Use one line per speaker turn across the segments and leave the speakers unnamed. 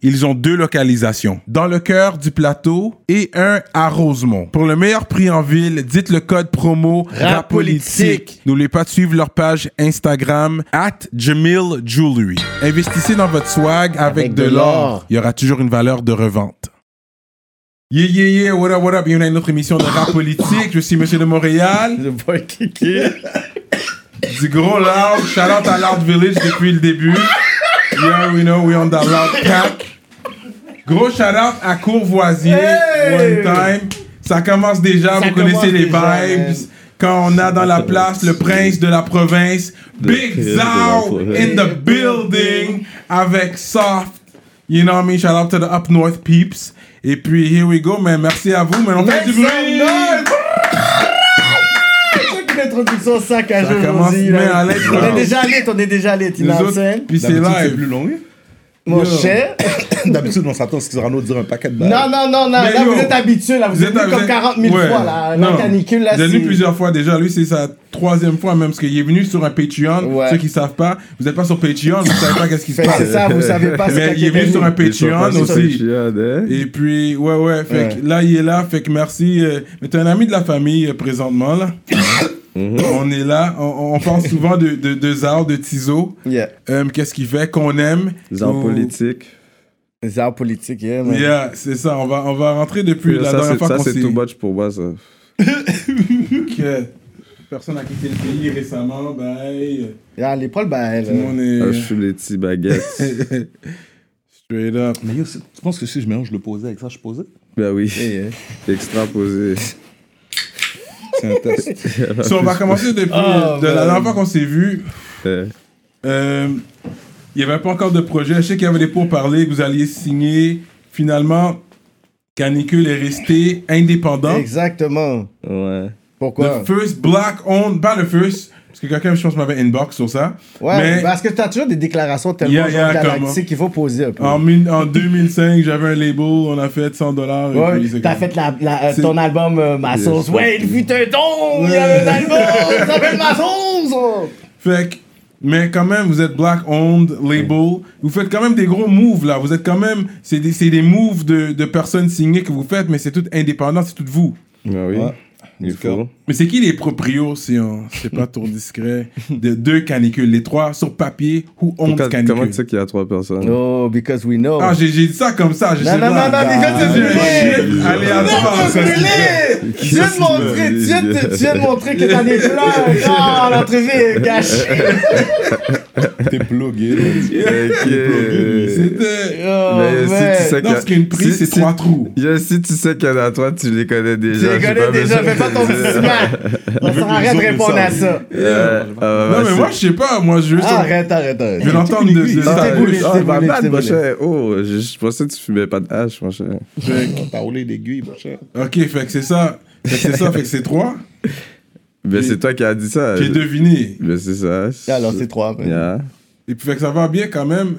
ils ont deux localisations, dans le cœur du plateau et un à Rosemont. Pour le meilleur prix en ville, dites le code promo RAPOLITIQUE. N'oubliez pas de suivre leur page Instagram at Jamil Jewelry. Investissez dans votre swag avec,
Avec
de
de
l'or.
l'or.
Il y aura toujours une valeur de revente. Yeah, yeah, yeah, what up, what up. Bienvenue à une autre émission de rap politique. Je suis Monsieur de Montréal,
Le boy Kiki.
du gros loud. Shout out à Loud Village depuis le début. Yeah, we know, we on the loud pack. Gros shout out à Courvoisier, one time. Ça commence déjà, vous connaissez
commence
les
déjà,
vibes.
man.
Quand on a dans la place le prince de la province, Big
prince de la
Zao in the building avec Soft. You know what I mean? Shout out to the Up North peeps. Et puis, here we go, man. Merci à vous, mais on fait du bruit.
Check une introduction saccageuse
Ça commence
aujourd'hui,
bien
là.
à l'être,
On
là.
est déjà lit, on est déjà lit. Il
Nous
a
autres, puis c'est
D'habitude, C'est
live.
plus long.
Yo.
Mon cher.
D'habitude, on s'attend à ce qu'ils auront dire un paquet de balles.
Non, non, non, non.
Mais
Là,
yo,
vous êtes habitué, là. Vous êtes
à-
venu comme 40 000
ouais.
fois, là. La
Non.
canicule, là,
J'ai
c'est.
venu plusieurs fois déjà. Lui, c'est sa troisième fois même, parce qu'il est venu sur un Patreon.
Ouais.
Ceux qui savent pas, vous n'êtes pas sur Patreon, vous savez pas qu'est-ce qui se
Fait que
passe.
c'est ça, vous savez pas
Mais
c'est
il est venu sur un Patreon aussi.
aussi.
Et puis, ouais, ouais, fait que là, il est là, fait que merci. euh, mais t'es un ami de la famille euh, présentement, là.
Mhm.
on est là, on, on pense souvent de, de, de Zao, de Tizo.
Yeah.
Euh, Qu'est-ce qu'il fait, qu'on aime.
Les arts
Ou-
politiques.
Les arts politiques, yeah, man.
Yeah, c'est ça, on va, on va rentrer depuis la
Ça,
dernière
c'est-
fois
ça,
qu'on
c'est
s'est
too much pour moi, ça.
que personne a quitté le pays récemment. Bye.
Yeah, l'épaule, ben.
Tout le monde est.
Ah, Je suis les petits baguettes.
Straight up.
Mais yo, c'est- tu penses que si je mélange le posé avec ça, je posais
ben oui,
hein.
extraposé.
C'est un test.
So, on va commencer depuis euh,
Ah,
de la
man.
dernière fois qu'on s'est vu.
Euh,
euh, Il n'y avait pas encore de projet. Je sais qu'il y avait des pourparlers que vous alliez signer. Finalement, Canicule est resté indépendant.
Exactement.
Ouais.
Pourquoi
The first black owned, pas le first, parce que quelqu'un, je pense, m'avait inbox sur ça.
Ouais, bah,
mais
parce que t'as toujours des déclarations tellement
Yeah, yeah,
genre
comme-
galactiques qu'il faut poser un peu.
en, mille- en 2005, j'avais un label, on a fait 100 dollars.
Ouais, t'as fait la, la- euh,
C'est-
ton album euh, Ma
Yes.
sauce. Ouais, il fut un don! Il y avait un album! Ça s'appelle Ma sauce! oh.
Fait que, mais quand même, vous êtes black owned, label. Vous faites quand même des gros moves là. Vous êtes quand même. C'est des, c'est des moves de, de personnes signées que vous faites, mais c'est tout indépendant, c'est tout vous.
Ben oui.
Ouais.
Il faut.
Mais c'est qui les proprios, si on. C'est pas trop discret. De deux canicules. Les trois sur papier, who owns
Pourquoi- Comment
canicule
tu sais qu'il y a trois personnes
Oh.
No, Oh, because we know.
Ah, j'ai j'ai dit ça comme ça. je
Non,
sais
non,
pas.
non, non, mais ça, c'est
J'ai un
brûlé.
shit aléatoire, ça,
Non, c'est
c'est-
brûlé! Tu viens de montrer, tu viens de, tu viens de montrer que t'as des fleurs! Ah, l'entrevue est gâchée!
T'es plugué. man.
Ok.
C'était.
Oh,
Mais si
man.
tu sais
Non,
qu'il y a-
parce qu'une prise,
si-
c'est
si-
trois trous.
Yeah, si tu sais qu'il y en a trois, tu les connais
Tu
déjà.
les
j'ai
connais déjà,
besoin
fais pas
de
ton
dire.
petit mal! On s'en arrête de
autres le
répondre à
savent.
ça! Ah.
Euh, euh,
Non,
bah,
mais
c'est-
moi, je sais pas. Moi, je veux.
Arrête, arrête, arrête!
Je veux l'entendre de. de-
Ah,
C'était voulu,
ah,
c'était
ma
voulu,
bad,
c'était
mon
voulu.
cher. Oh, je, je pensais que tu fumais pas de hache, mon cher.
Fait que-
T'as roulé l'aiguille, mon cher.
Ok, fait que c'est ça. Fait que c'est ça, fait que c'est trois.
Mais
J'ai-
Ben, c'est toi qui as dit ça.
J'ai deviné.
Mais c'est ça.
Ah, Alors, c'est trois. man.
Yeah.
Et puis, fait que ça va bien quand même,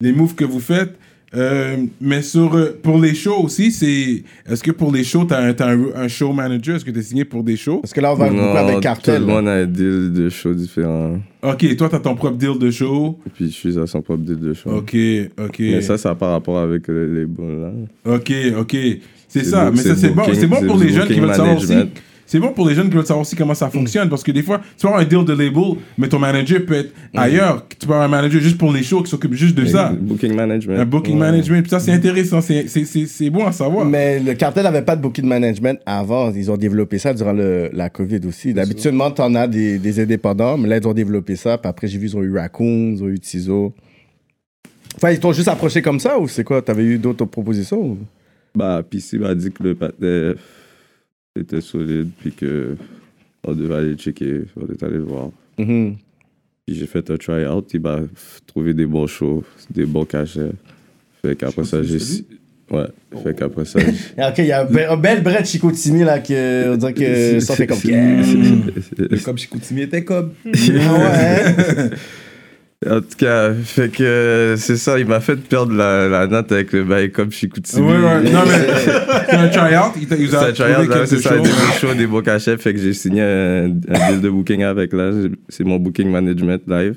les moves que vous faites. Euh, mais sur, euh, pour les shows aussi, c'est. Est-ce que pour les shows, t'as un, t'as un, un show manager Est-ce que t'es signé pour des shows
Parce que là, on va beaucoup
Non,
avec Cartel.
Tout le monde a un deal de show différent.
Ok, toi, t'as ton propre deal de show.
Et puis je suis à son propre deal de show.
Ok, ok.
Mais ça, ça n'a pas rapport avec euh, les bons là.
Ok, ok. C'est
C'est
ça.
book-
mais ça,
c'est
c'est bon.
booking-
C'est bon
c'est
pour les jeunes qui
booking
veulent savoir aussi.
management. Mm.
C'est bon pour les jeunes qui veulent savoir aussi comment ça fonctionne. Parce que des fois, tu as un deal de label, mais ton manager peut être
Mm.
ailleurs. Tu peux avoir un manager juste pour les shows qui s'occupe juste de ça.
Le Booking management.
Un booking management, puis ça
Mm.
c'est intéressant, c'est- c'est- c'est c'est bon à savoir.
Mais le cartel n'avait pas de booking management avant. Ils ont développé ça durant le- la COVID aussi. D'habitude, tu en as des, des indépendants, mais là, ils ont développé ça. Puis après, j'ai vu, ils ont eu Raccoon, ils ont eu Tizo. Enfin, ils t'ont juste approché comme ça ou c'est quoi? T'avais eu d'autres propositions? ou?
Bah, PC m'a dit que le patin était solide, puis que on devait aller le checker. On est allé le voir.
Mhm.
Puis j'ai fait un try-out. Il m'a trouvé des bons shows, des bons cachets. Fait qu'après ça, j'ai. si- Ouais.
Oh.
Fait qu'après ça. je-
Ah, Ok, il y a un, be- un bel bret de Chicoutimi là que on dirait que ça fait comme.
Mais comme Chicoutimi était comme.
Ah ouais.
En tout cas, fait que c'est ça, il m'a fait perdre la, la note avec le bail comme Chicoutimi.
Ouais, ouais, non, mais c'est un tryout. Il t'a- il vous
C'est
a
un
trouvé
tryout, là,
quelque
c'est ça, des
chose.
beaux shows, des beaux cachets. Fait que j'ai signé un, un deal de booking avec là. j'ai- C'est mon booking management live.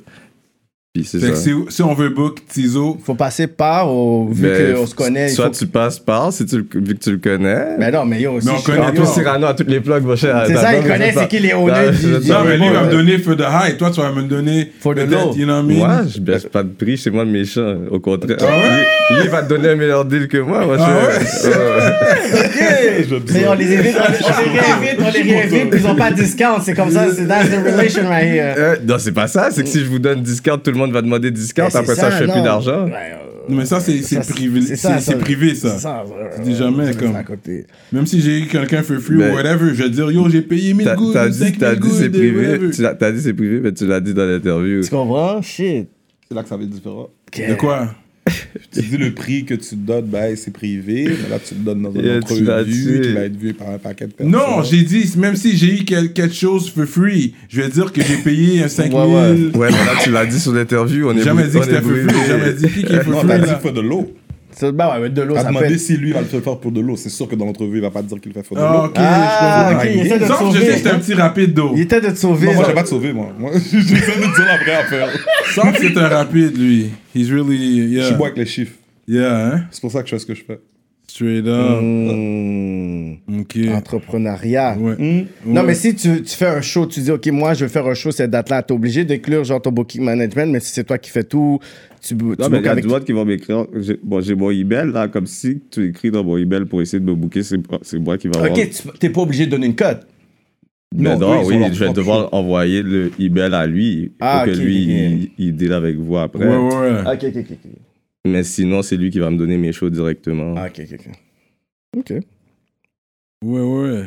Puis c'est
Fait que
ça.
si, si on veut book Tizo,
Faut passer par, au- vu
Mais
qu'on se connaît. il
Soit
faut-
tu passes par, si tu, le- vu que tu le connais.
Ben,
Mais non, mais yo, aussi.
on
je suis
connaît
En
d'accord.
plus, Cyrano à toutes les plugs, mon cher.
C'est
T'as
ça, il
pas-
connaît,
t'as-
c'est qui les honneurs
T'as-
du- du-
t'as-
non, mais lui, il va me
ouais.
donner for the high. Toi, tu vas me donner
For the
peut-être,
low.
You know what I mean?
Moi, Ah je baisse pas de prix, c'est moi le méchant, au contraire.
Ah ouais?
lui, lui, il va te donner un meilleur deal que moi, moi
Ah
je- euh, Ouais.
Mais on les évite, on les on les réinvite, on les réinvite, puis ils ont pas de discount. C'est comme ça, c'est that's the relation right here.
Euh, Non, c'est pas ça, c'est que si je vous donne discount, tout le monde va demander discount,
Mais Ben, c'est
après ça, je fais
non.
plus d'argent.
Ouais, euh,
Mais ça, c'est c'est
ça,
privé.
c'est ça,
C'est c'est
ça.
privé, ça.
c'est ça, euh,
dis jamais,
c'est
comme.
à côté.
Même si j'ai eu quelqu'un for free
Mais-
ou whatever, je vais dire, yo, j'ai payé 1000
T'as
gouttes,
t'as dit,
5000
t'as dit
gouttes,
c'est privé,
whatever.
tu l'as- t'as dit c'est privé, mais tu l'as dit dans l'interview.
Tu comprends? Shit.
C'est là que ça va être différent.
De quoi?
Tu dis le prix que tu te donnes, ben c'est privé, mais là tu le donnes dans une
Yeah, tu l'as
entrevue
dit.
qui va être vue par un paquet de personnes.
Non, j'ai dit, même si j'ai eu quel- quelque chose for free, je vais dire que j'ai payé un 5000.
ouais.
Ouais, mais là, tu l'as dit sur l'interview, on est
Jamais
bou-
dit
on
que c'était
est
for free.
bouillés.
j'ai Jamais dit qui qui est
Non,
for
t'as
free.
dit qu'il
là.
fait de l'eau.
C'est- Bah ouais, mais de l'eau,
T'as
ça peut
demandé
être.
si lui va le faire faire pour de l'eau. C'est sûr que dans l'entrevue, il va pas te dire qu'il le fait pour de l'eau.
Ah, ok.
Ah,
je
ok,
comprends.
il essaie de
Sauf que je sais
sauver.
que c'était un petit rapide d'eau.
Il était de te sauver.
Non, moi,
là.
j'ai pas te sauver, moi. Moi, j'essaie de dire la vraie affaire.
Sauf que c'est un rapide, lui. He's really.
Je suis
Yeah.
bon avec les chiffres.
Yeah, hein?
C'est pour ça que je fais ce que je fais.
Straight up.
Mmh.
Ok.
Entrepreneuriat. Hmm?
Ouais.
Non,
Ouais.
mais si tu, tu fais un show, tu dis, OK, moi, je veux faire un show cette date-là, t'es obligé d'éclure genre ton booking management, mais si c'est toi qui fais tout, tu, bou- tu
Non, mais
bookes
il y a
avec...
du monde qui vont m'écrire. J'ai- Bon, j'ai mon email, là, comme si tu écris dans mon email pour essayer de me booker, c'est c'est moi qui va avoir.
OK, tu- t'es pas obligé de donner une cote.
Mais
Non,
non,
eux, ils font
oui,
leur
je vais
propre
devoir envoyer le email à lui
Ah,
pour
ok,
que lui,
ok,
il, il deal avec vous après.
Ouais, ouais, ouais.
OK, OK, OK. OK.
Mais sinon, c'est lui qui va me donner mes shows directement.
Ah, OK, OK, OK. OK.
Ouais, ouais.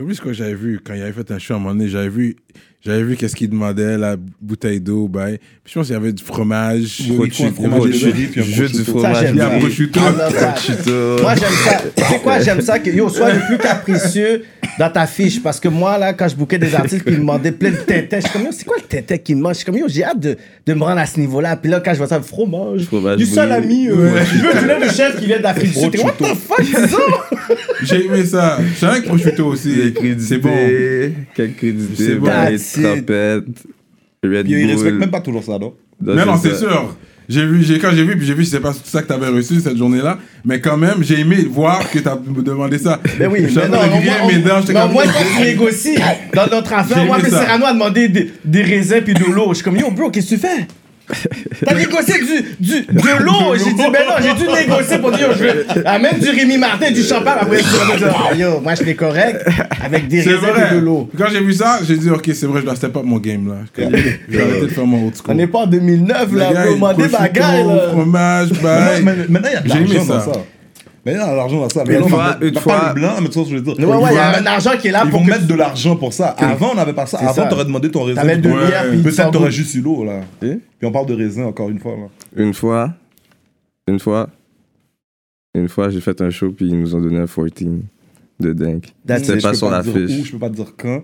J'ai oublié ce que j'avais vu quand il avait fait un show à un moment donné. J'avais vu, j'avais vu qu'est-ce qu'il demandait, la bouteille d'eau, ben. Puis je pense qu'il y avait du fromage.
Oui,
Gros
il faut un
cheese,
fromage
gros
et
cheese.
riz, puis un
Je veux
prosciutto.
du
Ça,
fromage.
j'aime
Il y a un
bien.
prosciutto.
J'adore ça.
Prosciutto.
Moi, j'aime ça. Tu sais quoi, j'aime ça que, yo, sois le plus capricieux dans ta fiche. Parce que moi, là, quand je bouquais des artistes qui me demandaient plein de tétés, je suis comme, yo, c'est quoi le tété qui me mange? Je suis comme, yo, j'ai hâte de, de me rendre à ce niveau-là. Puis là, quand je vois ça, fromage,
Fromage
du salami,
brûlé.
euh, je veux du lait de chef qui vient d'Afrique du Sud. T'es comme, What the fuck, c'est ça?
J'ai aimé ça. Je savais que prosciutto
Des
aussi.
crédités.
C'est bon.
Quelques
C'est
crédités.
bon.
Ballet
That's it.
de trompette. Red
Puis, Ils respectent
Bull.
même pas toujours ça, non
Non, non, c'est
ça.
sûr. J'ai vu, j'ai, quand j'ai vu, puis j'ai vu, c'est pas tout ça que t'avais reçu cette journée-là. Mais quand même, j'ai aimé voir que t'as me demandé ça.
Mais Ben oui, mais
J'avais
non, au
le
moins,
grillé
on-
mes dents, j'étais
mais au
comme- oh,
moins, toi, tu négocies dans notre affaire.
J'ai
Moi,
aimé
puis
ça.
Cyrano a demandé des, des raisins puis de l'eau. Je suis comme, yo, bro, qu'est-ce que tu fais? T'as négocié du, du, de l'eau. J'ai dit, ben non, j'ai dû négocier pour dire, yo, je veux. Amène du Rémi Martin, du champagne. Après, tu vas me dire, ah, yo, moi, je l'ai correct avec des
C'est
raisins
vrai.
puis de l'eau.
Quand j'ai vu ça, j'ai dit, ok, c'est vrai, je dois step up mon game là. Je vais arrêter de faire mon old
On
school.
n'est pas en 2009, là,
Les gars,
bro. On des
prosciutto,
bagailles, là.
fromage,
Maintenant,
bail.
maintenant, il y a de
J'ai aimé
l'argent dans
ça.
ça. Maintenant, il y a de l'argent dans ça. Mais
Une
non,
fois-
mais-
une
pas
fois-
le blanc, mais tu vois ce que je veux
Ouais,
dire.
ouais, il y a
Ils
un argent qui est là
Ils
Ah, pour
vont
que
mettre de l'argent pour ça. Avant, on n'avait pas ça.
C'est ça.
Avant, t'aurais demandé ton raisin.
T'avais
puis
deux
ton-
bières, puis
Peut-être t'aurais
juste.
juste eu l'eau, là. Puis on parle de raisin encore une fois, là.
Eh? Une fois, une fois, une fois, j'ai fait un show, puis ils nous ont donné un 14 de dingue.
That's it,
C'était
Mmh. Je
pas
peux
sur
pas dire
l'affiche.
où, je peux pas dire quand.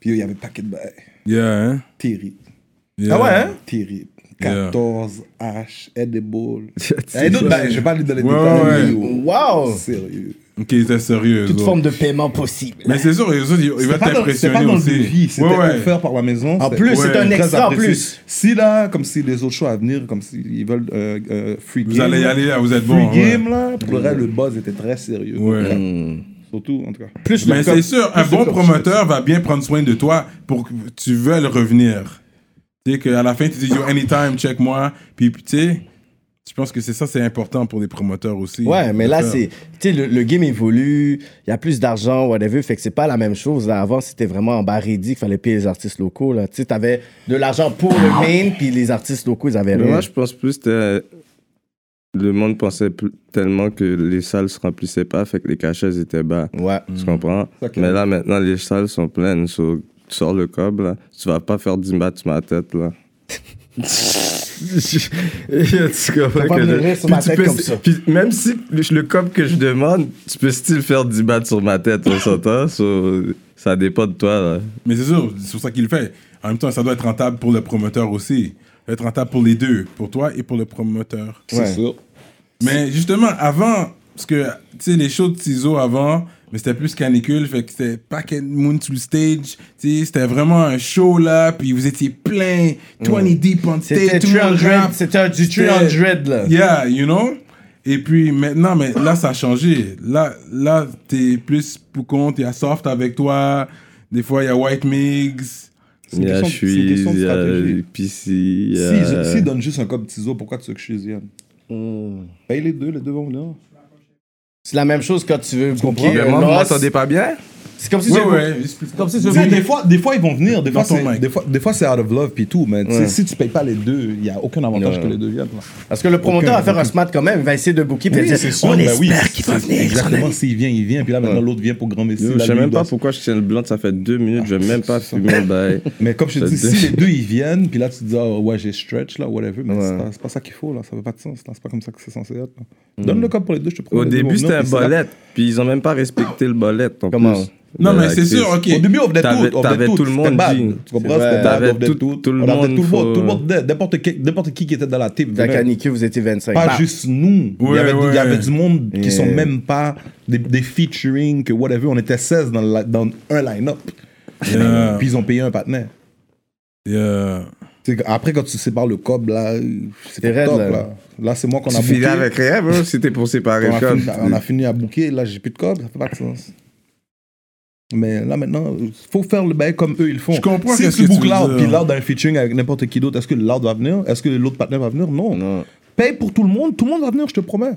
Puis il y avait un paquet de bails.
Yeah, hein?
Terrible.
Ah
Yeah.
hein?
hein?
Terrible.
Yeah.
14 H, Edible. Il y a
C'est
une
ça.
autre bail, je vais pas aller dans les
Ouais,
détails.
ouais.
mais, oh,
Wow!
Sérieux.
Ok, ils étaient sérieux.
Toute
eux
forme
autres.
de paiement possible.
Mais c'est sûr, les autres, ils ils
C'était
vont
pas dans- C'était pas
t'impressionner
dans
aussi.
le devis, c'était
Ouais, ouais.
offert par la maison.
En
c'était-
plus,
Ouais.
c'est un
très
extra en
apprécié.
plus.
Si là, comme si les autres shows à venir, comme s'ils veulent euh, euh, free game.
Vous allez y aller, là, vous êtes
Free
bon.
game, là, pour le reste, le buzz était très sérieux.
Ouais.
Surtout, en tout cas.
Plus le
Mais
com-
Ben, c'est sûr, un bon promoteur va bien prendre soin de toi pour que tu veuilles revenir. Tu sais, qu'à la fin, tu dis Yo, anytime, check-moi. Puis, puis, tu sais, je pense que c'est ça, c'est important pour les promoteurs aussi.
Ouais, mais
de
là,
faire.
c'est. Tu sais, le, le game évolue, il y a plus d'argent, whatever. Fait que c'est pas la même chose. Là. Avant, c'était vraiment en barédi qu'il fallait payer les artistes locaux. Là. Tu sais, t'avais de l'argent pour le main, puis les artistes locaux, ils avaient rien.
Mais Eh ben, moi, je pense plus que le monde pensait plus- tellement que les salles se remplissaient pas, fait que les cachets étaient bas.
Ouais.
Tu comprends?
Ça, que-
Mais là, maintenant, les salles sont pleines. so- tu sors le cob, là, tu vas pas faire 10 matchs ma tête, là. tu comprends
pas
que
me
je-
nourrir sur
Puis
ma
tu
tête
peux-
comme ça.
puis même si le cop que je demande, tu peux still faire 10 battes sur ma tête, on s'entend? So, ça dépend de toi, là.
Mais c'est sûr, c'est pour ça qu'il le fait. En même temps, ça doit être rentable pour le promoteur aussi. Ça doit être rentable pour les deux, pour toi et pour le promoteur.
C'est
Ouais.
sûr.
Mais justement, avant, parce que, tu sais, les shows de ciseaux avant, mais c'était plus canicule, fait que c'était pas de moon sur le stage, tu sais, c'était vraiment un show là, puis vous étiez plein, 20 deep on
C'était
stage, tout le monde
300,
rap.
c'était du
C'était-
300, là.
Yeah, you know? Et puis maintenant, mais là, ça a changé. Là, là t'es plus pour compte, il y a Soft avec toi, des fois, il y a White Migs.
Il y a
question- c'est une
Chuise,
question de
il y a
stratégie.
PC, il y
S'ils
a...
s'ils donnent juste un cop tiso, pourquoi tu veux que je suis Yann Paye les deux, les deux vont venir.
C'est la même chose quand tu veux booker
Mais
un
Oh,
moi, vous
os.
m'entendez pas bien?
C'est comme si tu
Ouais,
veux-
ouais. c'est plus-
comme si tu
Tu sais,
veux
des fois, des fois, ils vont venir. Des
Dans
fois,
ton
c'est,
mic.
des fois, des fois, c'est out of love puis tout. Mais tu sais,
Ouais.
si tu payes pas les deux, il n'y a aucun avantage
Ouais.
que les deux viennent. là.
Parce que le promoteur
Aucun,
va faire un smart quand même, il va essayer de booker, puis il va dire, on
ben
espère
oui,
qu'il va
c'est-
venir.
Exactement, s'il vient, il vient. Puis là, maintenant, l'autre vient pour grand messie.
Yo,
là,
je sais
lui,
même
il doit-
pas pourquoi je tiens le blanc, ça fait deux minutes, je vais même
Ah,
pas fumer le bail.
Mais comme je te
Ça
dis,
te-
si les deux, ils viennent, puis là, tu te dis, ah ouais, j'ai stretch, là, whatever. Mais
Ouais.
c'est, pas, c'est pas ça qu'il faut, là. Ça fait pas de sens. là. C'est pas comme ça que c'est censé être. là. Donne le cop pour les deux, je te promets.
Au
les deux vont
début,
venir,
c'était un
puis c'est là-
bolette, puis ils ont même pas respecté le bolette, en
Comment?
plus.
Non,
De
mais c'est
l'actrice.
sûr, ok.
Au début, on venait
T'avais-
tout. on venait
t'avais tout le
c'était
monde,
bad.
Jean.
Tu comprends?
C'est vrai.
C'était bad,
T'avais
on venait
tout-
tout.
tout le
On avait
monde,
tout le monde.
faut-
Tout le monde venait. N'importe qui- N'importe qui qui était dans la team.
La
venait.
canicule, vous étiez 25.
Pas
Bah,
juste nous. il, y
Ouais,
avait, il y
ouais.
avait du monde qui
Yeah.
sont même pas des, des featuring, que whatever. On était 16 dans, la- dans un line-up.
Yeah.
Puis ils ont payé un partenaire.
Yeah.
C'est que Après, quand tu sépares le cob, là, c'est
C'est
pas
raide,
top.
là.
Là. Là, c'est moi qu'on a
Tu finis
bouqué.
avec rien, bro, c'était pour séparer
On
le
a, fini,
corps.
on a fini à bouquer. Là, j'ai plus de cob. Ça fait pas de sens. Mais là, maintenant, il faut faire le bail comme eux, ils le font.
Je comprends
si
qu'est-ce
tu
que tu
bookes
veux
Loud,
dire.
puis Loud a un featuring avec n'importe qui d'autre, est-ce que Loud va venir Est-ce que l'autre partenaire va venir Non.
Non.
Paye pour tout le monde. Tout le monde va venir, je te promets.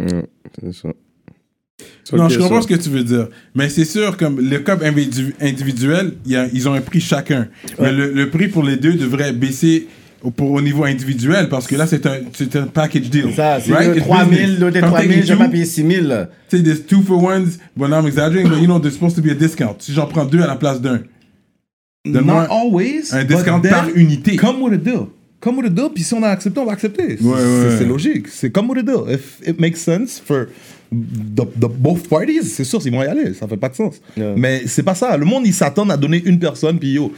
Mm, c'est ça.
Non,
Ok,
je comprends
ça.
ce que tu veux dire. Mais c'est sûr, comme le COP individu- individuel, il y a- ils ont un prix chacun. Mais le, le prix pour les deux devrait baisser au, pour, au niveau individuel parce que là, c'est un, c'est un package deal.
Ça, c'est
Right?
le
It's
3000,
business.
l'autre est
Quand
3000,
t'es
je vais
two,
pas payer 6000.
tu sais, there's two for ones, but now I'm exaggerating, but you know, there's supposed to be a discount. Si j'en prends deux à la place d'un, Donne-moi
Not always.
un
but
discount
then,
par unité.
Come with a deal. Come with a deal. Puis si on a accepté, on va accepter. C'est-
Ouais, ouais.
C'est c'est logique. C'est come with a deal. If it makes sense for the, the both parties, c'est sûr, ils vont y aller. Ça fait pas de sens.
Yeah.
Mais c'est pas ça. Le monde, ils s'attendent à donner une personne, puis yo,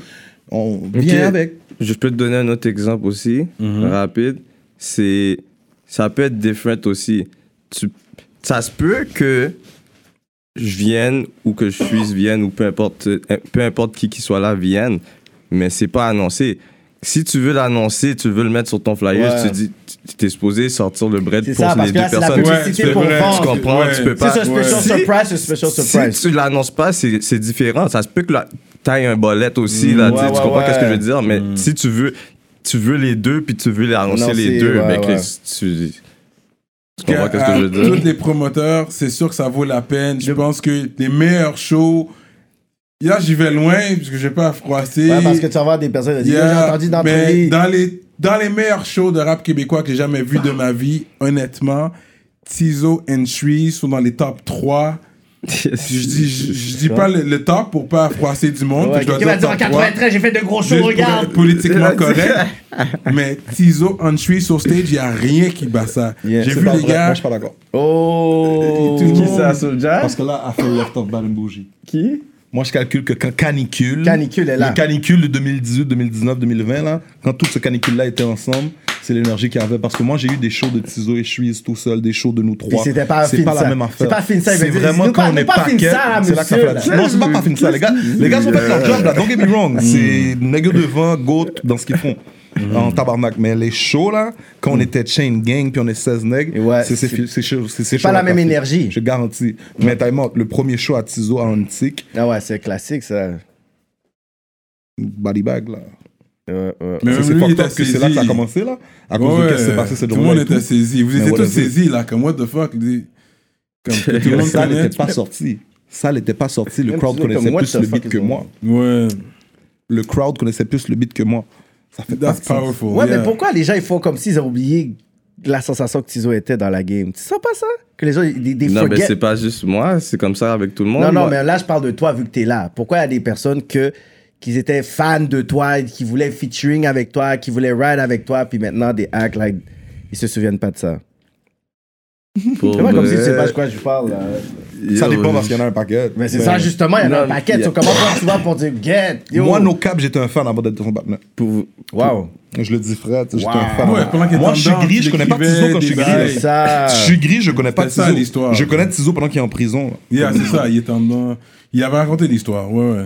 on vient
Ok.
avec.
Je peux te donner un autre exemple aussi, rapide. C'est. Ça peut être different aussi. Tu, ça se peut que je vienne ou que je suis vienne ou peu importe, euh, peu importe qui qui soit là vienne, mais c'est pas annoncé. Si tu veux l'annoncer, tu veux le mettre sur ton flyer,
Ouais.
tu dis, tu- t'es supposé sortir le bread
C'est
pour
ça,
les
parce que
deux
là, c'est la
personnes.
Ouais,
publicité
c'est
pour
vrai,
tu
vendre.
comprends,
Ouais.
tu
C'est
peux
C'est
pas.
ça, special
Si-
surprise, c'est special surprise.
si tu l'annonces pas, c'est c'est différent. Ça se peut que la- t'ailles un bolette aussi. Là,
Mm,
tu-
ouais,
tu
ouais,
comprends
ouais.
qu'est-ce que je veux dire? Mais si tu veux, tu veux les deux, puis tu veux les annoncer
Non,
les
c'est-
deux,
ouais,
mais
ouais.
qu'est-ce que tu, tu
que, euh,
comprends qu'est-ce que je veux
à Tous
dire?
les promoteurs, c'est sûr que ça vaut la peine. Je pense que les meilleurs shows. Là, j'y vais loin parce que je vais pas froisser.
Ouais, parce que tu vas voir des personnes qui disent,
Yeah,
j'ai entendu dans
mais
Paris.
dans les dans les meilleurs shows de rap québécois que j'ai jamais vu de ma vie, honnêtement, Tizo and Shui sont dans les top 3. Je dis je, je dis pas le, le top pour pas froisser du monde,
Ouais,
je dois
Quelqu'un va dire en
top 3.
93, j'ai fait de gros
Juste
shows,
pour
regarde.
être politiquement correct, mais Tizo and Shui sur stage, il y a rien qui bat ça.
Yeah,
j'ai
C'est
vu
pas
les
vrai.
gars
Moi, je suis pas d'accord.
Oh.
Et tout le monde-
Parce que là, Afro left off une bougie.
Qui
Moi, je calcule que quand canicule.
Canicule est là.
Le canicule de 2018, 2019, 2020, là, quand tout ce canicule-là était ensemble, c'est l'énergie qu'il y avait. Parce que moi, j'ai eu des shows de Tizo et Chuise tout seul, des shows de nous trois.
c'était pas
C'est
fin
pas
ça.
la même affaire.
C'est pas fin ça, il veut
C'est
dire,
vraiment
nous
quand
pas-
on
nous
est
pas fin
paquet.
ça,
C'est là que ça
monsieur,
fait la
là.
différence. Non, c'est pas pas fin ça, les gars. Les gars ont fait leur job, là. Don't get me wrong. C'est nigga devant, goat dans ce qu'ils font.
Mm-hmm.
En tabarnak. Mais les shows, là, quand on était Chain Gang, puis on est 16 nègres,
Mm. Ouais,
c'est- c'est
c'est-
c'est chaud- c'est- c'est
pas
chaud
la
à
même
taper.
énergie.
Je garantis. Mais time out, le premier show à Tizo à Antique,
Ah ouais, c'est classique ça.
body bag là.
Ouais, ouais.
Mais
Ça,
même
c'est
lui, il
fucked
était
up que c'est là que ça a
saisi.
commencé là. À cause de
Ouais,
qu'est-ce qui s'est passé cette
tout le monde
journée. et
était
tout.
saisi. Vous
Mais
étiez tous
whatever.
saisis là, comme what the fuck. dis- Comme que tout le monde
Ça
connaît.
n'était pas sorti. Ça n'était pas sorti. Le
Même
crowd
si c'est
connaissait
comme, what
plus
the
le
fuck
beat
is
que
going
moi.
Ouais,
Le crowd connaissait plus le beat que moi. Ça fait pas
that's
de sens.
powerful.
Ouais,
yeah.
mais pourquoi les gens ils font comme s'ils ont oublié la sensation que Tizo était dans la game Tu sens pas ça Que les gens ils ils- ils
Non, mais
forget.
c'est pas juste moi, c'est comme ça avec tout le monde.
Non, non,
moi.
mais là je parle de toi vu que t'es là. Pourquoi il y a des personnes que
qu'ils étaient fans de toi, qui voulaient featuring avec toi, qui voulaient ride avec toi, puis maintenant des acts like ils se souviennent pas de ça.
Pour
C'est pas comme si tu
vrai,
sais pas de quoi je parle. là.
yo,
Ça dépend parce qu'il y en a un paquet.
Mais c'est ça justement, il y en a
Non,
un paquet.
y a-
So, comment toi, tu vas pour dire get yo.
Moi, no cap, j'étais un fan avant d'être son partenaire.
Pour,
Wow.
Je le dis, frère, tu sais, j'étais
Wow.
un fan.
Ouais, pendant qu'il était
Moi, je suis
en dedans,
gris,
tu
je connais pas
l'écrivais,
Tizo quand je suis
des
gris.
bails.
Ben, C'est ça.
Je suis gris, je connais pas
C'est ça,
Tizo.
l'histoire.
Je connais Tizo pendant qu'il est en prison.
Yeah, c'est ça, il était en dedans. Il avait raconté l'histoire, ouais, ouais.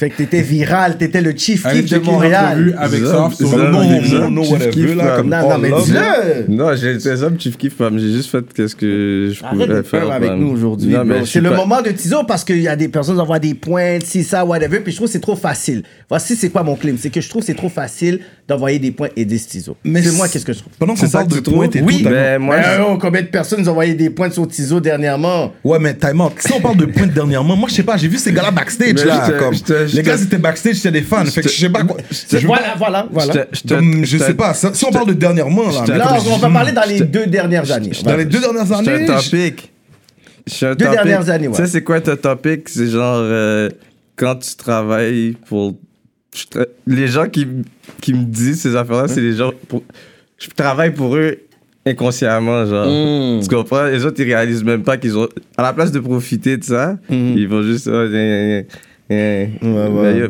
Fait que t'étais viral, t'étais le chief
Allez
kiff de
checker une entrevue
Montréal.
avec
Zub,
Soft sur le
Zub,
nom
Non,
Zub.
non,
des
non,
Kiff,
whatever,
kiff,
là,
là.
comme
Non, non,
all
mais
love.
dis-le.
Non, j'ai été ça, tu kiffes pas, mais j'ai juste fait qu'est-ce que je pouvais
Arrête de
faire.
faire avec
fam.
nous aujourd'hui.
Non,
bro.
mais je suis
C'est le
pas-
moment de Tizo parce qu'il y a des personnes qui envoient des pointes, si ça, whatever. Puis je trouve que c'est trop facile. Voici c'est quoi mon claim. C'est que je trouve que c'est trop facile d'envoyer des points et des Tizo. C'est moi qu'est-ce que je trouve.
Pendant qu'on
C'est ça
parle
que
de
tu trouves?
pointe et
Oui.
tout, t'as-
Ben, moi,
Mais
je-
euh,
oh, combien de personnes nous ont envoyé des points sur Tizo dernièrement?
Ouais, mais time out. Si on parle de pointe dernièrement, moi, je sais pas, j'ai vu ces gars-là backstage,
Mais
là.
je te-
comme.
je te- je
Les
te-
gars, c'était backstage, c'était des fans. Fait que je sais pas quoi. Je veux
Voilà, voilà, voilà.
J'étais- j'étais-
Comme, je sais
j'étais-
pas, ça- si on parle de dernièrement, là.
j'étais-
mais
Là,
comme-
on va parler dans les deux dernières années.
Dans les deux dernières
J'étais
années,
un
je-
topic. J'étais un
Deux
topic.
dernières années, ouais.
Tu sais, c'est quoi ton topic? C'est genre euh, quand tu travailles pour. je tra- Les gens qui, m- qui me disent ces affaires-là,
Hein?
c'est les gens. Pour... Je travaille pour eux inconsciemment, genre. Tu comprends? Les autres, ils réalisent même pas qu'ils ont. À la place de profiter de ça, ils vont juste. oh, gna, gna, gna, gna.
Hmm. ouais.
Mais, yo,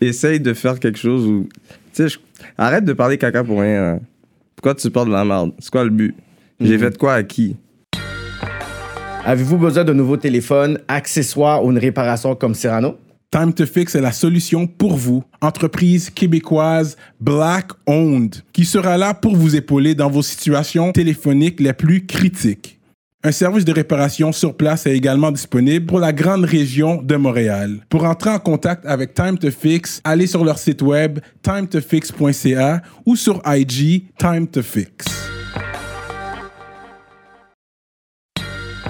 essaye de faire quelque chose où. Tu sais, je- arrête de parler caca pour rien. là. Pourquoi tu parles de la merde? C'est quoi le but?
Hmm.
J'ai fait quoi à qui?
Avez-vous besoin d'un nouveau téléphone, accessoires ou une réparation comme Cyrano?
Time to Fix est la solution pour vous, entreprise québécoise Black Owned, qui sera là pour vous épauler dans vos situations téléphoniques les plus critiques. Un service de réparation sur place est également disponible pour la grande région de Montréal. Pour entrer en contact avec Time to Fix, allez sur leur site web timetofix.ca ou sur IG Time to Fix.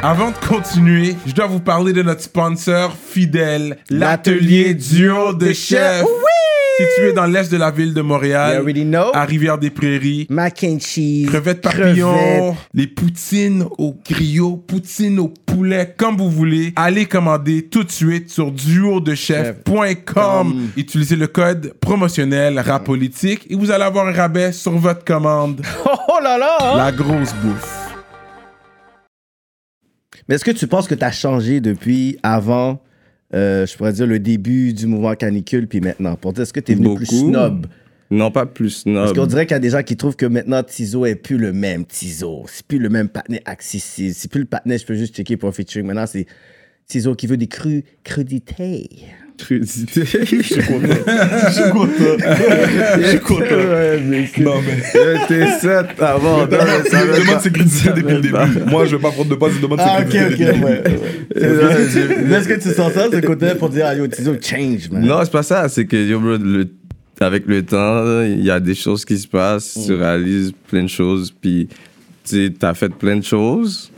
Avant de continuer, je dois vous parler de notre sponsor fidèle, l'atelier duo de chef. Situé dans l'est de la ville de
You
Montréal,
already know.
à Rivière-des-Prairies.
Mac and cheese.
Crevettes papillons,
crevettes.
les poutines au griot, poutines au poulet, comme vous voulez. Allez commander tout de suite sur duodechef.com. Utilisez le code promotionnel rapolitique et vous allez avoir un rabais sur votre commande.
Oh, oh là là! hein?
La grosse bouffe.
Mais est-ce que tu penses que tu as changé depuis avant, euh, je pourrais dire, le début du mouvement canicule, puis maintenant? Pour dire, est-ce que tu es venu plus
Beaucoup. Euh,
snob?
Non, pas plus
Parce qu'on
snob.
dirait qu'il y a des gens qui trouvent que maintenant, Tizo est plus le même Tizo. C'est plus le même patinet accessible. C'est plus le patinet, je peux juste checker pour un featuring. Maintenant, c'est Tizo qui veut des crus, crudités.
Crudité.
Ouais, mais c'est-
Non, mais.
J'étais 7 avant. non, mais ça
Je
veut
demande
pas-
c'est critiqué depuis le
ça
début. Moi, je vais pas prendre de passe, je demande
Ah,
c'est
ok, ok,
critiqué depuis le début.
ouais. Mais Est-ce que tu sens ça, ce côté pour dire, ah, yo, Tizo, change, man?
Ah. Non, c'est pas ça. C'est que, yo, bro, le- avec le temps, il y a des choses qui se passent.
Mm.
Tu réalises plein de choses. Puis, tu sais, t'as fait plein de choses.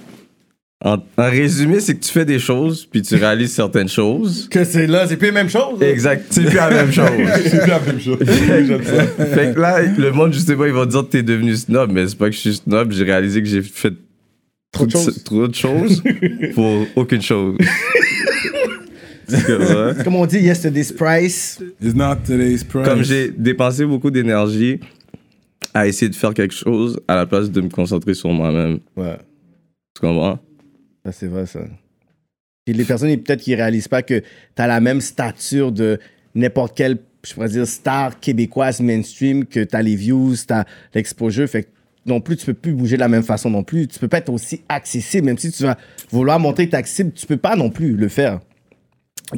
En, en résumé, c'est que tu fais des choses, puis tu réalises certaines choses.
Que c'est là, c'est plus la même chose.
Exact. C'est plus la même chose.
C'est bien la même chose. J'aime ça.
fait que là, le monde, justement, ils vont dire que t'es devenu snob, mais c'est pas que je suis snob, j'ai réalisé que j'ai fait
Trop de
toutes-
choses.
trop de choses pour aucune chose. C'est que, ouais.
Comme on dit, yesterday's price.
It's not today's price.
Comme j'ai dépensé beaucoup d'énergie à essayer de faire quelque chose à la place de me concentrer sur moi-même.
Ouais.
Tu comprends?
Ça, c'est vrai, ça. Puis les personnes, ils- peut-être qu'ils réalisent pas que t'as la même stature de n'importe quelle, je pourrais dire, star québécoise mainstream, que t'as les views, t'as l'exposure. Fait que non plus, tu peux plus bouger de la même façon non plus. Tu peux pas être aussi accessible. Même si tu vas vouloir montrer que t'es accessible, tu peux pas non plus le faire.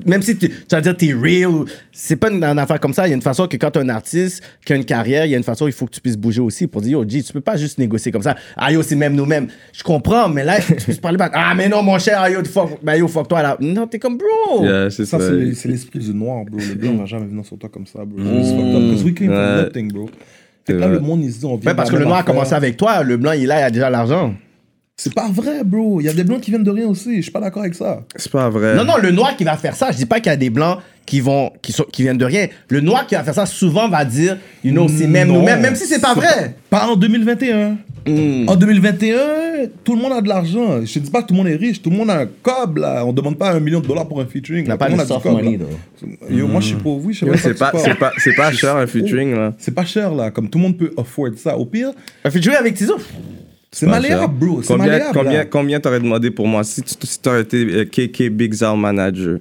Même si tu, tu vas dire t'es real, ou- c'est pas une, une affaire comme ça. Il y a une façon que quand t'es un artiste, qui a une carrière, il y a une façon il faut que tu puisses bouger aussi pour dire yo, G, tu peux pas juste négocier comme ça. Ah yo, c'est même nous-mêmes. Je comprends, mais là, il faut que tu puisses parler back. Ah, mais non, mon cher, ah yo, fuck, bah, yo, fuck toi là. Non, t'es comme
Oh.
bro.
Yeah, c'est ça.
Ça, c'est les- c'est l'esprit du noir, bro. Le blanc va jamais venir sur toi comme ça, bro. It's fucked up. Because we came from
Ouais.
nothing, bro. Fait que là,
vrai.
le monde, ils se disent, on vient.
Ouais, parce
de
que
la
le
même
noir a
affaire.
commencé avec toi, le blanc, il est là, il a déjà l'argent.
C'est pas vrai, bro. Il y a des blancs qui viennent de rien aussi. Je suis pas d'accord avec ça.
C'est pas vrai.
Non, non, le noir qui va faire ça, je dis pas qu'il y a des blancs qui vont qui, sont, qui viennent de rien. Le noir qui va faire ça souvent va dire, you know, c'est même
Non.
nous-mêmes, même si c'est pas vrai.
Pas en 2021.
Hmm.
En 2021, tout le monde a de l'argent. Je te dis pas que tout le monde est riche, tout le monde a un cob là. On demande pas un million de dollars pour un featuring.
n'a
là.
pas
tout le
de
monde a
soft
du cob,
money,
là.
though.
Yo, moi je suis pauvre, oui, je sais
Yo,
même
c'est
de
pas,
quoi.
c'est pas, c'est pas cher un featuring là.
C'est pas cher là, comme tout le monde peut afford ça. Au pire,
Un featuring avec Tizo.
c'est
Pas cher.
malléable, bro. C'est
Combien,
malléable.
combien,
là.
combien t'aurais demandé pour moi si tu si t'aurais été euh, KK Big Zar Manager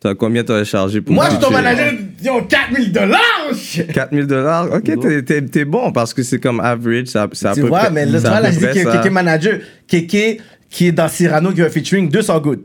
t'as- Combien t'aurais chargé pour
Moi, je
moi
suis ton manager, ils ont 4000 dollars! shit.
4000 dollars Ok, t'es- t'es t'es bon parce que c'est comme average. Ça, ça
Tu vois, mais là, tu vois, là, je dis que Kéké manager, Kéké qui est dans Cyrano, qui a un featuring 200 good.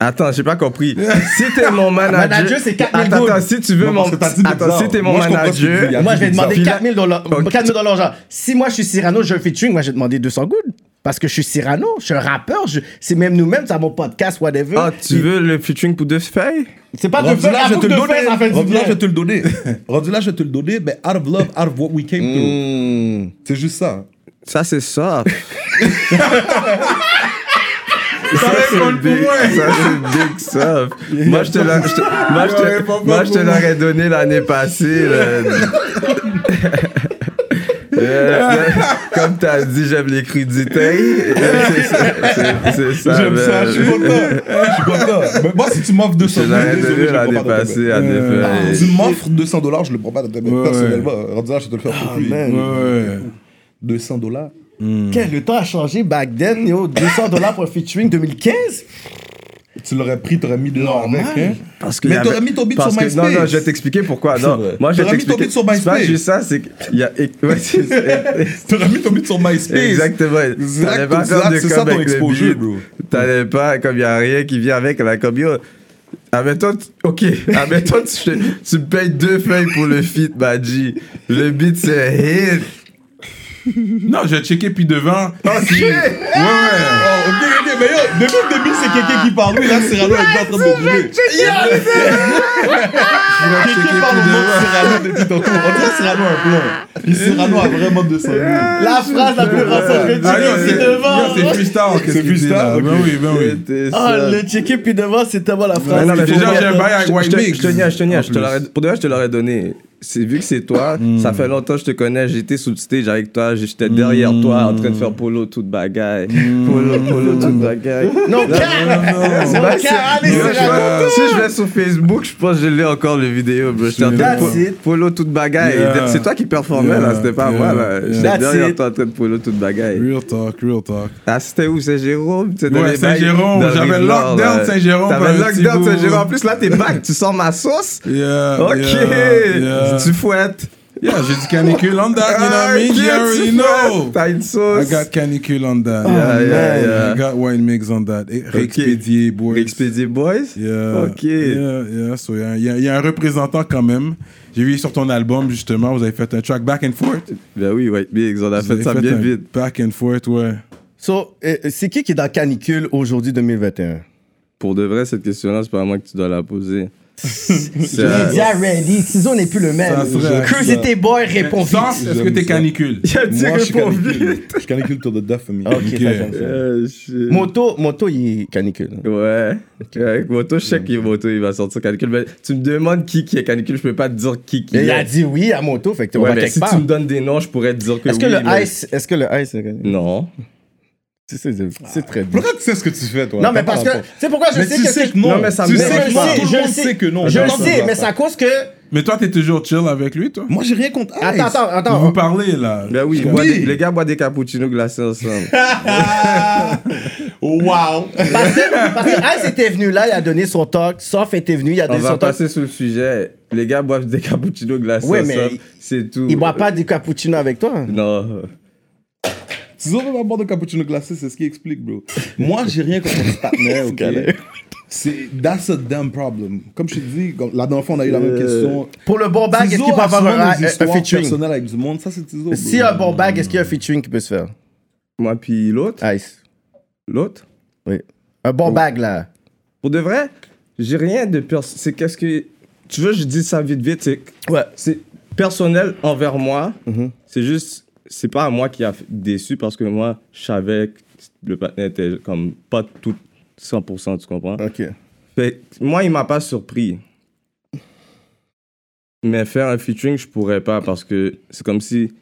Attends, j'ai pas compris. Si t'es mon manager.
Manager, c'est 4 000
Attends, attends,
gouttes.
si tu veux
Non,
mon.
parce que t'as dit
Attends,
bizarre.
si t'es mon
Moi, je comprends ce que tu
manager.
dis,
Moi, je vais demander
Puis là-
4000 dollars.
Ok.
4000 dollars, genre. Si moi, je suis Cyrano, j'ai un featuring, moi, je vais demander 200 good. Parce que je suis Cyrano, je suis un rappeur, je... c'est même nous-mêmes, c'est à mon podcast, whatever.
Ah, tu veux le featuring pour deux feuilles
C'est pas de
Rendu
faire,
là, je
avoue
vais te
que
le
de faire, ça fait
donner.
du
Rendu là,
bien.
je vais te le donner. Rendu là, je vais te le donner. Mais out of love, out of what we came through.
Hmm.
C'est juste ça.
Ça, c'est ça.
Ça répond pour moi.
Ça, c'est big stuff. Moi, je te l'a- je te- moi, je
Ouais, pas
te- moi, je te
pour
l'aurais donné l'année passée. là. Euh, euh, comme t'as dit, j'aime les crudités. Euh, c'est ça, c'est- C'est ça.
J'aime ça,
man.
je suis content. Je suis content. Mais moi, si tu m'offres 200
Je
dollars,
l'aurais donné l'année passée à des
Euh,
feuilles.
Bah, Tu m'offres 200 dollars, je le prends pas de ta
Ouais,
main. Personnellement, rendu là, je vais te le faire pour lui.
Ouais.
200 dollars.
Quel le temps a changé back then, yo, 200 dollars pour un featuring 2015?
Tu l'aurais pris, t'aurais mis de l'or avec.
Normal.
Hein.
Parce que
Mais
y
t'aurais mis ton beat
parce
sur
que- Non,
MySpace.
non, je vais t'expliquer pourquoi. Non,
vrai.
moi, je vais
T'aurais mis ton
t'expliquer.
beat sur
C'est pas
MySpace.
juste ça, c'est qu'il y a. ouais, c'est-
T'aurais mis ton beat sur MySpace.
Exactement.
Exact,
T'allais pas
exact,
faire de
c'est
com
ça ton
avec le
exposure,
beat.
bro.
T'allais pas, comme il a rien qui vient avec la com. Yo, admettons, tu- ok, admettons, tu, tu me payes deux feuilles pour le feat, Badji. Le beat, c'est un hit.
Non, je vais checker puis devant.
Ah,
Ok!
Oh, ok, ok, mais yo, depuis le début, c'est quelqu'un qui parle. Oui, là, Cyrano est déjà en train de bouger.
Je vais checker
Quelqu'un parle au
plus
nom
devant.
de Cyrano depuis tantôt. On dirait Cyrano a un plan. Et Cyrano a vraiment 200 000.
La phrase la plus renforcée
Ah, yo,
featuring,
c'est-
c'est devant.
yo, C'est freestyle. qu'est-ce
C'est
qu'il dit,
freestyle,
là.
ok.
Ben oui, ben oui.
C'était
Oh,
ça.
le checker puis devant, c'est tellement la
Ouais,
phrase.
non, mais
Déjà,
pour
j'ai un
vrai,
bail avec
je-
White
je te-
Mix.
Je te niais, je te niais,
En
je te l'aurais-
plus.
Pour de vrai, je te l'aurais donné. C'est vu que c'est toi, ça fait longtemps que je te connais, j'étais sous le stage avec toi, j'étais derrière toi en train de faire polo toute bagaille. Polo, polo toute bagaille.
Non,
ben
Non,
non,
bah,
non,
c'est-
allez,
Yo,
c'est
je
raconte-toi.
vais- Si je vais sur Facebook, je pense que je l'ai encore le vidéo, bro. J'étais en train de
That's
po-
it.
polo toute bagaille.
Yeah.
C'est toi qui performais là, c'était pas
Yeah.
moi là.
That's
J'étais derrière
it.
toi en train de polo toute bagaille.
Real talk, real talk.
Ah, c'était où C'est Jérôme Tu sais, dans
Ouais,
les bails
Saint-Jérôme,
dans le
j'avais
Rive Nord,
lockdown
là.
Saint-Jérôme
T'avais
pendant un petit
lockdown
bout.
Saint-Jérôme. En plus, là, t'es back, tu sors ma sauce.
Yeah,
Ok,
yeah, yeah.
tu fouettes. Ah,
Yeah, j'ai du canicule on that, you know what I mean?
Ok,
You
tu
already
fouettes.
know.
T'as une
I
sauce.
got canicule on that.
Yeah, yeah, yeah.
I got wine mix on that. Et Réexpédié, boys.
Expédié Boys.
Yeah.
Ok.
Yeah, yeah. So, il y a- il y, a- il y a un représentant quand même. J'ai vu sur ton album, justement, vous avez fait un track back and forth.
Ben oui, White Bigs, on a
Vous avez
fait ça bien
un
vite.
Back and forth, ouais.
So, euh, c'est qui qui est dans Canicule aujourd'hui 2021?
Pour de vrai, cette question-là, c'est pas à moi que tu dois la poser. C'est à-
J'ai dit à Randy, Tizo n'est plus le même.
Ça serait-
Curiosity Boy répond vite.
Sens, est-ce que
J'aime
t'es
ça.
canicule?
Il a dit
Moi, je suis
réponds
canicule.
vite.
Je canicule to the death for me.
Ok,
Ok.
ça j'aime ça.
Euh, shit.
Moto, Moto, il est Canicule.
Ouais. Avec Moto, je sais que Moto, il va sortir Canicule. Mais tu me demandes qui qui est Canicule, je peux pas te dire qui qui
Et
est.
il a dit oui à Moto, fait que t'es
ouais,
va
mais
quelque
si
part.
tu me donnes des noms, je pourrais te dire que
Est-ce que
oui,
le
mais-
Ice, est-ce que le Ice, est Canicule?
Non.
C'est- c'est- C'est très bien.
Pourquoi tu sais ce que tu fais, toi
Non, mais
T'as
parce
pas
que,
rapport.
c'est pourquoi je
Mais
sais
tu
que.
sais que non.
Non, mais ça
tu
me
Mais
sais
dérange
je le
que
pas.
non.
sais,
Tout
je
le
le
monde sait
sais.
que non.
Je le
Personne ne
sais,
va
mais
faire.
c'est à cause que.
Mais toi, t'es toujours chill avec lui, toi?
Moi, j'ai rien contre Ice.
Attends, attends, attends.
Vous parlez, là.
Ben oui, bois des- les gars boivent des cappuccinos glacés ensemble.
Wow.
Parce que, parce que Ice était venu là, il a donné son talk. Sof était venu, il a
On
donné
va
son talk.
passer sur le sujet. Les gars boivent des cappuccinos glacés
Ouais, mais
ensemble. C'est tout.
Il boit pas du cappuccino avec toi.
Non.
Tu sais, on va boire de cappuccino glacé, c'est ce qui explique, bro. Moi, j'ai rien contre ce partenaire, ok? C'est, that's a damn problem. Comme je te dis, comme- la dernière fois, on a eu la même question.
Pour le bon bag, est-ce
Tizo
qu'il peut
a
avoir
souvent
un,
des
un- un
histoires
featuring
personnelles avec du monde, ça, c'est Tizo. bro.
Si euh, un bon bag, est-ce qu'il y a un featuring qui peut se faire
Moi, puis l'autre.
Ice.
L'autre.
Oui. Un
Oh.
bon bag là.
Pour de vrai, j'ai rien de perso... C'est qu'est-ce que... Tu veux, je dis ça vite, vite. C'est,
Ouais. Mm-hmm.
c'est personnel envers moi. C'est juste... C'est pas à moi qui a f- déçu parce que moi, je savais que le partenaire était comme pas tout 100%, tu comprends?
Ok.
Fait que moi, il m'a pas surpris. Mais faire un featuring, je pourrais pas parce que c'est comme si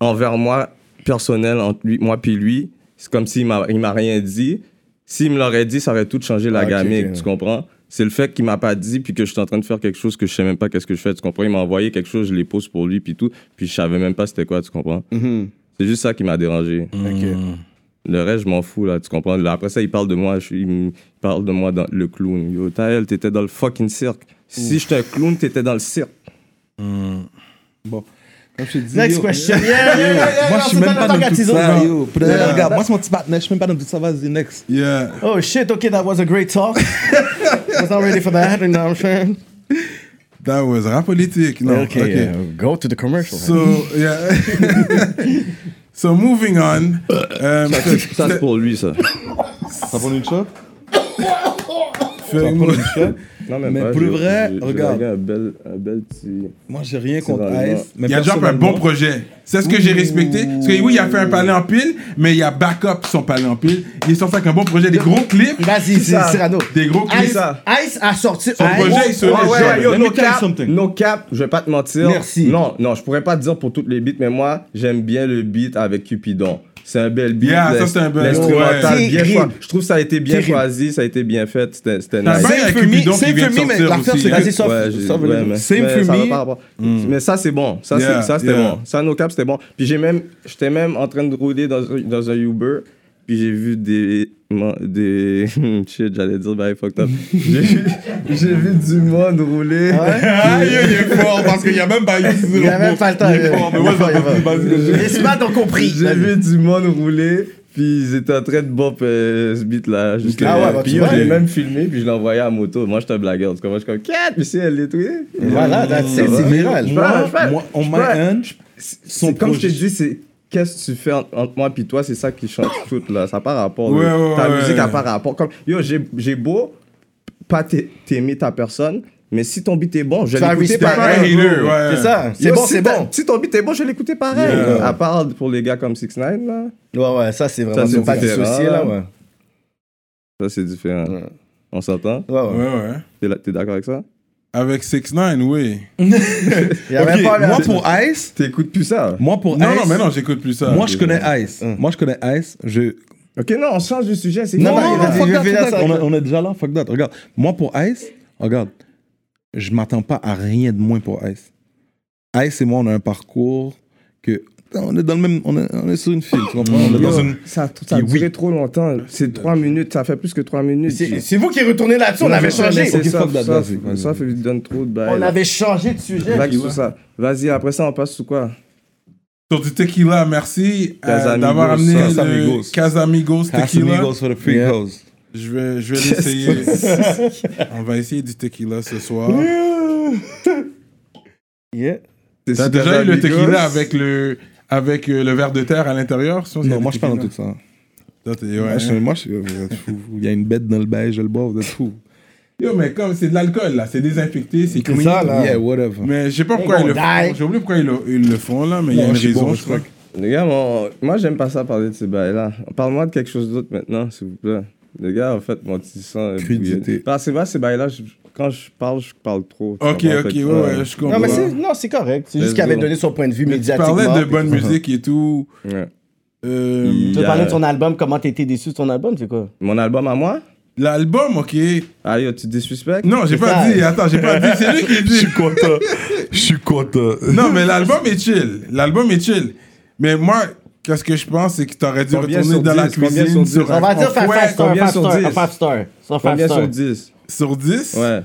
envers moi personnel entre lui, moi puis lui, c'est comme s'il m'a il m'a rien dit. S'il me l'aurait dit, ça aurait tout changé la
Ah, ok,
gamique,
ok,
tu
ouais.
comprends C'est le fait qu'il m'a pas dit puis que je suis en train de faire quelque chose que je sais même pas qu'est-ce que je fais, tu comprends Il m'a envoyé quelque chose, je les pose pour lui puis tout, puis je savais même pas c'était quoi, tu comprends
Mhm.
C'est juste ça qui m'a dérangé.
Ok.
Le reste, je m'en fous, là, tu comprends Là, Après ça, il parle de moi, je, suis- il me- il parle de moi dans le clown. Yo, Taël, t'étais dans le fucking cirque. Si j'étais un clown, t'étais dans le cirque.
Bon. Comme je te dis,
Next
yo,
question. Yeah, yeah, yeah, yeah,
Moi,
non,
je suis
c'est
même pas
le temps
dans tout
qu'à
ça.
teaser.
yo. Pour de vrai, Regarde, moi, c'est mon petit partenaire. Je suis même pas dans tout ça. Vas-y, next.
Yeah.
Oh shit, okay, that was a great talk. I was not ready for that, you know what I'm saying?
That was rap politique. Non, ok.
Okay, yeah, go to the commercial.
So, yeah. so, moving on. Euh,
Ça, c'est pour lui, ça.
Ça prend une shot
fais-
Non, même
Mais
pas,
pour
j'ai-
vrai,
j'ai- j'ai
regarde.
dragué Un bel, un bel petit.
Moi, j'ai rien contre
C'est
Ice. mais
Il a drop un
personnellement-
bon projet. C'est ce que j'ai respecté. Parce que oui, il a fait un palais en pile, mais il a backup son palais en pile. Il est sorti avec un bon projet, des gros clips.
Vas-y, c'est Cyrano.
Des gros clips.
Ice, Ice a sorti
Son
Ice.
projet, il se laisse jamais.
yo,
Let me
no
tell you
cap,
something.
no cap, je vais pas te mentir.
Merci.
Non, non, je pourrais pas te dire pour toutes les beats, mais moi, j'aime bien le beat avec Cupidon. C'est un bel beat.
Yeah, ça,
l'in-
c'est un bel-
L'instrumental,
Ouais.
bien
Terrible.
choi- Je trouve que ça a été bien
Terrible.
choisi, ça a été bien fait. C'était c'était
T'as
nice.
bien avec
Same for me,
Cupidon qui
same
vient
for
de
me, mais
sortir
l'affaire,
aussi.
c'est
Vas-y, sauf.
Ouais, j'ai-
sauf le-
ouais, mais-
Same
mais
for
ça va
me.
par rapport- Mais ça, c'est bon. Ça,
Mm. Yeah,
c'est- ça, c'était
yeah.
bon. Ça, no cap, c'était bon. Puis j'ai même, j'étais même en train de rouler dans, un- dans un Uber. Puis j'ai vu des. man- des shit, j'allais dire, bah, fucked up. j'ai vu- j'ai vu du monde rouler.
Ah, yo, il est fort parce qu'il n'y a même pas eu
Il y a même pas le temps. euh,
mais moi, ça m'a fait baser le
Les smats ont compris.
J'ai vu du monde rouler, puis ils étaient en train de bop euh, ce beat là. Juste
Ah
là.
ouais, bah,
puis
tu
yo,
vois,
je l'ai
il-
même filmé, puis je l'ai envoyé à moto. Moi, j'étais un blagueur. Tu comprends? Je suis comme, 4 mais si elle est tweetée.
Voilà, that's it,
va.
c'est
Mais
viral.
parle,
moi,
je parle,
moi, on
je
my
parle.
end,
C'est-
Son
c'est Comme je te
projet.
dis, c'est. Qu'est-ce que tu fais en- entre moi puis toi, c'est ça qui change tout là, ça n'a pas rapport.
Ouais,
là.
ouais,
ta
ouais.
musique n'a pas rapport. Comme, yo, j'ai j'ai beau pas t'a- t'aimer ta personne, mais si ton beat est bon, je vais
Ça
l'écouter
respect,
pareil.
ouais.
ouais.
C'est ça. C'est
Yo,
bon,
si
c'est
ton-
bon.
Si ton beat est bon, je vais l'écouter pareil.
Yeah.
À part pour les gars comme 6 9 là.
Ouais, ouais, ça, c'est vraiment
Ça, c'est
c'est pas
différent.
hein.
dissocié, là, ouais.
Ça, c'est différent.
Ouais.
On s'entend?
Ouais,
Ouais,
ouais.
ouais.
T'es, là- t'es d'accord avec ça?
Avec 6 9 oui.
Il y avait
Ok,
pas le-
moi pour Ice,
T'écoutes plus ça?
moi pour
Non,
Ice,
non, mais non, j'écoute plus ça.
moi je connais Ice, moi je connais Ice, je
Ok, non, on change de sujet. C'est
Non,
fini.
non, non,
fuck
je
that,
vais
fuck
là,
that.
ça.
On, est- on est déjà là, fuck that. Regarde, moi pour Ice, regarde, je m'attends pas à rien de moins pour Ice. Ice et moi, on a un parcours que. On est dans le même. On est, on est sur une file, tu comprends? On est
Yo,
dans une.
Ça, ça a
Oui.
duré trop longtemps. C'est 3 minutes. Ça fait plus que 3 minutes.
C'est c'est vous qui retournez là-dessus, on avait changé.
Ok,
ça,
fuck that,
ça,
vas-y, vas-y.
ça, fait- il donne trop de bail.
On avait changé de sujet.
Blague sur ça. Vas-y, après ça, on passe sur quoi?
Sur du tequila, merci euh,
Casamigos,
d'avoir amené
Casamigos.
le Casamigos tequila.
Casamigos for the free
Yeah.
hoes.
Je vais, je vais l'essayer. On va essayer du tequila ce soir.
Yeah.
T'as déjà eu le tequila avec le, avec euh, le verre de terre à l'intérieur sinon, c'est
Non,
du
moi, je suis pas dans
tequila.
tout ça.
Toi, t'es- ouais,
Moi, je-
hein.
Moi, je- vous êtes fous. Il y a une bête dans le bail, je le bois, vous êtes fous.
Yo, mais comme c'est de l'alcool, là, c'est désinfecté, c'est clean.
ça, là. Ah.
Yeah, whatever.
Mais je sais pas
They
pourquoi ils le
gonna
font.
die.
J'ai oublié pourquoi ils le, ils le font, là, mais il y a
Moi,
une
je suis
raison,
bon,
je crois.
respect.
Les gars, mon- moi, j'aime pas ça parler de ces bails-là. Parle-moi de quelque chose d'autre maintenant, s'il vous plaît. Les gars, en fait, mon petit sang. est
Crudité.
bouillé. Parce que moi, ces bails-là, je- quand je parle, je parle trop.
Ok,
En
ok,
fait,
ouais, ouais, je comprends.
Non, mais c'est, non, c'est correct. C'est
Let's
juste qu'il avait
go.
donné son point de vue
Mais tu
médiatiquement.
parlais de
puis
bonne
tout. Mm.
musique et tout.
Ouais.
Euh,
Tu
Il y
veux
a-
parler de ton album, comment t'étais déçu de ton album, c'est quoi?
Mon album à moi
L'album, ok.
Ah yo, tu te désuspectes
Non, j'ai
C'est
pas
ça.
dit. Attends, j'ai pas dit. C'est lui qui dit.
content. Je suis content.
Non, mais l'album est chill. L'album est chill. Mais moi, qu'est-ce que je pense, c'est que t'aurais dû
Combien
retourner
sur
dans la
dix? Combien
cuisine
sur
sur
dix?
On va
un
dire faire
fouet,
5 star,
combien
5
sur
star,
10?
un 5 star. Sur 5
Combien sur
star.
10
sur 10.
Ouais.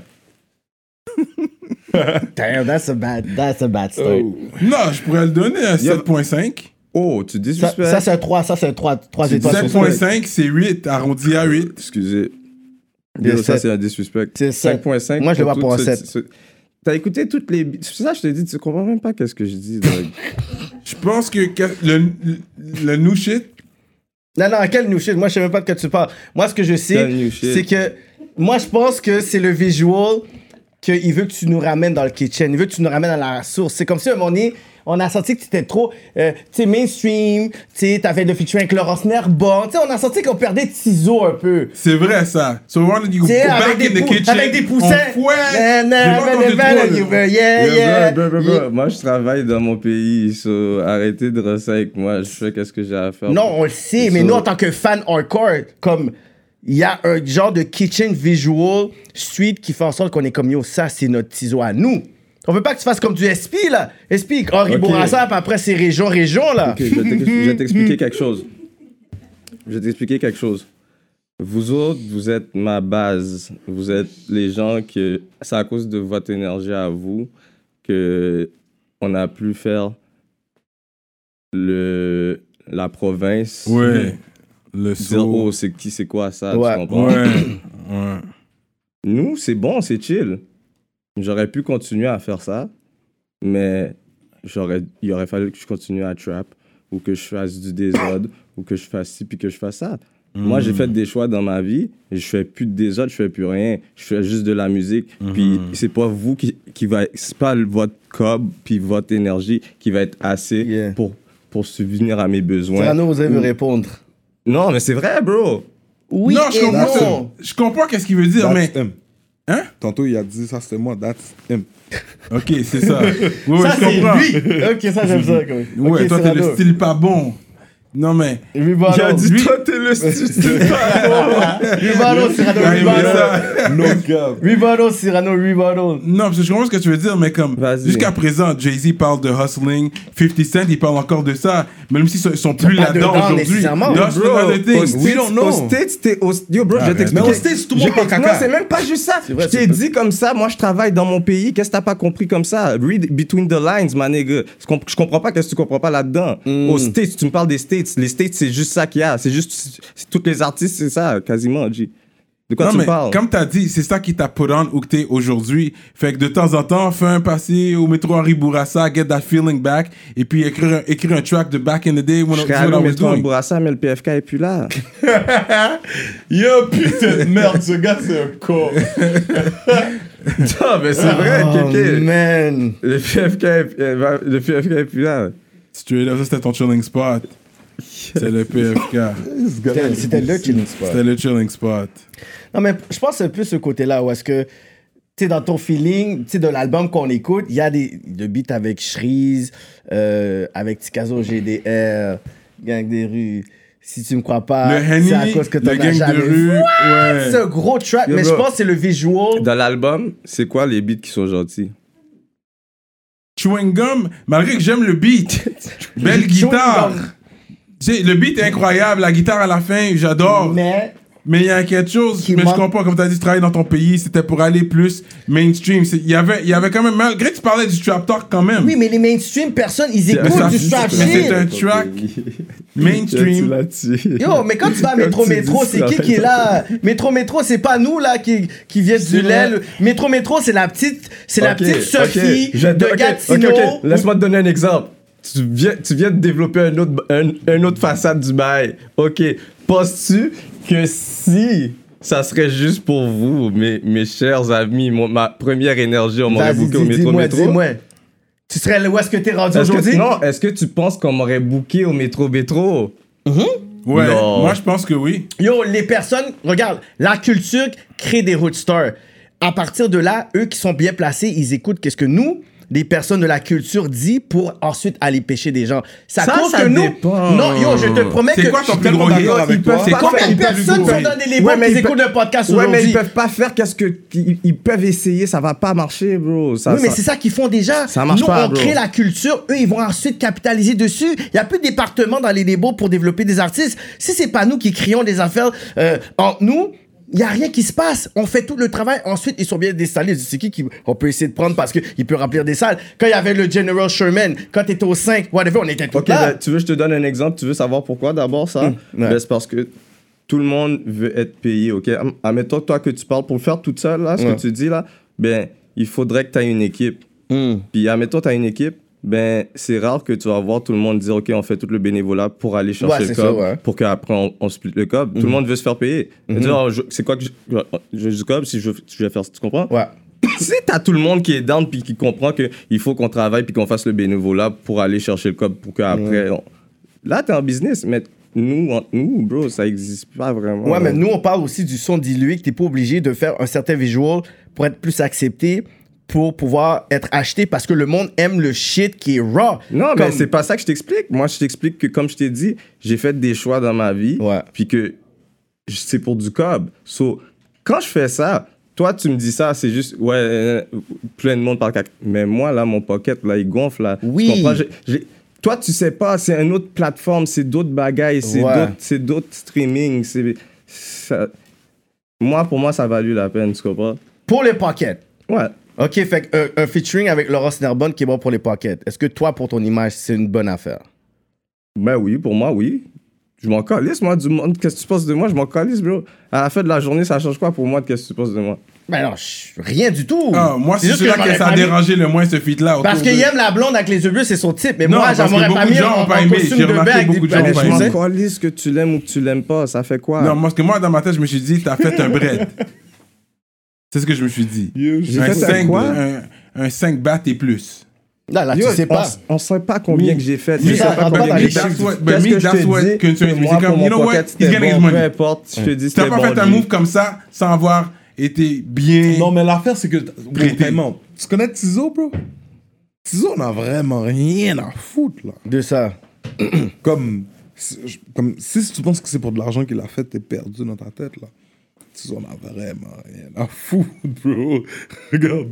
Damn, that's a bad, that's a bad start.
Non, je pourrais le donner à 7.5.
Oh, tu
Ça,
désuspectes
ça, c'est un 3, ça, c'est un 3, 3 étoiles sur 5.
7.5, c'est 8, arrondi à 8.
Excusez.
Il y a
Yo, ça,
sept.
c'est un désuspect.
C'est sept.
5.5.
Moi, je le vois
pour
pas en
tout
sept.
ce- ce- T'as écouté toutes les. C'est ça, je te dis, tu comprends même pas qu'est-ce que je dis. dog.
Je pense que que- le, le new shit,
Non, non, quel new shit? Moi, je sais même pas de quoi tu parles. Moi, ce que je
Quel
sais,
new shit?
c'est que. Moi, je pense que c'est le visual qu'il veut que tu nous ramènes dans le kitchen. Il veut que tu nous ramènes à la source. C'est comme si à un moment donné, On a senti que tu étais trop, euh, tu sais, mainstream. Tu sais, t'avais de featuring avec Laurence Nerbonne. Tu sais, on a senti qu'on perdait Tizo un peu.
C'est vrai, ça. So, one, you go
Tu sais,
back
avec,
in
des
the
pou-
kitchen.
avec des poussins.
On fouette.
Nan, nan,
Devant
nan,
ton
nan,
étoile.
nan, yeah, yeah,
Yo,
yeah.
bro, bro, bro, bro. Moi, je travaille dans mon pays. So, arrêtez de rosser avec moi. Je fais qu'est-ce que j'ai à faire.
Non, on le sait, mais
So-
nous, en tant que fan hardcore, comme il y a un genre de kitchen visual suite qui fait en sorte qu'on est comme yo, ça, c'est notre tiso à nous. On veut pas que tu fasses comme du SP, là. SP, Henri
Ok.
Bourassa, puis après, c'est région, région, là.
Ok, je vais t'ex- je vais t'expliquer quelque chose. Je vais t'expliquer quelque chose. Vous autres, vous êtes ma base. Vous êtes les gens que c'est à cause de votre énergie à vous que on a pu faire le la province.
Ouais. Le
Dire
saut.
oh c'est qui c'est quoi ça. tu
Ouais.
comprends?
Ouais. Ouais.
Nous c'est bon c'est chill. J'aurais pu continuer à faire ça, mais j'aurais il aurait fallu que je continue à trap ou que je fasse du désordre ou que je fasse ci puis que je fasse ça. Moi, j'ai fait des choix dans ma vie. et Je fais plus de désordre, je fais plus rien. Je fais juste de la musique. Puis c'est pas vous qui, qui va, c'est pas le- votre cob puis votre énergie qui va être assez
Yeah.
pour pour subvenir à mes besoins.
Trano osait me répondre.
Non, mais c'est vrai, bro.
Oui,
non, je
et
comprends,
non.
ce- je comprends qu'est-ce qu'il veut dire,
That's
mais.
him.
Hein?
Tantôt, il a dit ça, c'est moi, that's him.
Ok, c'est ça. Oui, oui,
Ça,
je
c'est
comprends.
lui. Ok, ça, j'aime ça. Quand même.
Ouais,
Ok,
toi, t'es le
Cyrano.
style pas bon. Non, mais.
Rivaldo.
Il a dit,
lui-
toi, t'es le style.
Rivaldo, Cyrano,
Ah,
Arrivé
Rivaldo.
ça.
No cap.
Rivaldo, Cyrano, Rivaldo.
Non, parce que je comprends ce que tu veux dire, mais comme
Vas-y.
jusqu'à présent, Jay-Z parle de hustling, 50 Cent, il parle encore de ça, même s'ils sont, ils sont plus
pas dedans,
là-dedans aujourd'hui.
nécessairement.
That's another
Au
thing.
States,
We don't know.
Au States, t'es au... Yo, bro, je vais t'expliquer.
Mais au States, tout le monde
J'ai-
parle caca.
Non, c'est même pas juste ça.
vrai,
je t'ai
c'est
dit comme ça, moi, je travaille dans mon pays. Qu'est-ce que t'as pas compris comme ça? Read between the lines, ma nigga. Je, comp- je comprends pas qu'est-ce que tu comprends pas là-dedans.
Hmm.
Au States, tu me parles des States. Les States, c'est juste ça qu'il y a. C'est juste... c'est- Toutes les artistes, c'est ça, quasiment, G. De quoi
Non,
tu
mais
parles?
comme t'as dit, c'est ça qui t'a put on où que t'es aujourd'hui. Fait que de temps en temps, fais un passé au métro Henri Bourassa, get that feeling back, et puis écrire un, écrire un track de back in the day when
Je
I
serais
that's
allé
what
au
I was
métro en
doing.
Bourassa, mais le PFK est plus là.
Yo, putain de merde, ce gars, c'est un con.
non, mais c'est vrai,
Oh,
Kéké.
man.
Le PFK, est- euh, le PFK est plus là.
Straight up, ça c'était ton chilling spot. C'est le PFK.
C'était- C'était le killing spot.
C'était le chilling spot.
Non, mais je pense un peu ce côté-là où est-ce que, tu sais, dans ton feeling, tu sais, de l'album qu'on écoute, il y a des, de beats avec Shreeze, euh, avec Tikazo GDR, Gang des rues. Si tu me crois pas,
le Henny,
Ah, c'est à cause que
le
t'en as
gang
jamais
de rue.
vu.
Ouais.
C'est un gros trap,
Yo,
mais je
bro.
pense que c'est le visual.
Dans l'album, c'est quoi les beats qui sont gentils?
Chewing Gum, malgré que j'aime le beat, belle guitare.
Gum.
J'ai- Le beat est incroyable, la guitare à la fin, j'adore.
Mais
Mais il y a quelque chose,
Qui
mais
manque.
je comprends, comme tu as dit, tu travailles dans ton pays, c'était pour aller plus mainstream. C'est- Il y avait, il y avait quand même, malgré que tu parlais du trap talk quand même.
oui, mais les mainstream, personne, ils
Mais
écoutent
ça-
du trap
mais c'est
shit.
un track mainstream.
Yo, mais quand tu vas à Métro
Comme tu
Métro,
dis,
c'est
ça
qui
fait-
qui est là Métro Métro, c'est pas nous là qui, qui vient du lait. Métro Métro, c'est la petite, c'est la
Ok,
petite Sophie
ok, je-
de
ok,
Gatineau.
ok, ok, Laisse-moi te donner un exemple. Tu viens, tu viens de développer un autre, un, un autre façade du bail. Ok. Penses-tu que si ça serait juste pour vous, mes, mes chers amis, mon- ma première énergie, on m'aurait
Vas-y,
booké au
dis-
métro
dis-moi,
métro?
dis-moi. Tu serais là où est-ce que t'es rendu
Est-ce que,
aujourd'hui
non, est-ce que tu penses qu'on m'aurait booké au métro métro?
Mm-hmm.
Ouais,
Non.
moi je pense que oui.
Yo, les personnes, regarde, la culture crée des rootsters. À partir de là, eux qui sont bien placés, ils écoutent qu'est-ce que nous, les personnes de la culture, dit pour ensuite aller pêcher des gens. Ça,
Ça,
cause
ça
que nous.
dépend.
Non, yo, je te promets que.
C'est quoi ton plus gros
tellement
hit?
d'accord avec
Ils peuvent
toi.
pas
Combien
faire-
Combien
de
de
ils peuvent
personnes
plus
sont
gros
dans
hit.
des les
Ouais,
bons,
mais
mais
ils
écoutent
pe-
le podcast
Ouais, mais ils
aujourd'hui?
peuvent pas faire qu'est-ce que. Ils, ils peuvent essayer, ça va pas marcher, bro. Ça,
Oui, mais
ça-
c'est ça qu'ils font déjà.
Ça marche
Nous,
pas,
on
bro.
crée la culture, eux, ils vont ensuite capitaliser dessus. Il n'y a plus de département dans les débats pour développer des artistes. Si c'est pas nous qui créons des affaires euh, entre nous, il n'y a rien qui se passe. On fait tout le travail. Ensuite, ils sont bien installés. C'est qui qui- on peut essayer de prendre parce qu'il peut remplir des salles. Quand il y avait le General Sherman, quand t'étais au 5, whatever, on était tout
Ok,
là.
ben, tu veux, je te donne un exemple. Tu veux savoir pourquoi d'abord ça Ben, C'est parce que tout le monde veut être payé, ok Am- Admettons que toi que tu parles pour le faire toute seule, là, ce que tu dis là, ben, il faudrait que tu aies une équipe. Puis admettons tu as une équipe, ben, c'est rare que tu vas voir tout le monde dire, ok, on fait tout le bénévolat pour aller chercher
Ouais,
le
c'est
cob,
ça, ouais.
pour qu'après on, on split le cob. Tout le monde veut se faire payer. Et dire, oh, je- C'est quoi que je, je- je- du cob si je, je vais faire, tu comprends
Ouais.
si t'as tout le monde qui est down puis qui comprend que il faut qu'on travaille puis qu'on fasse le bénévolat pour aller chercher le cop pour qu'après. on- Là, t'es en business, mais nous, entre nous, bro, ça existe pas vraiment.
Ouais, mais nous, on parle aussi du son dilué, que t'es pas obligé de faire un certain visual pour être plus accepté, pour pouvoir être acheté, parce que le monde aime le shit qui est raw.
Non, mais
Comme-
c'est pas ça que je t'explique. Moi, je t'explique que, comme je t'ai dit, j'ai fait des choix dans ma vie.
Ouais.
Puis que je- c'est pour du cob. So, quand je fais ça, toi, tu me dis ça, c'est juste, ouais, euh, plein de monde par cac. Mais moi, là, mon pocket, là, il gonfle, là. Tu
Oui.
comprends? J'ai- j'ai- Toi, tu sais pas, c'est une autre plateforme, c'est d'autres bagailles, c'est
Ouais.
d'autres- c'est d'autres streaming. c'est- ça- Moi, pour moi, ça a valu la peine, tu comprends?
Pour les pockets.
Ouais.
OK, fait que, euh, un featuring avec Laura Snerbonne qui est bon pour les pockets. Est-ce que toi, pour ton image, c'est une bonne affaire?
Ben oui, pour moi, oui. Je m'en calisse, moi, du monde. Qu'est-ce que tu penses de moi? Je m'en calisse, bro. À la fin de la journée, ça change quoi pour moi de qu'est-ce que tu penses de moi?
Ben non, je- rien du tout.
Ah, moi, c'est
juste
celui-là
j'en
que
aurais
ça a
pas mis.
dérangé le moins, ce feat-là. autour
Parce
de-
qu'il aime la blonde avec les yeux bleus, c'est son type. Mais
Non,
moi,
parce
j'en
que
aurais pas
beaucoup de
mis
gens
en,
ont pas
en
aimé.
costume
J'ai
de bain
remarqué
avec des-
beaucoup de gens
avec
ont pas
des
Je
aimé.
m'en
chaussettes.
calisse que tu l'aimes ou que tu l'aimes pas. Ça fait quoi?
ben, Non, moi, parce que moi, dans ma tête, je me suis dit, t'as fait un bread. c'est ce que je me suis dit.
J'ai
un
fait un
5
quoi?
un, un 5 battes et plus.
Là, là, tu
Yo,
sais
on
pas.
s- On sait pas combien
Oui.
que j'ai fait.
Mais
Je sais
ça, rentre
pas
pas
combien
dans
que
les
j'ai
chiffres.
fait.
But
Qu'est-ce
me,
que je
that's
te
what
dis?
concerns me.
Moi,
C'est comme,
pour
you
mon
know what?
pocket,
He's
c'était
getting his
bon.
money.
Peu importe, je te dis,
Si t'as
c'était
pas
bon,
fait un
G.
move comme ça, sans avoir été bien...
Non, mais l'affaire, c'est que. Bon,
Prêté.
vraiment, tu connais Tizo, bro? Tizo, on a vraiment rien à foutre, là.
De ça.
Comme. si- je- Comme si tu penses que c'est pour de l'argent qu'il a fait, t'es perdu dans ta tête, là. Tizo, on a vraiment rien à foutre, bro. Regarde.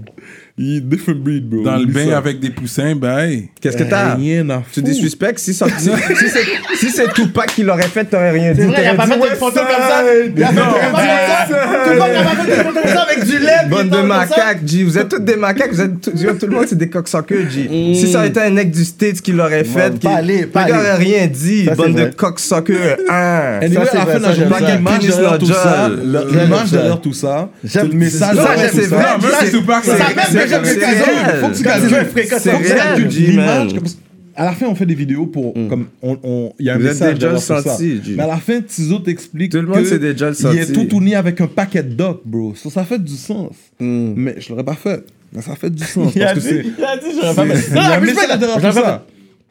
Il est different breed, bro.
dans le
Oublie
bain
ça.
avec des poussins, ben, bye.
Qu'est-ce que t'as?
Rien à foutre.
Tu disrespects? Si, ça- si, si c'est si c'est Tupac qui l'aurait fait, t'aurais rien dit.
C'est vrai, il a pas fait des photos comme ça. Il a fait- il a pas fait comme ça. Tout le monde il a pas fait des photos comme ça avec du lait.
Bonne
des
de
trucs comme ça.
macaques, G. Vous êtes tous des macaques, vous êtes tout, yo, tout le monde, c'est des cocksuckers, G. Si ça avait été un mec du States qui l'aurait fait, qui
Mm. pas aller, pas
les gars
aller.
auraient rien dit.
Ça, c'est
Bonne de
vrai.
cocksuckers, hein.
Anyway,
c'est
à la
vrai,
fin de la
ça, j'aime
journée,
ça.
l'image
Penis
derrière
not
tout
John.
ça,
Le-
l'image
ça.
derrière tout ça, tout
J'aime-
le message
Ça,
derrière
j'aime-
tout
c'est vrai,
ça.
Non, même
c'est-
si Tupac,
c'est-
c'est-
ça même
c'est-
que j'aime
c'est
les
réel.
Faut que tu calcules un fréquent.
C'est
faut que tu Mm.
réel.
calcules.
G,
l'image,
man.
comme- à la fin, on fait des vidéos pour. comme on- on- Il y a un
Vous êtes
message
des
derrière
Joel
tout ça.
Santi, G.
Mais à la fin, Tizo t'explique.
Tout le monde,
que
c'est des Joel
Il est
Santi.
tout tourné avec un paquet de docs, bro. Ça, ça fait du sens.
Mm.
Mais je l'aurais pas fait. Mais ça fait du sens.
Il a
parce que
dit,
c'est.
il a dit, j'aurais pas fait.
Il y a
Non,
un
mais je fais
message
la-
derrière
j'aurais
tout
pas fait-
ça.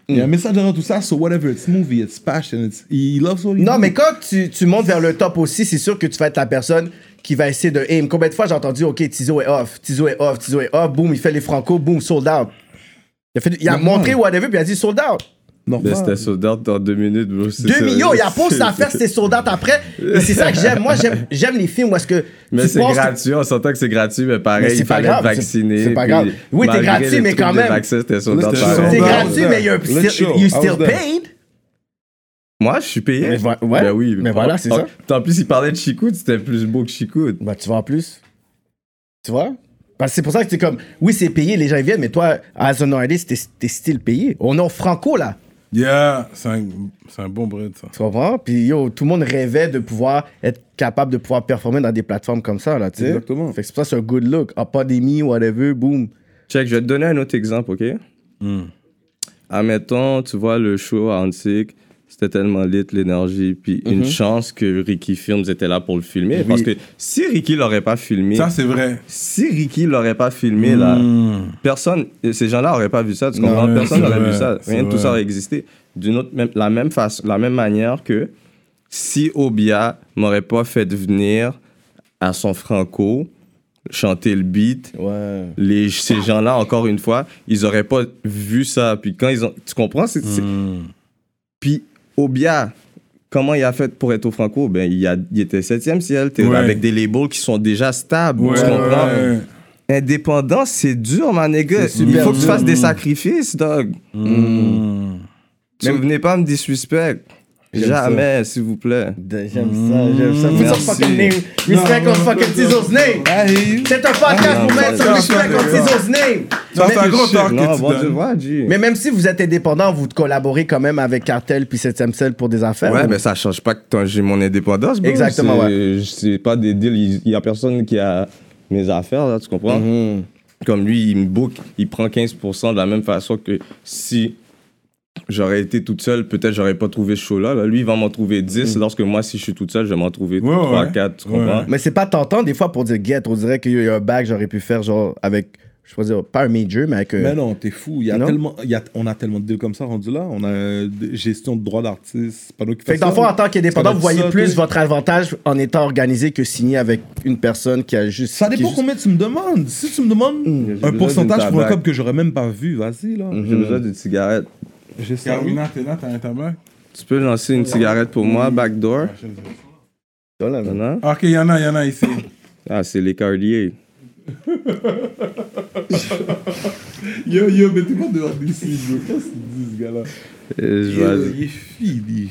Il
Mm.
y a un message derrière tout ça, so whatever, it's movie, it's passion, it's, he loves what he
Non,
does.
mais quand tu, tu montes vers le top aussi, c'est sûr que tu vas être la personne qui va essayer de aim. Combien de fois j'ai entendu, OK, Tizo est off, Tizo est off, Tizo est off, boum, il fait les franco, boum, sold out. Il a, fait- il a
Normal.
montré whatever, puis il a dit sold out.
Normal.
sold out dans deux minutes, bro.
Deux millions, il a pas à faire, c'était sold out après. Et c'est ça que j'aime. Moi, j'aime- j'aime les films où est-ce que.
Mais
tu
c'est
penses que-
gratuit, on s'entend que c'est gratuit, mais
Mais
pareil,
c'est
il
pas
fallait
grave,
être
c'est-
vacciné.
c'est pas
puis
grave. Oui, t'es
malgré
gratuit,
les
mais
trucs
quand
de
même.
vaccin, c'était sold out
C'était
pareil.
sold
C'est
out.
gratuit, mais il y a un
Let's show.
still, you
I was
still
there.
paid.
Moi, je suis payé.
Mais voi- ouais.
Ben oui.
Mais voilà, c'est ça.
En plus, il parlait de Chicout, c'était plus beau que Chicout.
Bah, tu vois, en plus. Tu vois? Parce que c'est pour ça que c'est comme, oui, c'est payé, les gens ils viennent, mais toi, as an artist, t'es- t'es still payé. On est en franco, là.
Yeah, c'est un, c'est un bon bread, ça.
Tu comprends? Puis yo, tout le monde rêvait de pouvoir être capable de pouvoir performer dans des plateformes comme ça, là, tu sais.
Exactement.
Fait que c'est pour ça que c'est un good look. En pandémie, whatever, boom.
Check, je vais te donner un autre exemple, OK?
Hmm.
Admettons, tu vois, le show à Antique, c'était tellement lit, l'énergie. Puis
Mhm.
une chance que Ricky Films était là pour le filmer. Parce que si Ricky l'aurait pas filmé,
Ça, c'est vrai.
si Ricky l'aurait pas filmé, là,
Mm.
personne, ces gens-là auraient pas vu ça, tu
Non,
comprends?
ouais,
personne
c'est
n'aurait
vrai,
vu ça.
c'est
Rien de tout
vrai.
ça aurait existé. D'une autre, même, la même façon, la même manière que si Obia m'aurait pas fait venir à son franco chanter le beat,
Ouais.
les, ces gens-là, encore une fois, ils auraient pas vu ça. Puis quand ils ont. Tu comprends? C'est, c'est-
Hmm.
Puis Obia, comment il a fait pour être au Franco? Ben, il, a, il était 7e ciel. T'es
Ouais.
avec des labels qui sont déjà stables.
Ouais,
tu comprends?
ouais.
Indépendant, c'est dur, ma nigga. Il
super
faut que tu
dur.
fasses des sacrifices, dog.
Mm.
Ne venez pas me disrespect.
J'aime
Jamais, s'il vous plaît.
De- J'aime ça, j'aime ça. Put
Merci.
some fucking name. Respect
Non,
on
non,
fucking
non,
Tizo's name. C'est un podcast
non,
pour
non,
mettre
non,
some respect
non,
on
non.
Tizo's name.
Ça,
Mais-
c'est un gros talk
Non,
que
bon,
tu
tu
donnes.
vois, G.
Mais même si vous êtes indépendant, vous collaborez quand même avec Cartel puis 7ème Cell pour des affaires.
Ouais,
ou-
mais ça change pas que t'as- j'ai mon indépendance, bro.
Exactement,
C'est- C'est pas des deals. Il- Il y a personne qui a mes affaires, là, tu comprends?
Hmm.
Comme lui, il me book, il prend 15% de la même façon que si j'aurais été toute seule, peut-être j'aurais pas trouvé ce show-là. là. Lui, il va m'en trouver 10, lorsque moi, si je suis toute seule, je vais m'en trouver
Ouais,
3,
ouais.
4, tu
Ouais.
comprends?
Mais c'est pas tentant des fois pour dire guette. On dirait qu'il y a un bac, j'aurais pu faire genre avec, je peux dire, pas un major, mais avec. euh,
Mais non, t'es fou. Il y a
Non.
tellement, il y a, on a tellement de deals comme ça rendu là. On a euh, de- gestion de droits d'artiste, c'est pas nous qui
Fait que
faisons
dans le
ça,
fond,
mais-
en tant qu'indépendant,
Ça
vous
doit être
voyez
ça,
plus
t'sais.
votre avantage en étant organisé que signé avec une personne qui a juste.
Ça
qui est
dépend
juste-
combien tu me demandes. Si tu me demandes
J'ai
un
besoin
pourcentage
d'une
pour un
tabac.
club que j'aurais même pas vu, vas-y là.
J'ai besoin d'une cigarette.
J'ai ça.
Carolina, t'es là, t'as un tabac?
Tu peux lancer une cigarette pour moi, backdoor?
Voilà,
Il y
voilà.
en a?
Ok, y'en a, y'en a ici.
Ah, c'est les Cartier.
Yo yo, mettez-moi dehors d'ici, je veux pas ce gars-là.
Euh, je vais-
est fini.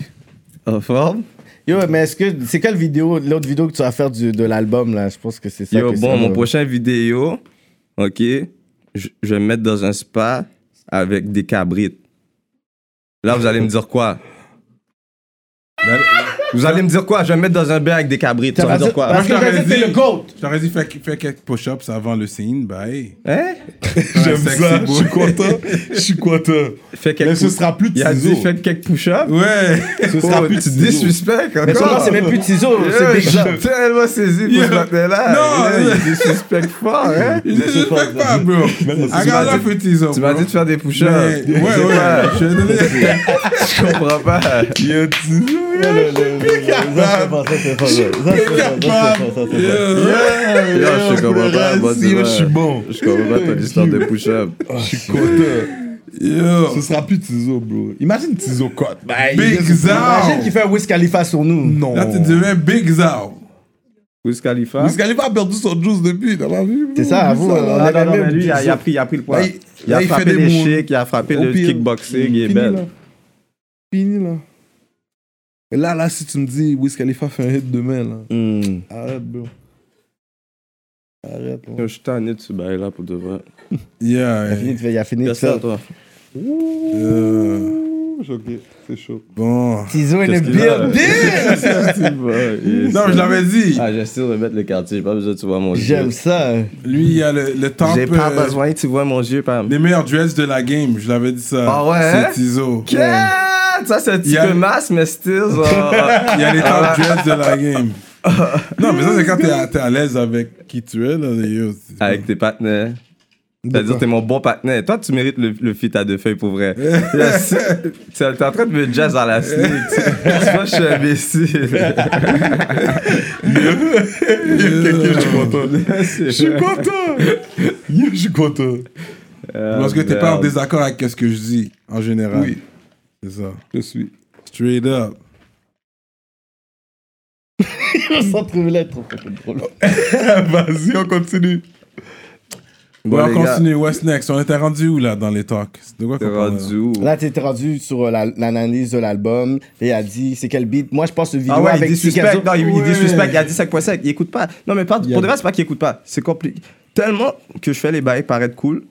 En forme?
Yo, mais est-ce que. C'est quelle vidéo, l'autre vidéo que tu vas faire du, de l'album, là Je pense que c'est ça.
Yo,
que
bon,
ça
mon
va-
prochain vidéo, ok, je, je vais me mettre dans un spa avec des cabrites. Là, vous allez me dire quoi? Vous allez me dire quoi? Je vais me mettre dans un bain avec des cabrites. Tu
T'as
vas me
dit-
dire quoi?
Parce que t'as dit, c'est le GOAT.
Je t'aurais dit, fais, fais quelques push-ups avant le scene, bye.
Hein?
J'aime
Ça, je suis content. Je suis content.
Fais
Mais
quelques
ce
push
sera plus de
Il a dit,
ciseaux.
fais quelques push-ups.
Ouais.
Ce sera
Oh,
plus de
tu
ciseaux.
disrespects
Mais sûrement,
encore.
c'est même plus de ciseaux, c'est
Yeah,
Big
j'ai
Jam.
tellement saisi pour
Yeah.
ce matin-là.
Non,
Yeah, Il est suspect fort, hein?
Je ne respecte pas, bro. Regarde la petit zone.
Tu m'as dit de faire des
Ouais, ouais,
push-ups. Je sais
ouais.
pas,
Je vais donner-
Je comprends pas. Yo, je comprends pas. bon, tu vois.
bon.
Je comprends pas ton histoire de push-up.
Je suis content.
Yo.
Ce sera plus de ciseaux, bro. Imagine ciseaux cote.
Big
Imagine qu'il
Zao.
fait un Wiz Khalifa sur nous.
Non.
Là, tu dirais Big Zao.
Wiz Khalifa.
Parce qu'elle a perdu son juice depuis, t'as pas vu?
C'est ça, à vous.
Non,
On
non,
avait
non, mais
même.
lui, il a, il a pris, il a pris le poids.
Là,
il
il-
a
Bah, là, il
frappé
fait des
les
moves.
chicks, il a frappé
Au
le
pire.
kickboxing, il est
Fini, là.
belle.
Fini, là. Et là, là, si tu me dis, Wiz Khalifa fait un hit demain, là.
Hmm.
Arrête, bro. Arrête, là.
Yo, Je suis tanné de ce bail-là pour de vrai.
Yeah.
Il a fini de- Il a fini de
Qu'est-ce que
faire.
c'est, toi?
Euh,
Ouh, choqué. C'est chaud.
Bon.
Ciseaux et le
Qu'est-ce qu'il a, là?
build.
Non,
Non, je l'avais dit.
Ah, j'essaie de mettre le quartier, j'ai pas besoin de tu vois mon
J'aime
jeu.
ça.
Lui, il y a le, le top.
J'ai pas
euh,
besoin, tu vois mon jeu, Pam.
Les meilleurs duels de la game, je l'avais dit ça.
Ah ouais, hein?
C'est Tizo.
Qu'est-ce Ça, c'est un
Il
petit
y a-
peu masse, mais still. genre,
Il y a les
Ah.
top duels de la game. Non, mais ça, c'est quand t'es à, t'es à l'aise avec qui tu es, là. yo, c'est-
Avec tes partenaires. C'est-à-dire, t'es mon bon partenaire. Toi, tu mérites le, le fit à deux feuilles pour vrai. Là, si- T'es t'es en train de me jazz à la sneak. Tu tu vois, je suis imbécile.
je suis content.
Je
Je suis content. Yo, Je suis content.
Parce que t'es pas en désaccord avec ce que je dis, en général.
Oui.
C'est ça.
Je suis.
Straight up.
Sans trouver l'être, trop fucking drôle.
Ah,
Vas-y, on continue.
Bon,
Bon,
les
on
gars,
continue. What's next? On était rendu où, là, dans les talks? De quoi
t'es
qu'on parle, là?
rendu où?
Là, t'es rendu sur euh, la- l'analyse de l'album. Et il a dit, c'est quel beat Moi, je pense que vidéo
Ah ouais, il
avec
dit suspect.
Tigazo.
Non, il, il
Ouais.
dit suspect. Il a dit 5.5. Il écoute pas. Non, mais pas, pour de vrai, c'est pas qu'il écoute pas. C'est compliqué. Tellement que je fais les bails paraître cool.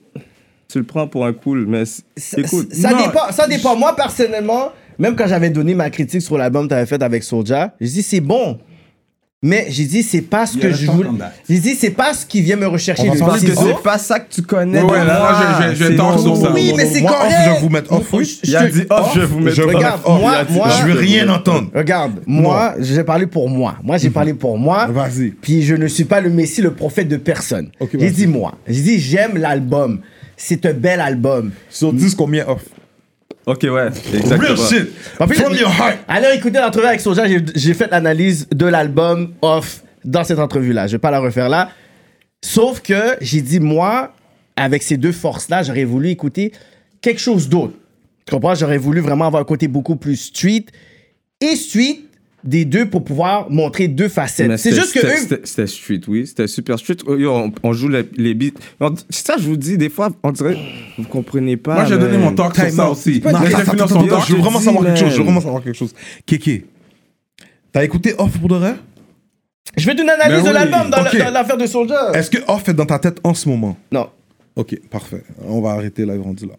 Tu le prends pour un cool, mais c'est-
Ça,
écoute.
ça
non.
dépend. Ça dépend. Moi, personnellement, même quand j'avais donné ma critique sur l'album que t'avais fait avec Soulja, j'ai dit, c'est bon. Mais j'ai dit, c'est pas ce
Il y
que
a
je
le temps
voulais.
qu'on date.
J'ai dit, c'est pas ce qui vient me rechercher.
On
le
s'entend
Parce que
ciseau.
c'est pas ça que tu connais.
Ouais, ouais,
de
là,
moi.
moi, je- je- je
C'est
tords sur
mon-
ça.
Oui, mais
non,
c'est
moi, off,
correct.
je vais vous mettre off, oui.
Je-
Il a
je-
dit off, je vais vous mettre
Regarde,
off.
moi,
Il a dit
moi,
off.
Je veux rien entendre.
Regarde, moi, j'ai parlé pour moi. Moi, j'ai parlé pour moi.
Mhm. Vas-y.
Puis je ne suis pas le Messie, le prophète de personne.
Ok,
j'ai
vas-y.
dit moi. J'ai dit j'aime l'album. C'est un bel album.
Sur 10, combien off?
Ok, ouais, exactement.
En fait,
From your heart.
Allez écouter l'entrevue avec Soja. J'ai- J'ai fait l'analyse de l'album off dans cette entrevue-là. Je vais pas la refaire là. Sauf que j'ai dit moi, avec ces deux forces-là, j'aurais voulu écouter quelque chose d'autre. Tu comprends? J'aurais voulu vraiment avoir un côté beaucoup plus street et street des deux pour pouvoir montrer deux facettes.
Mais
C'est
c'était-
juste que
c'était-
eux,
c'était- C'était street, oui. C'était super street. Oh, yo, on, on joue les, les beats. On- C'est ça, je vous dis, des fois, on dirait, vous comprenez pas.
Moi, j'ai donné
Ah, man.
mon talk sur
Time
ça
out.
aussi.
Non,
Laisse-le
attends,
finir
attends,
son
attends,
talk.
je veux vraiment
dis,
savoir quelque chose.
man.
Je veux vraiment savoir quelque chose. Kéké, t'as écouté Off pour de vrai
je vais donner une analyse
Mais
de
oui,
l'album dans la-
ok. Euh,
dans l'affaire de Soja.
Est-ce que Off est dans ta tête en ce moment
Non.
Ok, parfait. On va arrêter là, rendu là.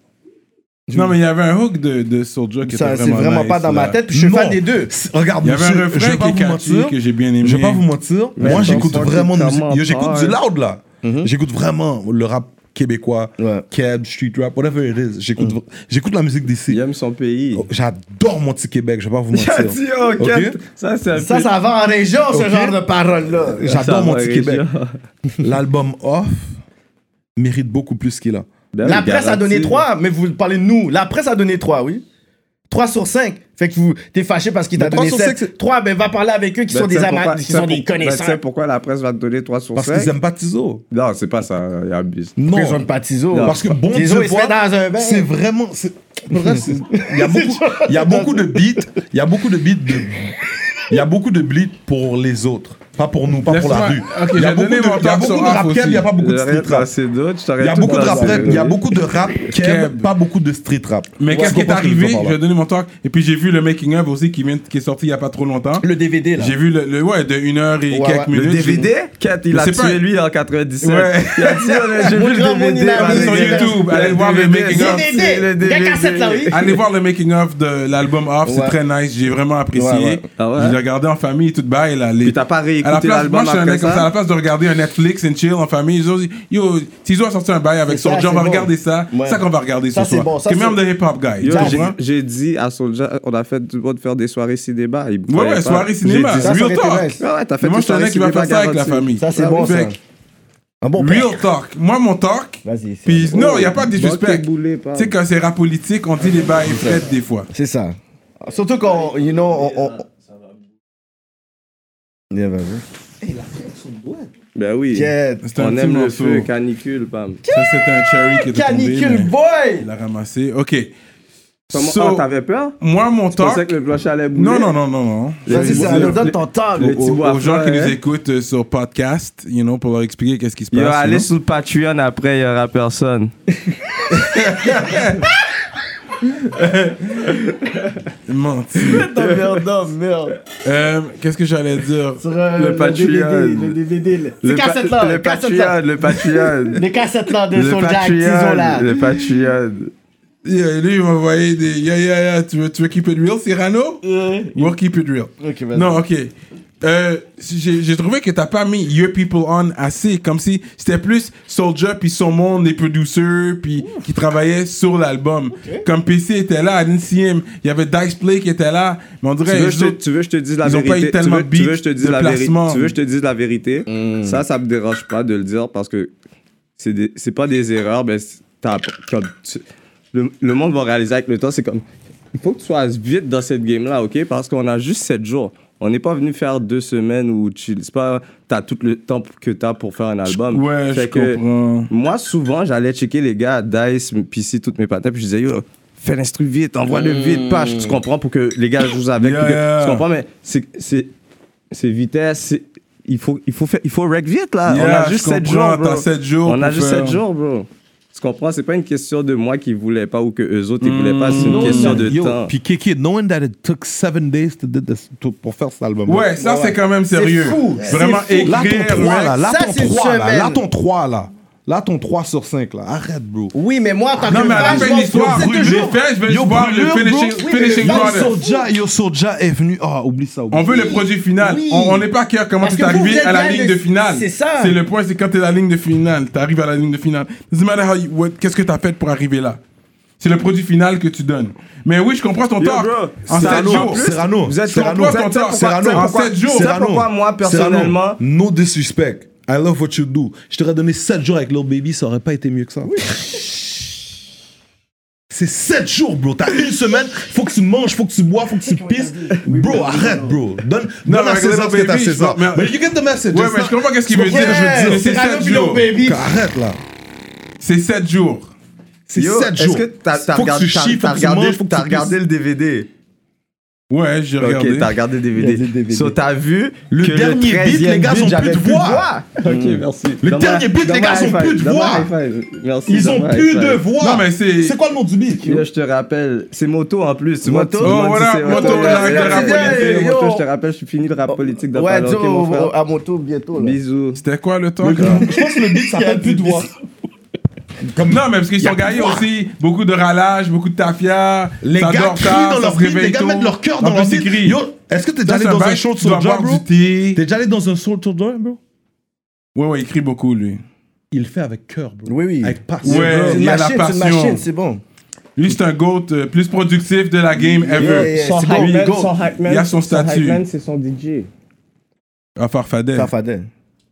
Non, mais il y avait un hook de, de Soulja qui
Ça,
était
c'est
vraiment
vraiment
nice,
pas dans
là.
ma tête. puis Je suis
Non.
fan des deux.
C'est- Regarde,
Il y avait
monsieur,
un
je vais
refrain
pas
par
vous
Catchy
mentir.
que j'ai bien aimé.
Je vais pas vous mentir.
Mais
Moi,
attends,
j'écoute
fuck,
vraiment de musique.
comment
Yo, J'écoute
Mm-hmm.
parle.
du loud là. J'écoute vraiment le rap québécois,
Ouais.
cab, street rap, whatever it is.
Mm.
J'écoute v- j'écoute la musique d'ici.
Il aime son pays.
Oh, J'adore mon petit Québec, je vais pas vous
Il a
mentir.
dit, oh,
Ok.
Kat, ça, c'est un
Ça,
peu-
ça va en région, ce
Ok.
genre de parole-là.
ça
J'adore mon
va,
petit
Régis.
Québec. L'album Off mérite beaucoup plus qu'il a.
Ben,
La
oui,
presse a donné
garanti.
3, mais vous parlez de nous. La presse a donné 3, oui. 3 sur 5. Fait que vous t'es fâché parce qu'il t'a
Mais trois
donné
sur
7.
cinq, c'est-
3, ben va parler avec eux qui
Ben,
sont
tu
des
sais
amateurs,
pourquoi-
qui
tu sais
sont des
pour- ben, tu sais
connaisseurs.
pourquoi la presse va te donner 3 sur
Parce
5
qu'ils aiment pas Tizo.
Non, c'est pas ça, hein. il abuse.
Non.
Ils ont pas Tizo.
Parce que bon
Tizo,
Dieu
il se
voit,
met dans un bain.
c'est vraiment. c'est- pour vrai, c'est- Il y a beaucoup, il y a beaucoup de beats. Il y a beaucoup de beats. de- il y a beaucoup de beats pour les autres, pas pour nous, pas pour
Laisse-moi-
la rue.
ok,
il y a
j'ai
beaucoup de,
donné mon
il y a
temps
beaucoup
sur
de
rap
rap
aussi.
cap, il y a pas beaucoup de
J'ai rien
street rap.
tracé d'autres, je
Il
t'arrête
y a
tout
beaucoup de
dans
rap,
la
rap, il y a
rue.
beaucoup de rap
Keb.
keb, pas beaucoup de street rap.
Mais
Tu
qu'est-ce qui est
comprends ce que je veux
arrivé
dire par là?
Je vais donner mon talk. Et puis j'ai vu le making of aussi qui, vient- qui est sorti il y a pas trop longtemps.
Le DVD, là.
J'ai vu le, le- ouais de une heure et
Ouais,
quelques
ouais.
minutes.
Le DVD Kat, il
Mais
a
c'est
tué
pas-
lui en 97.
Ouais.
Il a dit, oh, mais j'ai
Mon
vu
grand
le DVD.
Moulin Rouge
bah,
sur
les gars.
YouTube. Allez voir le
DVD,
making of.
c'est
DVD.
le
Il y a
DVD.
cassette, là, oui.
Allez voir le making of de l'album Off, c'est
Ouais.
très nice, j'ai vraiment apprécié.
Ouais, ouais.
Ah ouais?
Je l'ai regardé en famille toute bail là. les-
Puis t'as pas réécouté
à la place, moi
l'album
je suis un
après
mec comme
ça?
ça, à la place de regarder un Netflix and chill en famille, ils ont dit yo, Tizo a sorti un bail avec
C'est ça,
son on
c'est
va
bon.
regarder ça,
Ouais.
ça qu'on va regarder
Ça,
ce
c'est
soir.
bon, ça,
c'est même
c'est-
de hip hop guy.
Yo,
tu
j'ai-
comprends?
J'ai dit à Soulja, on a fait du bon de faire des soirées cinéma. Il me
Ouais,
croyait
ouais,
pas.
soirée
J'ai
cinéma.
ça,
dit,
ça
Real
aurait été
talk.
nice.
Ouais, ouais, t'as fait
Mais moi, je suis un
soirée
mec qui va
cinéma
faire ça avec la
garantie.
famille.
Ça, c'est bon, ça.
Fait que,
Un bon
Real
père.
talk. Moi, mon talk.
Vas-y. c'est-
Puis non, il n'y a pas de
Bon, t'es hein.
disrespect.
boulé,
Tu
pardon.
sais, quand c'est rap politique, on dit les bails frais des fois.
C'est ça.
Surtout qu'on, you know, on- on-
Yeah, vas-y.
Ben oui.
Quête.
C'est un
On
petit
aime le
morceau.
feu, canicule, bam.
Ça, c'est un cherry qui est tombé.
Canicule
mais
boy!
Il a ramassé. OK.
Comment-
So,
oh, t'avais peur?
moi, mon
Tu pensais
talk...
que le clocher allait bouler?
Non, non, non, non, non.
Vas-y, ça
le-
nous donne ton temps.
le-
Aux,
petit bois
aux gens
frais,
qui
hein.
nous écoutent euh, sur podcast, you know, pour leur expliquer qu'est-ce qui se passe.
Yo, allez
you know.
sur le Patreon après, il y aura personne.
Menti.
Merde, non, merde.
Euh, qu'est-ce que j'allais dire?
Sur euh,
Le
le
Patreon.
DVD, le DVD. là.
Le
Ces
pa-
cassettes-là,
Le
les cassettes-là.
Patreon, le Patreon.
Les cassettes-là de
Le
Soulja et Tizo, là.
Patreon, le Patreon.
Yeah, lui, il m'a envoyé des... Yeah, yeah, yeah, tu veux, tu veux keep it real, Cyrano?
Euh,
We'll keep it real.
Ok, vas-y.
Non, ok. Euh, J'ai j'ai trouvé que t'as pas mis Your People On assez, comme si c'était plus Soldier puis son monde, les producers puis qui travaillaient sur l'album. Comme PC était là, NCM, il y avait Dice Play qui était là, mais on
Tu
dirait
veux,
les
je te-
autres-
tu veux que je te dise la
ils ont pas eu
vérité? Tu
tellement
veux-
de
tu veux
beats,
que je te dise
de
la vérité?
placements.
Tu veux que je te dise la vérité? Ça, ça me dérange pas de le dire parce que c'est des- c'est pas des erreurs, mais c'est- t'as- comme tu- le, le monde va réaliser avec le temps. C'est comme, il faut que tu sois vite dans cette game-là, OK? Parce qu'on a juste 7 jours. On n'est pas venu faire deux semaines où tu c'est pas t'as tout le temps que t'as pour faire un album.
Ouais,
Fait
je
que-
comprends.
moi, souvent, j'allais checker les gars à Dice, PC, toutes mes patins, puis je disais, yo, fais l'instru vite, envoie le vite, page, tu comprends, pour que les gars jouent avec.
Hmm. Yeah,
puis que-
yeah.
Tu comprends, mais c'est- c'est c'est vitesse, c'est- il faut, il, faut faire, il faut rec vite, là.
Yeah,
On a juste
je
7
comprends,
jours, bro.
t'as sept jours
On a
pour
juste
faire.
7 jours, bro. Tu comprends, c'est pas une question de moi qui voulais pas ou que eux
Hmm.
autres ils voulaient pas, c'est une
Knowing
question
that-
de
yo,
temps.
Puis Kiki, knowing that it took seven days to do this- to- pour faire cet album.
Ouais, ça c'est quand même sérieux.
fou, c'est
Vraiment
fou.
Là, ton
écrire.
3, là. Là,
Ça,
ton
c'est une
3, là.
semaine.
Là, ton 3, là. Là, ton 3 sur 5, là. Arrête, bro.
Oui, mais moi, t'as
Non, mais à la
page,
fin de
moi,
l'histoire,
c'est
je
deux
l'ai
jours.
fait, je vais juste voir le
brûlure,
finishing,
bro.
Oui, mais
finishing
là,
Yo,
product.
Soulja, Yo, Soulja est venu. Ah, oublie ça. oublie
On veut
ça.
le produit final.
Oui.
On on n'est pas que comment
Parce
tu
que vous, vous
arrivé
êtes
à la
là,
ligne
le-
de finale.
c'est ça.
C'est le point, c'est quand t'es à la ligne de finale. T'arrives à la ligne de finale. Doesn't matter how you- what- qu'est-ce que t'as fait pour arriver là. C'est le produit final que tu donnes. Mais oui, je comprends ton
Yo,
talk.
bro,
En 7
Cyrano,
jours.
Cyrano,
Vous êtes vous
Cyrano,
êtes-
Cyrano,
vous êtes-
Cyrano,
vous êtes-
en sept jours.
C'est
Cyrano,
pourquoi moi, personnellement,
Cyrano, no disrespect. I love what you do. Je t'aurais donné 7 jours avec Lil Baby, ça aurait pas été mieux que ça. C'est 7 jours, bro. T'as une semaine, faut que tu manges, faut que tu bois, faut que tu pisses. Bro, arrête, bro. Donne,
Non,
donne à
mais
César
Lil
ce que t'as à
Baby, je
César.
comprends, mais-
Mais you get the message.
Ouais,
it's
mais
not-
je comprends qu'est-ce qu'il
tu
veut dire.
comprends ce que
Je veux dire,
C'est
c'est 7
Cyrano puis Lil
jours.
Baby.
dire. Arrête, là.
C'est 7 jours.
C'est
Yo,
7
est-ce
jours.
que t'as t'as
Faut que
regardé-
tu
t'as-
chies, faut
t'as
que tu
regardé-
manges, faut que
t'as
tu pisses.
regardé le DVD?
Ouais, j'ai regardé.
Ok, t'as regardé le DVD.
Regardé le DVD.
So, t'as vu
Le
que
dernier beat,
13e
les gars ont plus
j'avais
de voix.
Ok,
Hmm.
merci.
Le dernier beat, les gars, ils ont plus de voix.
Merci.
Ils ont
donne-moi un
plus
high
de
five.
voix.
Non, mais c'est-
C'est quoi le nom du beat
Là, je te rappelle, c'est moto en plus. Tu vois,
Moto.
tu
Oh,
me demandes si
voilà,
c'est
moto,
moto,
là, avec
là,
le
là,
rap
c'est
politique.
bien, moto,
Yo.
Je te rappelle, je suis fini le
Oh,
rap politique dans
Ouais,
pas
dis
longtemps, mon
au-
frère.
à mon tour bientôt. là.
Bisous.
C'était quoi le talk? là?
Je pense que le beat s'appelle plus de voix. Comme
Non, mais parce qu'ils
Y a
sont
plus de
gaillés
voix.
aussi. Beaucoup de ralage, beaucoup de tafia.
Les
ça
gars
dort
crient
tard,
dans
ça
leur
se
beat, les
réveille
gars
tôt.
mettent leur cœur
En
dans leur
plus, ils
beat.
crient.
Yo, est-ce que t'es déjà
Ça,
allé
c'est
dans un
bail,
show de
tu dois
Soulja,
boire
bro
du thé.
T'es déjà allé dans un show de Soulja, bro
Ouais, ouais, il crie beaucoup, lui.
il le fait avec cœur, bro.
Oui, oui.
Avec
Ouais.
passion.
C'est une
il y a la
machine, c'est une
passion.
machine, c'est bon.
Lui, c'est un GOAT euh, plus productif de la game ever.
yeah, yeah.
Son
c'est bon,
hype man-
go.
son hype man-
Il y a son statut.
hype man, c'est son DJ.
À Ah, Farfadet.
Farfadet.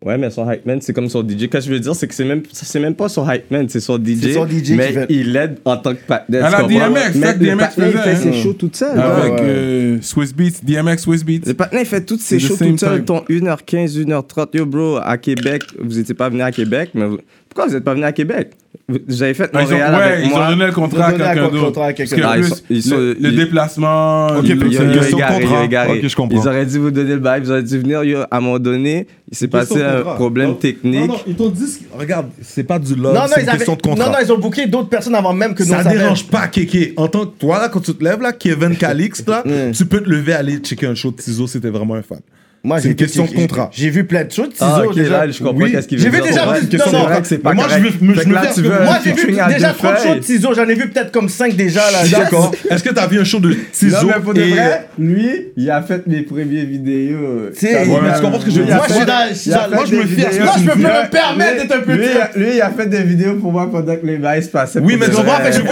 Ouais, mais son hype man, c'est comme son DJ. Qu'est-ce que je veux dire, c'est que c'est même, c'est même pas son hype man, c'est son DJ.
C'est son DJ qui
mais
fait-
il l'aide en tant que partner.
À la
tu comprends?
DMX, c'est
Mais
ça que
le
DMX
partner, il
faisait,
fait
hein.
ses shows tout seul. là.
Avec
ouais.
euh, Swiss Beats, DMX Swiss Beats. Ah,
Le partenaire, il fait toutes
At
ces
the
shows
same
tout seul,
time.
ton 1h15, 1h30. Yo, bro, à Québec, vous étiez pas venu à Québec, mais vous- pourquoi vous êtes pas venu à Québec? Vous vous avez fait
Ah, ils ont,
Montréal
ouais,
avec
ils
moi.
ont donné le contrat à
Ils ont donné un
quelqu'un
contrat
d'autre.
à
Parce
quelqu'un
que
d'autre.
plus,
Ah, ils sont-
le,
ils sont-
le
ils-
déplacement...
Ok,
le-
Yo,
puis il y
yo,
a-
le-
il y a-
égaré,
son
yo,
contrat.
égaré.
Ok, je comprends.
Ils auraient dû vous donner le bail, ils auraient dû venir. Yo, à un moment donné, il s'est passé un problème technique.
Non, non, ils t'ont dit, ce qui- regarde, c'est pas du love,
Non, non,
c'est
ils
une
avaient-
question de contrat.
non, non, ils ont booké d'autres personnes avant même que nous.
ça
on savait.
dérange pas, Kéké. En tant que toi, là, quand tu te lèves, là, Kevin Calix, là, tu peux te lever, aller checker un show de ciseaux si t'es vraiment un fan.
Moi,
C'est
j'ai
une question de
j'ai-
contrat.
J'ai vu plein de choses.
Ah,
ciseaux,
ok,
déjà.
là, je comprends
Oui.
qu'est-ce qu'il
J'ai
veut
vu
dire.
déjà-
Ouais,
non,
c'est que c'est
non,
vrai que c'est pas
mais moi, je
correct.
veux- mais
Fait
je
que
veux
là,
faire
tu
que-
veux
Moi,
un
j'ai vu
featuring à
déjà
deux
30 shows
feuilles.
de ciseaux. J'en ai vu peut-être comme 5 déjà. Là,
D'accord. Est-ce que t'as vu un show de ciseaux
Non, mais pour de
et-
vrai, lui, il a fait mes premières vidéos.
Tu sais,
Ça va.
mais tu comprends ce que je veux
Lui,
dire?
il a
Moi, je suis
fait-
dans-
il a
je suis dans-
fait
moi, je
des
me fie à ce
vidéos.
que tu me dis. Lui,
lui,
lui,
il a- Lui, il a fait des vidéos pour moi pendant que les bails se passaient.
Oui,
pour de
mais tu
vrai.
comprends, fait que je
Je veux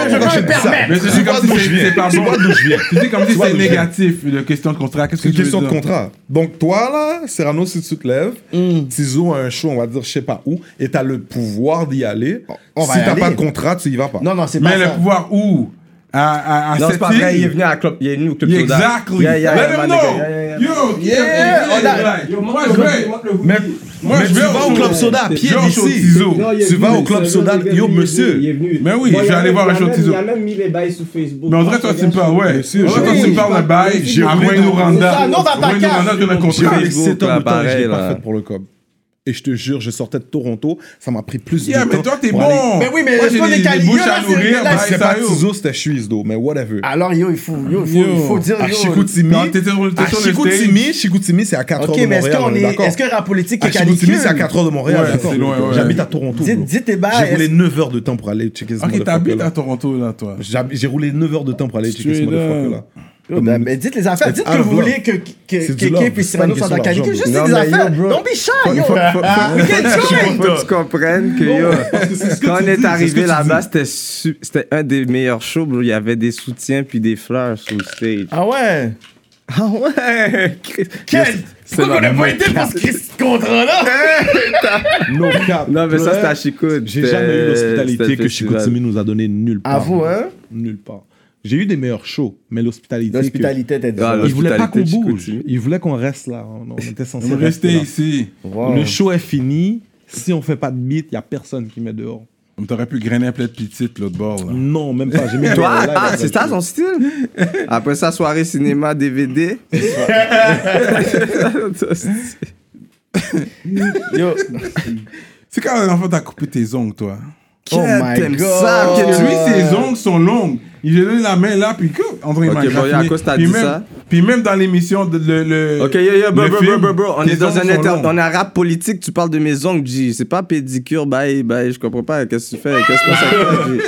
me permettre.
Mais c'est comme si c'est- c'est pas bon. Tu dis comme si
vois
c'est
d'où je viens.
négatif, la question de contrat. Qu'est-ce que
C'est une
tu veux
question de
dire?
contrat. Donc, toi, là, Serrano, si tu te lèves, Tizo a un show, on va dire, je sais pas où, et t'as le pouvoir d'y aller.
on va
si
y
t'as
aller.
pas de contrat, tu y vas pas.
Non, non, c'est pas
Mais le
ça.
pouvoir où À, à, à
Non, c'est
cette
pas vrai,
île?
il est venu à Club, il est venu au Club Soda.
Exactly.
Yeah, yeah,
Let
yeah,
him
my
know.
nigga, yeah, yeah,
Yo,
Yeah,
yo,
on a-
like, Moi, je vais.
Mais,
Moi,
mais
je
tu
vais
vas au club soda à pied
Georges au
d'ici.
ciseau.
Non, il est
Tu vas
venu,
au club
c'est un
soda,
gars, il est
yo,
venu,
monsieur.
il est venu.
Mais oui,
Bon,
je
il
vais
a
aller
même-
voir un
il a
show de
même-
Tizo.
Il a même mis les bails sur Facebook.
Mais on dirait que toi, tu parles, ouais.
Monsieur,
On dirait que toi,
j'ai-
tu parles de bail.
J'ai
À
oublié
Wayne
de-
Oranda.
C'est ça, non, va pas
Wayne
cash.
Oranda donne un
J'ai
contrat.
fait
Facebook,
7 ans de temps et je
l'appareil,
l'ai pas
là.
fait pour le club. Et je te jure, je sortais de Toronto, ça m'a pris plus
Yeah,
de
ah, mais
temps.
toi, t'es
pour aller-
bon.
Mais oui, mais
Moi,
est-ce
j'ai
qu'on est
des-
quali-
des bouches
Yo, là,
à
c'est-
nourrir.
là,
bail,
C'était pas
ça, yo.
Tizo, c'était Chuizdo, mais whatever.
Alors, yo, il faut, yo, il faut, il faut dire,
Oh. À
yo,
Chicoutimi,
Non, T'étais
Ah,
sur le
à
t'étais sur le stage.
Chicoutimi, Chicoutimi, c'est à
Ok,
4 heures de
mais est-ce
Montréal,
qu'on
on est
est. Ah,
d'accord.
Est-ce que rap politique
À
est
Chicoutimi,
canicule
c'est à 4 heures de Montréal.
Ouais,
d'accord.
c'est loin, ouais.
J'habite à Toronto.
Dites-
bro.
Dites tes
J'ai roulé
bails.
9 heures de temps pour aller checker ce
Ah,
Ok, t'habites Ah, à
motherfucker-là.
Toronto, là, toi.
J'hab- J'ai roulé 9 heures de temps pour aller checker ce
Straight up.
motherfucker-là.
Yo, ben, ben, Dites les affaires. Dites
Ah,
que vous
voilà.
voulez que
C'est
que-
du love.
que Kip et
C'est pas une
Cyrano soient dans
question
canicule.
d'argent,
Juste
bro.
des
Non, mais yo,
affaires.
bro.
Don't be shy,
Faut-
yo.
faut- faut-
Ah, Quel joint,
Faut que tu comprennes que yo, quand on est arrivé là-bas, c'était su- c'était un des meilleurs shows, bro. Il y avait des soutiens puis des fleurs sur le stage.
Ah ouais.
Ah ouais!
Quel.
C'est
Pourquoi on n'a
normal.
pas été pour ce contrat-là
Eh, No cap.
Non, mais ça,
Ouais.
c'était à Chicout.
J'ai jamais eu l'hospitalité que Chicoutimi
Chicoutimi.
nous a donnée nulle
Ah,
part.
Avoue, hein?
Nulle part. J'ai eu des meilleurs shows, mais l'hospitalité. que-
L'hospitalité, t'as dit.
Ah,
Ils voulaient pas qu'on
L'hospitalité de
bouge.
Chicoutimi.
Ils voulaient qu'on reste là. hein. On on était censé
On
rester
restait
là.
ici.
Wow.
Oh.
Le show est fini. Si on fait pas de beat, il y a personne qui met dehors.
Mais T'aurais pu grainer un plat de petite l'autre bord,
Mm.
là.
Non, même pas. J'ai mis
Toi,
le live
ah,
après
c'est
le
ça
show.
son style? Après ça, soirée cinéma, DVD.
Yo,
C'est quand un enfant t'a coupé tes ongles, toi.
Oh my
T'aimes
God.
ça?
Lui,
Quel-
ses ongles sont longues. Il lui a donné la main là, puis que André
Ok,
m'a
bon,
graffiné.
à cause t'as
Puis
dit
même-
ça.
Puis même dans l'émission, de le, le.
Ok, yo, yo, bro,
le
bro,
film,
bro, bro, bro, on
tes
est dans
ongles
un
sont
inter...
longs.
On est un rap politique, tu parles de mes ongles, G. C'est pas pédicure, bye, bye, je comprends pas, qu'est-ce que tu fais, qu'est-ce qui se passe avec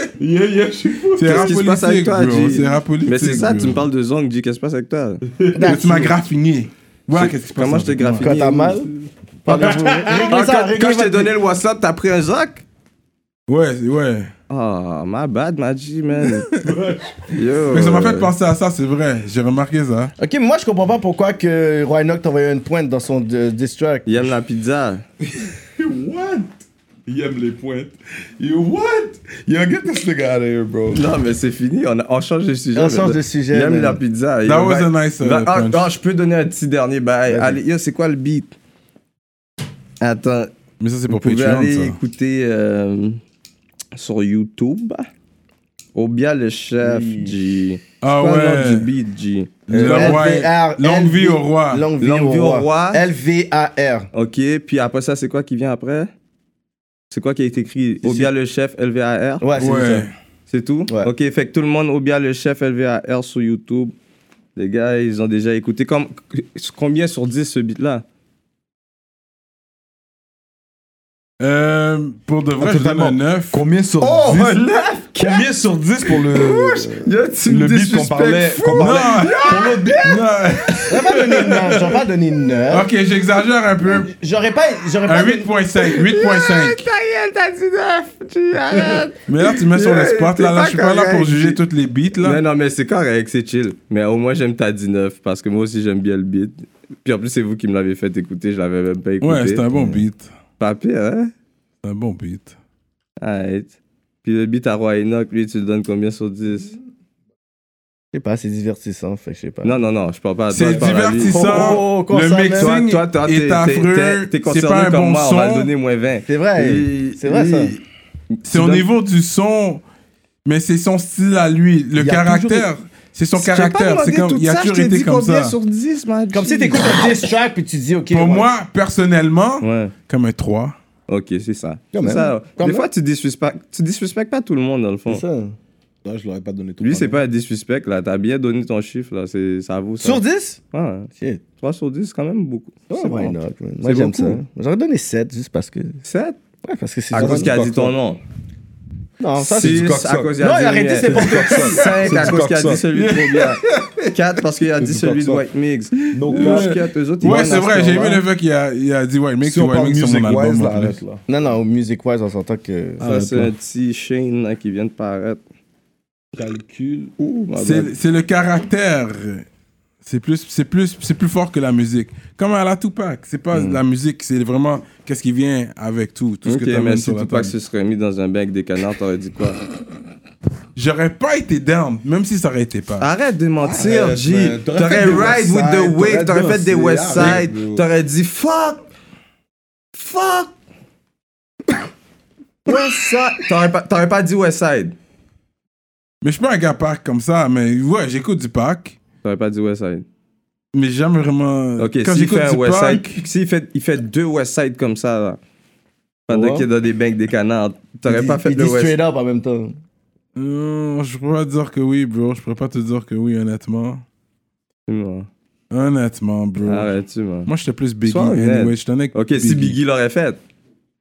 toi, G?
C'est
Qu'est-ce
rap
qui se passe avec
politique,
toi,
bro.
G?
C'est rap politique.
Mais c'est ça,
bro.
tu me parles de ongles, G, qu'est-ce qui se passe avec toi?
Mais Tu m'as graffiné. Voilà,
C'est-
qu'est-ce qui se passe.
Comment je t'ai
avec moi.
graffiné?
quand t'as mal,
Ah, quand- Quand je t'ai donné le WhatsApp, t'as pris un zoc?
Ouais, c'est- ouais.
Oh, my bad, my G, man. Yo.
Mais ça m'a fait penser à ça, c'est vrai. J'ai remarqué ça.
Ok, mais moi je comprends pas pourquoi que Roy Knock t'envoyait une pointe dans son euh, diss track.
Il aime la pizza.
What? Il aime les pointes. You what? Yo, get this nigga out of here, bro.
Non, mais c'est fini, on, a- on change de sujet.
On change
mais-
de sujet,
Il aime
mais-
la pizza.
That was a nice, uh,
Ah,
punch.
ah, je peux donner un petit dernier bail.
Vas-y.
Allez, yo, c'est quoi le beat Attends,
Mais ça, c'est
vous
pour
pouvez
Patreon,
aller
ça.
écouter euh, sur YouTube. Obia le chef, G.
Ah
Quoi le nom
ouais.
du beat, G.
Le roi.
LVR,
Longue vie au roi.
Longue vie,
Longue vie au
au
roi.
roi. LVAR.
Ok, puis après ça, c'est quoi qui vient après C'est quoi qui a été écrit Obia le chef, LVAR
Ouais, c'est
Ouais.
ça.
C'est tout
Ouais.
Ok, fait que tout le monde, Obia le chef, LVAR sur YouTube. Les gars, ils ont déjà écouté. Comme, combien sur 10 ce beat-là
Euh, Pour de vrai, je donne
Totalement.
un 9.
Oh, Combien sur 10? Combien sur 10 pour le,
Yo, tu
le
me
beat qu'on
disrespect
parlait,
fou.
qu'on parlait Pour l'autre beat
Non.
J'aurais pas donné 9. J'aurais pas donné 9.
Ok, j'exagère un peu.
J'aurais pas. J'aurais pas
Ah. Un
donné.
8.5, 8.5. Mais là, tu me mets sur le spot. Là, là, je suis pas là pour juger toutes les beats,
Non,
là.
non, mais c'est correct, c'est chill. Mais au moins, j'aime ta 19 parce que moi aussi, j'aime bien le beat. Puis en plus, c'est vous qui me l'avez fait écouter, je l'avais même pas écouté.
Ouais, c'est un bon beat.
Pas pire, hein?
C'est un bon beat.
Alright. Puis le beat à Roy Enoch, lui, tu le donnes combien sur 10?
Je sais pas, c'est divertissant, fait que je sais pas.
Non, non, non, je parle pas à toi.
C'est
je parle à lui.
divertissant.
Oh, oh, oh,
le
concernant-
mixing
Toi, toi, t'es-
est
t'es-
affreux.
t'es- t'es
C'est pas
concerné
un
comme
bon
moi, on va le
son.
donner moins 20.
C'est vrai.
Et-
C'est vrai, ça.
et-
C'est au
donnes-
niveau du son, mais c'est son style à lui. Le
Il y a
caractère, c'est son caractère. C'est comme, il a toujours été comme ça.
Comme si t'écoutes un diss track puis tu dis, OK.
Pour
ouais.
moi, personnellement,
Ouais.
comme un 3.
Ok, c'est ça.
Quand
C'est
même.
ça.
Quand
Des
même.
fois, tu disrespectes, tu disrespectes pas tout le monde, dans le fond.
C'est ça.
Là, je l'aurais pas donné tout.
Lui, c'est pas un disrespect, là. T'as bien donné ton chiffre, là. C'est, ça vaut ça.
Sur Ah 10
Ouais.
Shit.
3 sur 10, c'est quand même beaucoup.
Oh,
C'est
why
bon.
not, man. Moi,
C'est
j'aime
beaucoup.
ça. J'aurais donné 7 juste parce que. Ouais,
7
parce que c'est
À
du
cause qu'il a
rock,
dit
quoi.
ton nom.
Non, ça, c'est
Six,
du coq.
à cause qu'il
Non,
a dit
arrêtez, c'est pour
5 à
du
cause qu'il a
coq-soc.
dit celui de Robia. 4 parce qu'il a dit
du
celui de
coq-soc.
White Mix.
No
Plus quatre, eux autres, ils
Ouais,
vont
c'est vrai,
en
j'ai
ce
vu
moment.
le fait qu'il a, il a dit White Mix
Si
et
on
White
parle
Mix sur
music
mon
wise,
album.
là,
en plus.
arrête là.
Non, non, music-wise, on s'entend que.
Ah,
Ah,
Ça, c'est un petit Shane là, qui vient de paraître.
Calcul.
Ouh, ma
C'est
bad.
c'est le caractère. C'est plus, c'est plus, c'est plus fort que la musique. Comme à la Tupac, c'est pas la musique, c'est vraiment qu'est-ce qui vient avec tout, tout ce
Hmm. Ok,
que t'amènes
mais si
sur la
Tupac
table.
se serait mis dans un bain avec des canards, t'aurais dit quoi
J'aurais pas été down, même si ça aurait été pas.
Arrête de mentir,
Arrête,
G.
man. T'aurais fait
T'aurais
des
ride
West
with the
Side,
wave,
t'aurais
t'aurais fait
dansé,
des West
arrête,
Side,
bro.
t'aurais dit fuck, fuck, West Side. T'aurais pas, t'aurais pas dit West Side.
Mais je suis pas un gars pack comme ça, mais ouais, j'écoute du pack,
T'aurais pas dit West Side.
mais jamais vraiment.
Ok,
Quand
s'il
j'écoute
fait un
du
West
pack,
Side, s'il fait, il fait deux West Side comme ça, là, pendant
Ouais.
qu'il est dans des banques des canards, t'aurais
Il
pas
dit-
fait
il
de
dit
West
straight up en même temps.
euh, je pourrais pas dire que oui, bro. Je pourrais pas te dire que oui, honnêtement.
Side.
Honnêtement, bro.
Arrête-tu, man.
Moi, j'étais plus Biggie.
Ah Sois honnête.
Anyway, je t'en ai.
Ok, si Biggie l'aurait fait.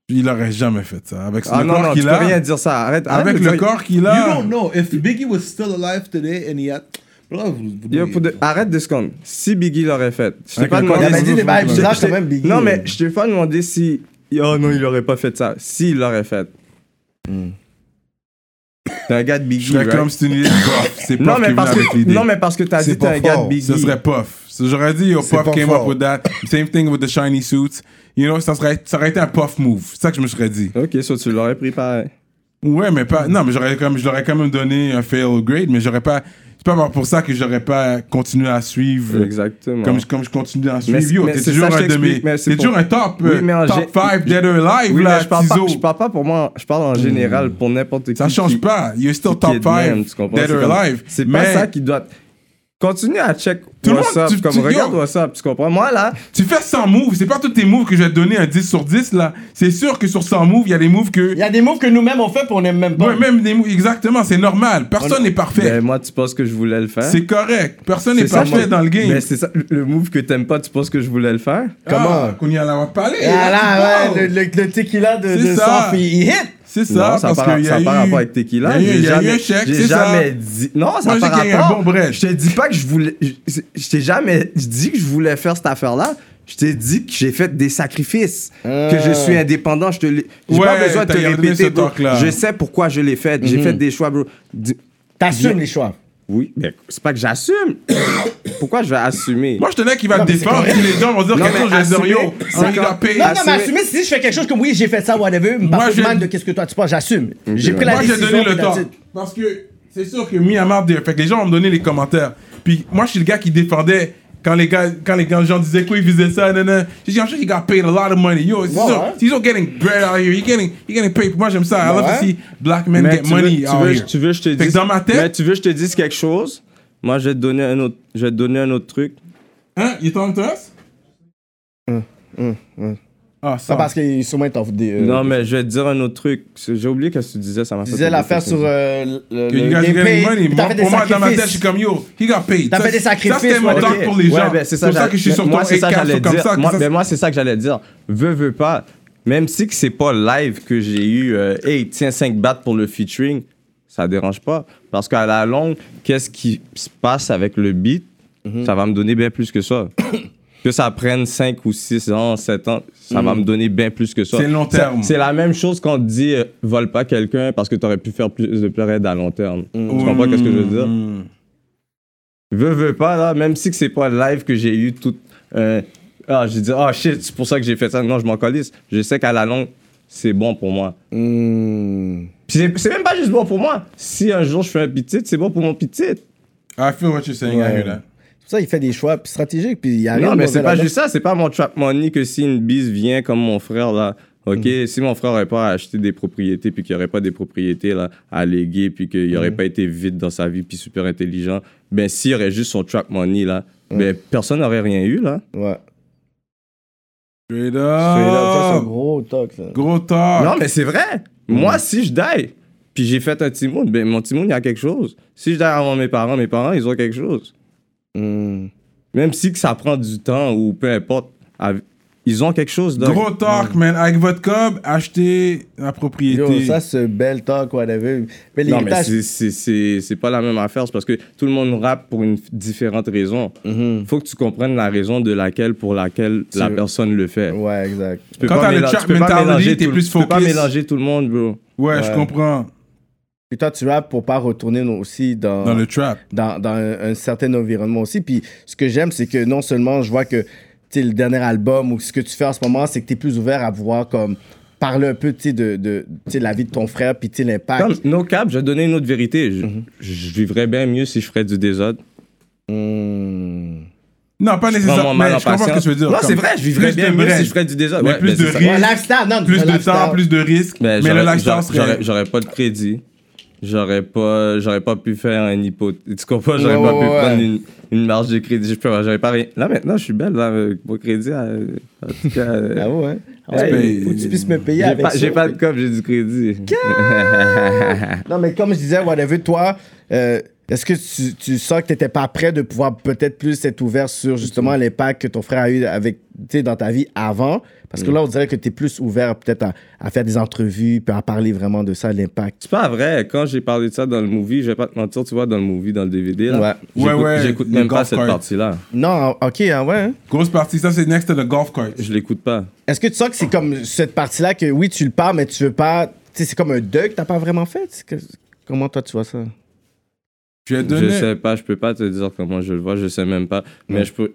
il aurait jamais fait ça avec
Ah
le
non,
corps
non, tu
qu'il
peux
a.
rien dire ça. Arrête, arrête
Avec
de
le
dire-
corps qu'il
You
a.
don't know if Biggie was still alive today and he had. Là, vous, vous
Yo, pour de- Arrête deux secondes. Si Biggie l'aurait fait, je t'ai
Avec
pas
un
demandé.
corps
si-
de-
dit des bails
Je- je
bizarres
t'ai-
quand même, Biggie.
Non, mais je t'ai pas demandé si. Oh non, il aurait pas fait ça. Si, il l'aurait fait. Hmm. T'es un gars de
Je
Biggie.
serais
right?
comme si tu nous disais Puff. C'est Puff
non,
qui
mais
venait
parce
avec
que,
l'idée.
non, mais parce que t'as
C'est
dit t'es
pas
un gars de
fort.
Biggie.
Ce serait Puff. Ce- J'aurais dit, yo,
C'est
Puff
pas
came up
fort.
with that. Same thing with the shiny suits. You know, ça, serait, ça aurait été un Puff move. C'est ça que je me serais dit.
Ok, ça, tu l'aurais pris pareil.
Ouais, mais pas. Non, mais j'aurais comme, je leur ai quand même donné un fail grade, mais j'aurais pas. C'est pas pour ça que j'aurais pas continué à
Hmm.
suivre.
Exactement.
Comme je, comme je continue à
Mais
suivre,
c'est-
yo,
mais
t'es
c'est
toujours
ça, je
un de mes.
t'explique, mais c'est
T'es
pour-
toujours un top,
Oui,
euh,
mais en
top
gé-
5 dead or alive,
Oui,
là,
mais je parle, pas,
Tizo.
je parle pas pour moi, je parle en général pour n'importe qui.
Ça change
qui-
pas. You're still
qui
top
est de même,
5
tu comprends?
dead
C'est
or
comme-
alive.
C'est pas
Mais
ça qui doit. Continue à check
Tout le
what's
monde,
up,
tu-
comme
tu-
regarde
yo.
what's up, tu comprends? Moi là,
Tu fais 100 moves, c'est pas tous tes moves que je vais te donner un 10 sur 10 là. C'est sûr que sur 100 moves, il y a des moves que.
Il y a des moves que nous-mêmes on fait puis on aime même pas.
Ouais, même des moves, exactement, c'est normal. Personne n'est parfait.
ben, moi tu penses que je voulais le faire.
C'est correct. Personne
C'est
n'est
ça,
parfait
moi.
dans le game.
Mais c'est ça, le move que t'aimes pas, tu penses que je voulais le faire?
Comment Qu'on y en a parlé. là,
Ah là,
tu
ouais,
parles.
le, le, le tequila de,
C'est
de
ça.
Sof, il, il hit.
C'est ça,
non, ça
parce
par,
qu'il y
ça
a
par
eu-
rapport avec Tequila.
il y a eu-
j'ai
il y a eu
jamais-
un chèque,
J'ai
c'est ça.
jamais dit. Non, ça
Moi,
par
j'ai gagné un
rapport.
bon bread.
Je te dis pas que je voulais. Je, je t'ai jamais dit que je voulais faire cette affaire-là. Je t'ai dit que j'ai fait des sacrifices, que je suis indépendant. Je te l'ai- j'ai pas
Ah. Ouais,
besoin de
t'as
te
gardé ce
répéter, bro.
talk-là. Mhm.
Je sais pourquoi je l'ai fait. J'ai fait des choix, bro. Dis-
T'assumes les choix.
Oui, mais c'est pas que j'assume. pourquoi je vais assumer?
Moi, je tenais qu'il va te défendre. Puis les gens vont dire
Non,
quelque
mais
ah,
chose. Je vais dire, yo,
assumer,
on
c'est
y va
comme-
payer.
Non, non,
Assumer.
mais assumer, si je fais quelque chose comme oui, j'ai fait ça, whatever, me parle
j'ai-
mal de qu'est-ce que toi tu penses, j'assume. J'ai pris la
Moi, j'ai
décision.
donné le
puis
temps.
that's it.
Parce que c'est sûr que me, I'm out there. Fait que les gens vont me donner les commentaires. Puis moi, je suis le gars qui défendait quand les gars, quand les gars, gens disaient quoi, ils faisaient ça, nanana. J'ai dit, I'm sure he got paid a lot of money. Yo, c'est
Ouais,
sûr,
ouais.
he's not getting bread out here. He's getting, he getting paid. Moi, j'aime ça. I love to see black men
Mais
get
tu
money
veux- tu
out
veux-
here.
Tu veux, je te
Fait que
dise.
dans ma tête-
Mais tu veux, je te dise quelque chose. Moi, je vais te donner un autre, je vais te donner un autre truc.
Hein? You talking to us? Ah, ça.
Pas parce qu'il sûrement t'en des. euh,
Non, mais je vais te dire un autre truc. C'est- J'ai oublié qu'est-ce que tu disais, ça m'a
Tu
fait.
disais l'affaire sur euh, le. le-
Que you guys
le
are
gameplay,
getting money.
puis
Moi,
t'as fait des
pour moi, dans ma tête, je suis
sacrifices.
comme yo, he got paid.
T'as
Ça,
fait des
c'est- Ça,
sacrifices,
c'était mon
ouais.
talk
Ok.
pour les
Ouais,
gens.
ben,
C'est
ça,
pour ça
j'allais-
que je suis sur
moi,
ton
c'est ça que
écart.
j'allais
C'est comme
dire.
ça que
Moi,
ça-
mais moi, c'est ça que j'allais dire. Veux, veux pas. Même si que c'est pas live que j'ai eu, euh, hey, tiens, 5 battes pour le featuring, ça dérange pas. Parce qu'à la longue, qu'est-ce qui se passe avec le beat, ça va me donner bien plus que ça. que ça prenne 5 ou 6 ans, 7 ans, ça va me donner bien plus que ça.
C'est long
Ça-
terme.
C'est la même chose quand on te dit euh, vole pas quelqu'un parce que tu aurais pu faire plus de plaid à long terme.
Mhm.
Tu comprends ce que je veux dire?
Mm.
Veux, veux pas, là, même si que c'est pas live que j'ai eu tout. euh, ah, j'ai dit, ah shit, c'est pour ça que j'ai fait ça. Non, je m'en colisse. Je sais qu'à la longue, c'est bon pour moi.
Hmm.
Puis c'est- c'est même pas juste bon pour moi. Si un jour je fais un petit, c'est bon pour mon petit.
I feel what you're saying, I
Ouais.
hear that.
C'est pour ça qu'il fait des choix stratégiques, puis il y a rien
Ah, Non,
de
mais
mauvais
c'est pas
là-dedans.
juste ça. C'est pas mon trap money que si une bise vient comme mon frère, là. OK, si mon frère aurait pas acheté des propriétés, puis qu'il aurait pas des propriétés là, à léguer, puis qu'il aurait pas été vite dans sa vie, puis super intelligent, ben s'il aurait juste son trap money, là, ben personne n'aurait rien eu, là.
Ouais.
Straight
Celui-là, ça, c'est un
up.
gros toc, ça.
Gros talk.
Non, mais c'est vrai.
Mm.
Moi, si je die, puis j'ai fait un timoun, ben mon timoun, il y a quelque chose. Si je die avant mes parents, mes parents, ils ont quelque chose. Mm.
Hmm.
Même si que ça prend du temps ou peu importe, av- ils ont quelque chose. donc-
Gros talk, man. Avec votre cob, achetez la propriété.
Yo, ça, c'est un bel toc, whatever. Mais
Non, mais
l'héritage.
c'est- c'est- c'est c'est pas la même affaire. C'est parce que tout le monde rappe pour une f- différente raison.
Mm.
Mhm.
Faut que tu comprennes la raison de laquelle, pour laquelle la
C'est-
personne le fait.
Ouais, exact.
Tu peux
Quand
pas
t'as le
méla-
trap
tu peux pas
mentality,
mélanger
t'es
tout le-
plus
Tu peux pas
focus.
mélanger tout le monde, bro.
Ouais, je
Ouais.
comprends.
Puis toi, tu rappes pour pas retourner non- aussi dans,
Dans le trap.
dans, dans un, un certain environnement aussi. Puis ce que j'aime, c'est que non seulement je vois que tu sais, le dernier album ou ce que tu fais en ce moment, c'est que tu es plus ouvert à pouvoir comme, parler un peu tu sais, de, de tu sais, la vie de ton frère, puis tu sais, l'impact.
Comme no cap, je vais donner une autre vérité. Je,
Mm-hmm.
je vivrais bien mieux si je ferais du désordre.
Hmm.
Non, pas
Prends
nécessairement.
mon mal
Mais
en
je comprends ce
patience.
que tu veux dire.
Non,
Comme
c'est vrai, je vivrais
plus
bien
de
mieux
bread,
si je ferais du désordre.
Mais
Ouais,
plus de
ben, c'est ça.
risques,
Ouais, lifestyle, non,
Plus
le
de
lifestyle.
temps, plus de risques.
Ben,
Mais le
j'aurais-
lifestyle
j'aurais- j'aurais-
serait.
J'aurais pas de crédit. J'aurais pas, j'aurais pas pu faire un hypothèque. Tu comprends? J'aurais
Ouais,
pas
ouais,
pu
ouais.
prendre une, une marge de crédit. Je peux- J'aurais pas rien. Là, maintenant, je suis belle, là, avec mon crédit. euh, En tout cas, euh,
Ah ouais?
Ouais,
Ouais,
mais-
faut que tu puisses me payer
j'ai
avec
pas,
ça.
j'ai pas de cop, j'ai du crédit.
Non, mais comme je disais, whatever, toi, euh, est-ce que tu, tu sens que tu n'étais pas prêt de pouvoir peut-être plus être ouvert sur justement l'impact que ton frère a eu avec, tu sais, dans ta vie avant? Parce
Mm.
que là, on dirait que tu es plus ouvert peut-être à, à faire des entrevues, puis à parler vraiment de ça, l'impact.
C'est pas vrai. Quand j'ai parlé de ça dans le movie, je vais pas te mentir, tu vois, dans le movie, dans le DVD, là.
Ouais.
J'écoute,
Ouais, ouais,
j'écoute
le
même pas
golf
cette
cart.
partie-là.
Non, ok, ah ouais. hein.
Grosse partie, ça, c'est next to the golf cart.
Je l'écoute pas.
Est-ce que tu sens que c'est comme cette partie-là que oui, tu le parles, mais tu veux pas. Tu sais, c'est comme un deuil que tu pas vraiment fait? C'est que- Comment toi, tu vois ça?
Je vais
Je
donner.
sais pas, je peux pas te dire comment je le vois, je sais même pas. Mais je peux.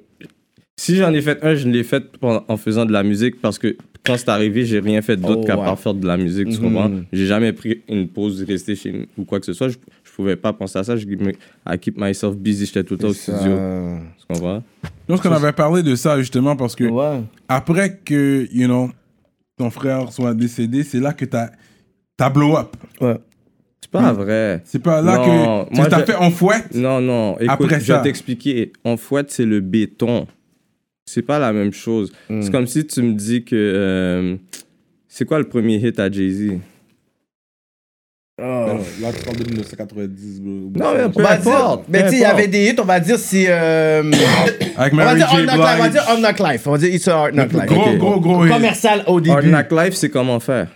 Si j'en ai fait un, je l'ai fait pen- en faisant de la musique parce que quand c'est arrivé, j'ai rien fait d'autre
Oh,
qu'à
ouais.
part faire de la musique, tu
Mhm.
comprends? J'ai jamais pris une pause, rester chez m- ou quoi que ce soit. Je, je pouvais pas penser à ça. Je me- I keep myself busy, j'étais tout le temps au
Ça- euh,
studio, tu comprends?
Donc, on avait parlé de ça, justement, parce que
Ouais.
après que, you know, ton frère soit décédé, c'est là que t'as as blow up.
C'est
Hmm.
pas vrai.
C'est pas là
Non,
que
moi,
tu t'as
je-
fait en fouette.
Non, non, écoute,
Après
je
ça.
vais t'expliquer. En fouette, c'est le béton. C'est pas la même chose.
Hmm.
C'est comme si tu me dis que. euh, c'est quoi le premier hit à Jay-Z?
Oh.
Ah Là, tu parles de 1990, bro.
Non, mais peu
On va dire-
importe.
mais
peu
tu sais, il y
importe.
avait des hits, on va dire si. euh,
Avec
on va
Mary
dire
J.
Hard Knock Life, on va
Blige.
dire Hard Knock Life. On va dire It's a Hard Knock Life.
Gros,
Ok.
gros, gros. hit.
Commercial au
Art
début.
Knack Life, c'est comment faire.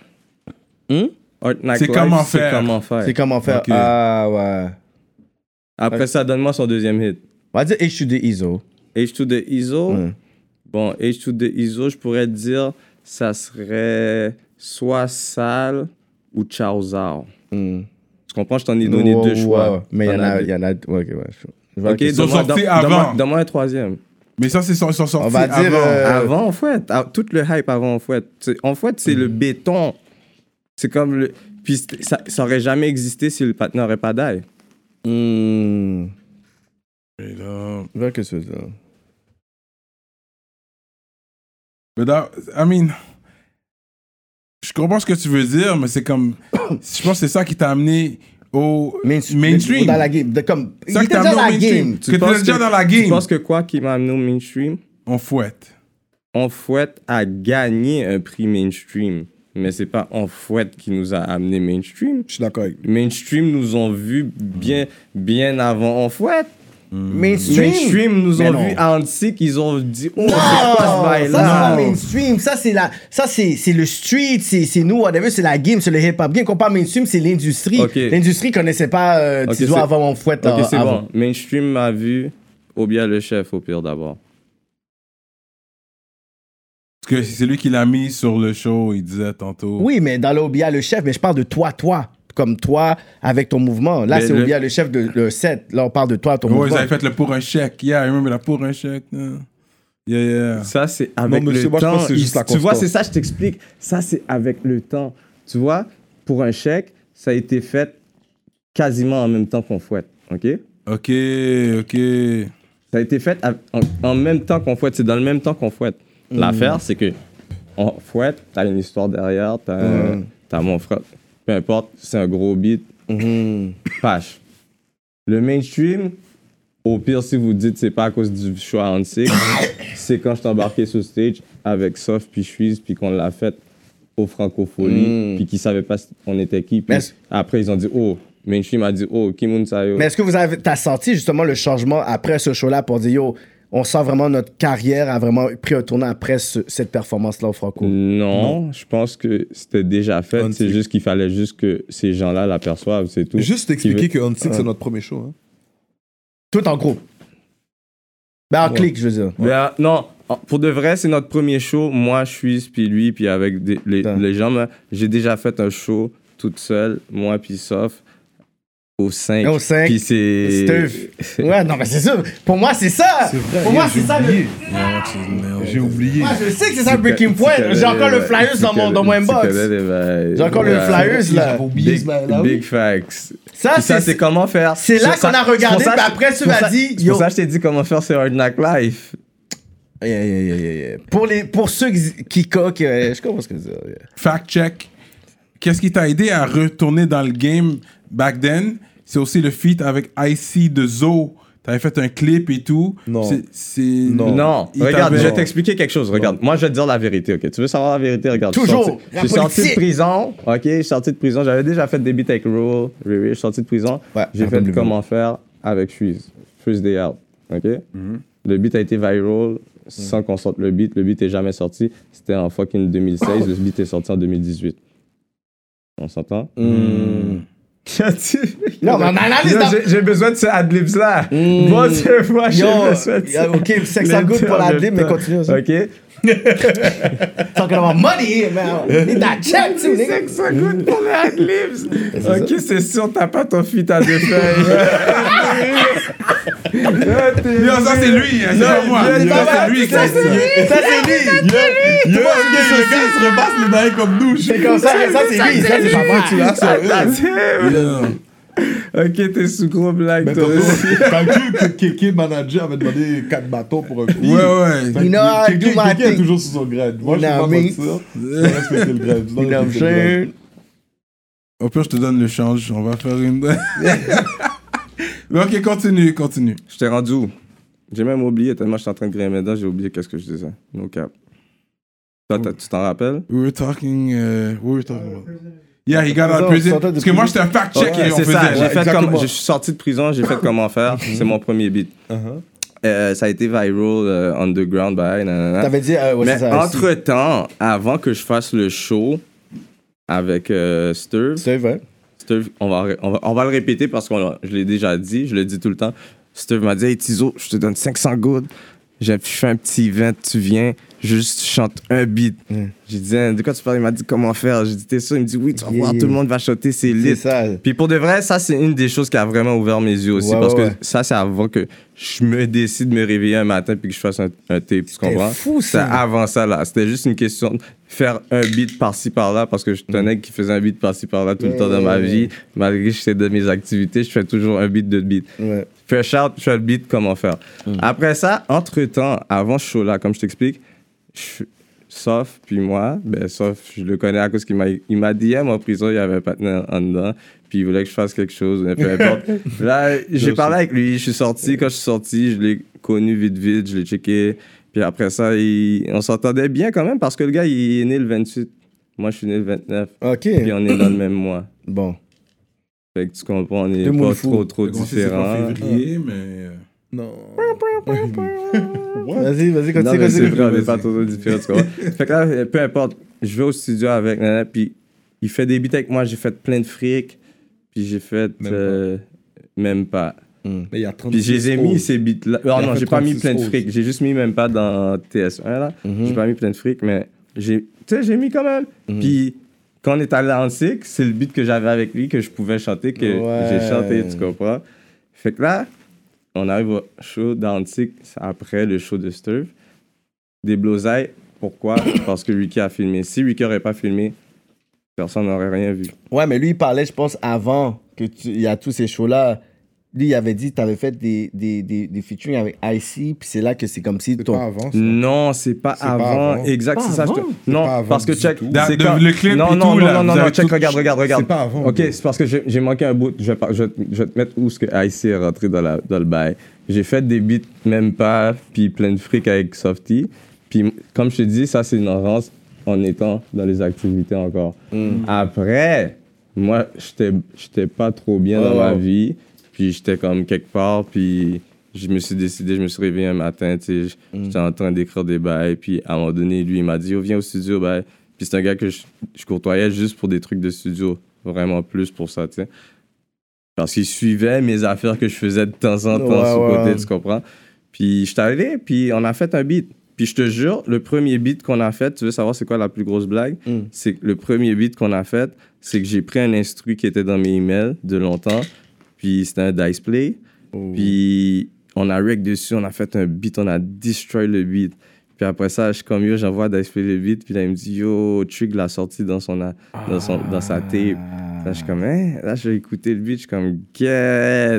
Hmm?
Art Knack
C'est
Life,
comment
c'est
faire.
comment faire.
C'est comment faire.
Ok.
Ah ouais.
Après ça, donne-moi son deuxième hit.
On va dire H2D ISO.
H2 de ISO.
Ouais.
Bon, H2 de ISO, je pourrais te dire, ça serait soit Sal ou Chao Zhao.
Hmm.
Tu comprends, je t'en ai donné
Ouais,
deux
ouais,
choix.
ouais. Mais il y en
T'en
a.
as
Il
deux.
y en a. Ouais, ok, ouais. je- je vois
Ok,
que-
sont
donne-moi-
sortis
donne-
avant.
donne-moi- Donne-moi un troisième.
Mais ça, c'est son, son sorti
On va dire.
avant.
euh,
Avant, en fait. ah, Tout le hype avant, en fait. C'est- En fait, c'est
Mhm.
le béton. C'est comme le. Puis c'est- ça, ça aurait jamais existé si le patin n'aurait pas d'ail.
hmm.
Mais là,
Je vois que c'est ça.
But that- I mean, je comprends ce que tu veux dire, mais c'est comme, je pense que c'est ça qui t'a amené au mainstream.
Dans la game. de Comme.
C'est ça qui
Il
t'a
était déjà
amené au
dans la
mainstream.
game.
Que t'es
penses
déjà
que-
dans la
Je
game.
pense que quoi qui m'a amené au mainstream,
On fouette.
on fouette a gagné un prix mainstream. Mais c'est pas on fouette qui nous a amené mainstream.
Je suis d'accord avec lui.
Mainstream nous ont vus bien, bien avant on fouette.
Mainstream.
Mainstream nous
Mais
ont
non.
vu antique, ils ont dit oh, c'est
Non,
quoi ce
ça c'est pas
bail-là
mainstream, ça c'est la, ça c'est c'est le street, c'est c'est nous, whatever, c'est la game, c'est le hip hop game. Quand on parle mainstream, c'est l'industrie.
Ok.
L'industrie connaissait pas euh,
Ok,
Tizo
c'est-
avant mon fouette. euh,
Ok, c'est
avant.
bon. Mainstream m'a vu. Ou bien le chef, au pire d'abord.
Parce que c'est lui qui l'a mis sur le show, il disait tantôt.
Oui, mais dans l'OBIA le chef, mais je parle de toi, toi, comme toi avec ton mouvement. Là,
Mais
c'est
le-
OBIA le chef de le 7. Là, on parle de toi, ton
Ouais, ils
mouvement.
avaient fait le pour un chèque. Yeah, I remember la pour un chèque. là. Yeah, yeah.
Ça, c'est avec
mais c'est-
le
moi, je
temps.
pense que c'est
Il-
juste la
tu vois,
constance.
c'est ça, je t'explique. Ça, c'est avec le temps. Tu vois, pour un chèque, ça a été fait quasiment en même temps qu'on fouette. OK?
Ok, ok.
Ça a été fait av- en, en même temps qu'on fouette. C'est dans le même temps qu'on fouette. L'affaire, c'est que on fouette, t'as une histoire derrière, t'as un- t'as mon frère. Peu importe, c'est un gros beat. Pache. Le mainstream, au pire, si vous dites c'est pas à cause du choix antique, c'est quand je suis embarqué sur stage avec Sof puis Suisse puis qu'on l'a fait au Francofolie puis qu'ils savaient pas on était qui. Puis
Mais-
après, ils ont dit oh, mainstream a dit oh, Kim Sayo.
Mais est-ce que vous avez, t'as senti justement le changement après ce show-là pour dire yo, on sent vraiment notre carrière a vraiment pris un tournant après ce- cette performance-là au Franco.
Mm. Non, je pense que c'était déjà fait. C'est
Antique.
juste qu'il fallait juste que ces gens-là l'aperçoivent, c'est tout.
Juste
Qui
t'expliquer
veut-
que Antique, c'est notre premier show. hein.
Tout en groupe. Ben en
Ouais.
clic, je veux dire.
Mais, euh, non, en- pour de vrai, c'est notre premier show. Moi, je suis, puis lui, puis avec des- les,
Putain.
les gens. mais J'ai déjà fait un show toute seule, moi, puis Sof, au 5.
Au cinq,
Puis c'est.
Steve. Ouais, non, mais c'est sûr. Pour moi, c'est ça. Pour moi, c'est ça. Le...
J'ai oublié.
Moi, je sais que c'est ça le breaking point. J'ai encore le flyers dans mon, dans mon inbox. J'ai encore le flyers, là.
Big, big facts.
Ça,
Puis ça,
Ah, c'est-
c'est comment faire.
c'est là
C'est ça-
qu'on a regardé,
c'est pour ça-
puis après, tu
c'est pour
m'as
ça-
dit,
C'est pour
yo.
ça que je t'ai dit comment faire sur Hard Knock Life.
Yeah, yeah, yeah, yeah, yeah. Pour, les, pour ceux qui- qui coquent, euh, je comprends ce que tu dis. yeah.
Fact check. Qu'est-ce qui t'a aidé à retourner dans le game back then? C'est aussi le feat avec IC de Zo. T'avais fait un clip et tout.
Non.
C'est- C'est.
Non.
Non,
Il
regarde,
t'avait-
je vais t'expliquer quelque chose. Regarde, moi, je vais te dire la vérité, ok? Tu veux savoir la vérité? Regarde. je suis
Toujours,
sorti-
la
Je suis sorti de
politique.
prison, ok? Je suis sorti de prison. J'avais déjà fait des beats avec Rule, Riri. Je suis sorti de prison.
Ouais,
J'ai
un
fait
peu de
Comment faire avec Freeze. Freeze Day Out, ok? Le beat a été viral sans qu'on sorte le beat. Le beat est jamais sorti. C'était en fucking 2016. le beat est sorti en 2018. On s'entend? Qu'as-tu?
Non, mais on analyse
Yo,
dans-
j'ai- J'ai besoin de ce adlibs là.
Hmm.
Bon, c'est
Ah,
moi, j'ai
Yo,
besoin de ça.
yeah, ok, sex and good pour la dip,
hein.
mais continue. ça.
Ok.
Talking about money here, man. Need that check, too, nigga.
Sex and
Hmm.
good pour les adlibs. Ok, c'est sûr, t'as pas ton fit à deux feuilles.
Yo, ça, c'est lui. hein, C'est pas moi.
yo,
Ça, c'est lui.
Ça, c'est lui. Ça, c'est lui.
Yo, yo, le gars, il se rebasse les bails comme nous.
C'est comme ça, ça, c'est lui. Ça, c'est pas moi.
Tu l'as sur eux.
Ok, t'es sous gros blague,
Mais
toi
t'as-
aussi.
T'as vu que Kéké, manager, avait demandé 4 bâtons pour un
Ouais,
film.
ouais.
Fait que
You know how I
Kéké-
do my
Kéké est
thing.
toujours sous son grade. Moi,
You
je suis
know
pas
me.
comme ça. Je dois respecter le grade. Je dois
You know what I'm
respecter le grade.
saying?
Au pire, je te donne le change. On va faire une. Mais ok, continue, continue.
Je t'ai rendu où? J'ai même oublié, tellement je suis en train de grimper dedans, j'ai oublié qu'est-ce que je disais. No cap. Toi, t'as- tu t'en rappelles?
We were talking. euh, what were we talking about? Yeah, he got out of
Non,
prison.
sortait de
Parce que moi, j'étais un fact-check
Ouais,
et on
c'est
faisait.
ça. J'ai fait
exactement.
comme, je suis sorti de prison, j'ai fait comment faire. c'est mon premier beat.
Uh-huh.
Euh, ça a été viral, euh, underground, bah, nanana.
T'avais dit, euh, ouais, c'est
Mais
ça.
entre temps, avant que je fasse le show avec euh, Sturve,
C'est vrai.
Sturve, on, va, ré- on, va, on va le répéter parce que je l'ai déjà dit, je le dis tout le temps. Sturve m'a dit Hey Tizo, je te donne 500 gouttes, je je fais un petit event, tu viens, juste tu chantes un beat. J'ai dit Hein, De quoi tu parles Il m'a dit Comment faire J'ai dit T'es sûr Il me dit Oui, tu vas
Yeah,
voir,
yeah.
tout le monde va chanter, c'est
C'est
lit.
ça.
Puis pour de vrai, ça, c'est une des choses qui a vraiment ouvert mes yeux aussi.
Ouais,
parce
ouais,
que
ouais.
ça, c'est avant que je me décide de me réveiller un matin puis que je fasse un, un tape. Tu comprends?
fou, ça.
C'était avant ça, là. C'était juste une question de faire un beat par-ci, par-là. Parce que je suis un
Mm.
mec qui faisait un beat par-ci, par-là tout le temps de ma vie. Malgré que je sais de mes activités, je fais toujours un beat, deux beats.
Ouais. Mm.
Fresh out, je fais le beat, comment faire. Après ça, entre-temps, avant ce show-là, comme je t'explique, je- sauf, puis moi, ben, sauf, je le connais à cause qu'il m'a, il m'a dit, en prison, il y avait un partenaire en dedans, puis il voulait que je fasse quelque chose, mais peu importe. Là, j'ai parlé avec lui, je suis sorti, quand je suis sorti, je l'ai connu vite, vite, je l'ai checké, puis après ça, il- on s'entendait bien quand même, parce que le gars, il est né le 28, moi, je suis né le 29,
OK.
puis on est dans le même mois.
Bon.
Fait que tu comprends, on n'est
Deux
pas
moules fous.
trop, trop
On s'est fait en
différents.
février, mais. euh,
Non.
Non,
Vas-y, vas-y, continue,
mais c'est
continue.
vrai, on est
Vas-y.
pas trop différents, tu comprends? Fait que là, peu importe, je vais au studio avec Nana, puis il fait des beats avec moi, j'ai fait plein de fric, puis j'ai fait...
Même pas.
euh, Même pas.
Mais il y a 30
Puis je les ai mis ces beats là.
Il
Non,
a
non,
fait
j'ai pas mis
36
plein de
autres.
fric. J'ai juste mis même pas dans TS1 là. J'ai pas mis plein de fric, mais j'ai. Tu sais, j'ai mis quand même. Puis quand on est allé en cycle, c'est le beat que j'avais avec lui que je pouvais chanter, que
Ouais.
j'ai chanté, tu comprends? Fait que là, on arrive au show d'Antique après le show de Sturve. Des blosailles. Pourquoi? Parce que Ricky a filmé. Si Ricky aurait pas filmé, personne n'aurait rien vu.
Ouais, mais lui, il parlait, je pense, avant que tu- il y a tous ces shows-là. Lui, il avait dit, tu avais fait des, des, des, des featuring avec IC, puis c'est là que c'est comme si
C'est
ton.
pas avant. ça.
Non, c'est pas,
C'est pas
avant.
avant.
Exact,
Pas
c'est ça. je te-
avant?
Non,
pas avant
parce que
du
check.
tout.
c'est
Dans-
quand-
le- le clip
non,
et
non,
tout,
non,
là,
non,
vous
non,
avez
check,
tout-
regarde, regarde, regarde.
C'est pas avant.
Ok, c'est parce que j'ai j'ai manqué un bout. Je vais, par- je vais te- je vais te mettre où ce que IC est rentré dans, la, dans le bail. J'ai fait des beats, même pas, puis plein de fric avec Softy. Puis, comme je te dis, ça, c'est une avance en étant dans les activités encore.
Hmm.
Après, moi, j'étais j'étais pas trop bien dans
Oh.
ma vie. Puis, j'étais comme quelque part, puis je me suis décidé, je me suis réveillé un matin, tu sais,
Mm.
j- j'étais en train d'écrire des bails, puis à un moment donné, lui, il m'a dit, oh, viens au studio, bail. Puis c'est un gars que je, je courtoyais juste pour des trucs de studio, vraiment plus pour ça, tu sais. Parce qu'il suivait mes affaires que je faisais de temps en temps
Ouais,
sur
ouais,
côté,
ouais.
tu comprends? Puis j'étais allé, puis on a fait un beat. Puis je te jure, le premier beat qu'on a fait, tu veux savoir c'est quoi la plus grosse blague?
Mm.
C'est que le premier beat qu'on a fait, c'est que j'ai pris un instru qui était dans mes emails de longtemps, puis c'était un dice play. Puis on a rec dessus, on a fait un beat, on a destroy le beat. Puis après ça, je suis comme yo, j'envoie à Dice Play le beat, puis là il me dit yo, Trick l'a sorti dans, son, a- dans, son, dans sa tape. Là, je suis comme, hein? Là, j'ai écouté le beat, je suis comme, get!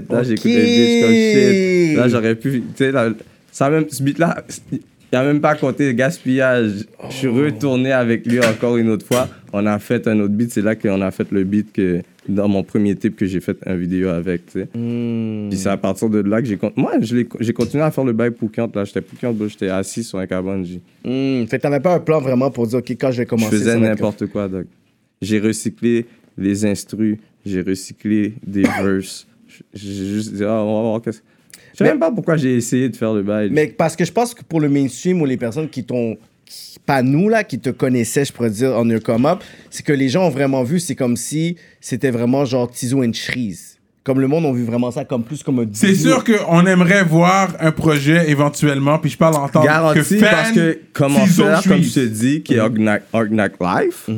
Là, j'ai écouté le beat, je suis comme, shit! Là, j'aurais pu, tu sais, là, ça même, ce beat-là, il a même pas compté gaspillage. Je suis retourné avec lui encore une autre fois. On a fait un autre beat, c'est là qu'on a fait le beat que, dans mon premier type que j'ai fait un vidéo avec, tu
Euh,
sais.
hmm,
Puis
Hmm.
c'est à partir de là que j'ai, con- moi, je l'ai- j'ai continué à faire le bail poucante, là. J'étais poucante, bro, j'étais assis sur un cabane, j'ai-
Hmm, Fait que t'avais pas un plan vraiment pour dire, OK, quand je vais
je
commencer. ça
faisais
va être
n'importe quoi, Doc. J'ai recyclé les instrus, j'ai recyclé des verses. J- J'ai juste dit, ah, on va voir qu'est-ce. Je sais
Mais-
même pas pourquoi j'ai essayé de faire le bail.
Mais parce que je pense que pour le mainstream ou les personnes qui t'ont. qui- Pas nous, là, qui te connaissaient, je pourrais dire, en un come-up, c'est que les gens ont vraiment vu, c'est comme si c'était vraiment genre Tizo and Cheese. Comme le monde ont vu vraiment ça comme plus comme un.
C'est sûr qu'on aimerait voir un projet éventuellement, puis je parle en tant que
Garanti,
fan.
parce que comment
s'ils ont Mm-hmm.
faire, comme
Suisse.
je te dis, qui est Orgnac Life,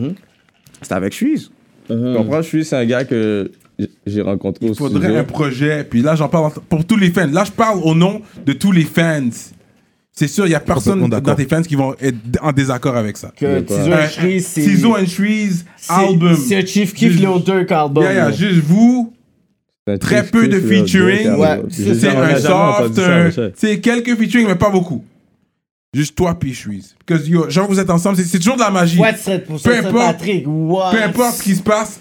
c'est avec Suisse. Tu comprends? Suisse, c'est un gars que j- j'ai rencontré au
Mm-hmm. Il faudrait
studio.
un projet, puis là, j'en parle en- pour tous les fans. Là, je parle au nom de tous les fans. C'est sûr, il y a personne
Complètement
dans
d'accord.
tes fans qui vont être en désaccord avec ça.
Que Tizo
Un-
and Cheese, c'est.
Euh, Ciseaux and Shreeze,
c'est-
album.
C'est un Chief Keef
Juste-
Léo Dirk album.
Yeah, yeah,
là.
juste vous,
C'est un
très
triste
peu de
truc, là,
featuring.
gars,
Ouais,
gars.
c'est-
J'ai
c'est
jamais-
un
jamais entendu
soft,
ça,
un-
Michel.
c'est quelques featuring, mais pas beaucoup. Juste toi puis Shreeze. Parce que yo, genre, vous êtes ensemble, c'est- c'est toujours de la magie.
What serait pour
Peu
ça,
importe.
Patrick? What?
Peu importe ce qui se passe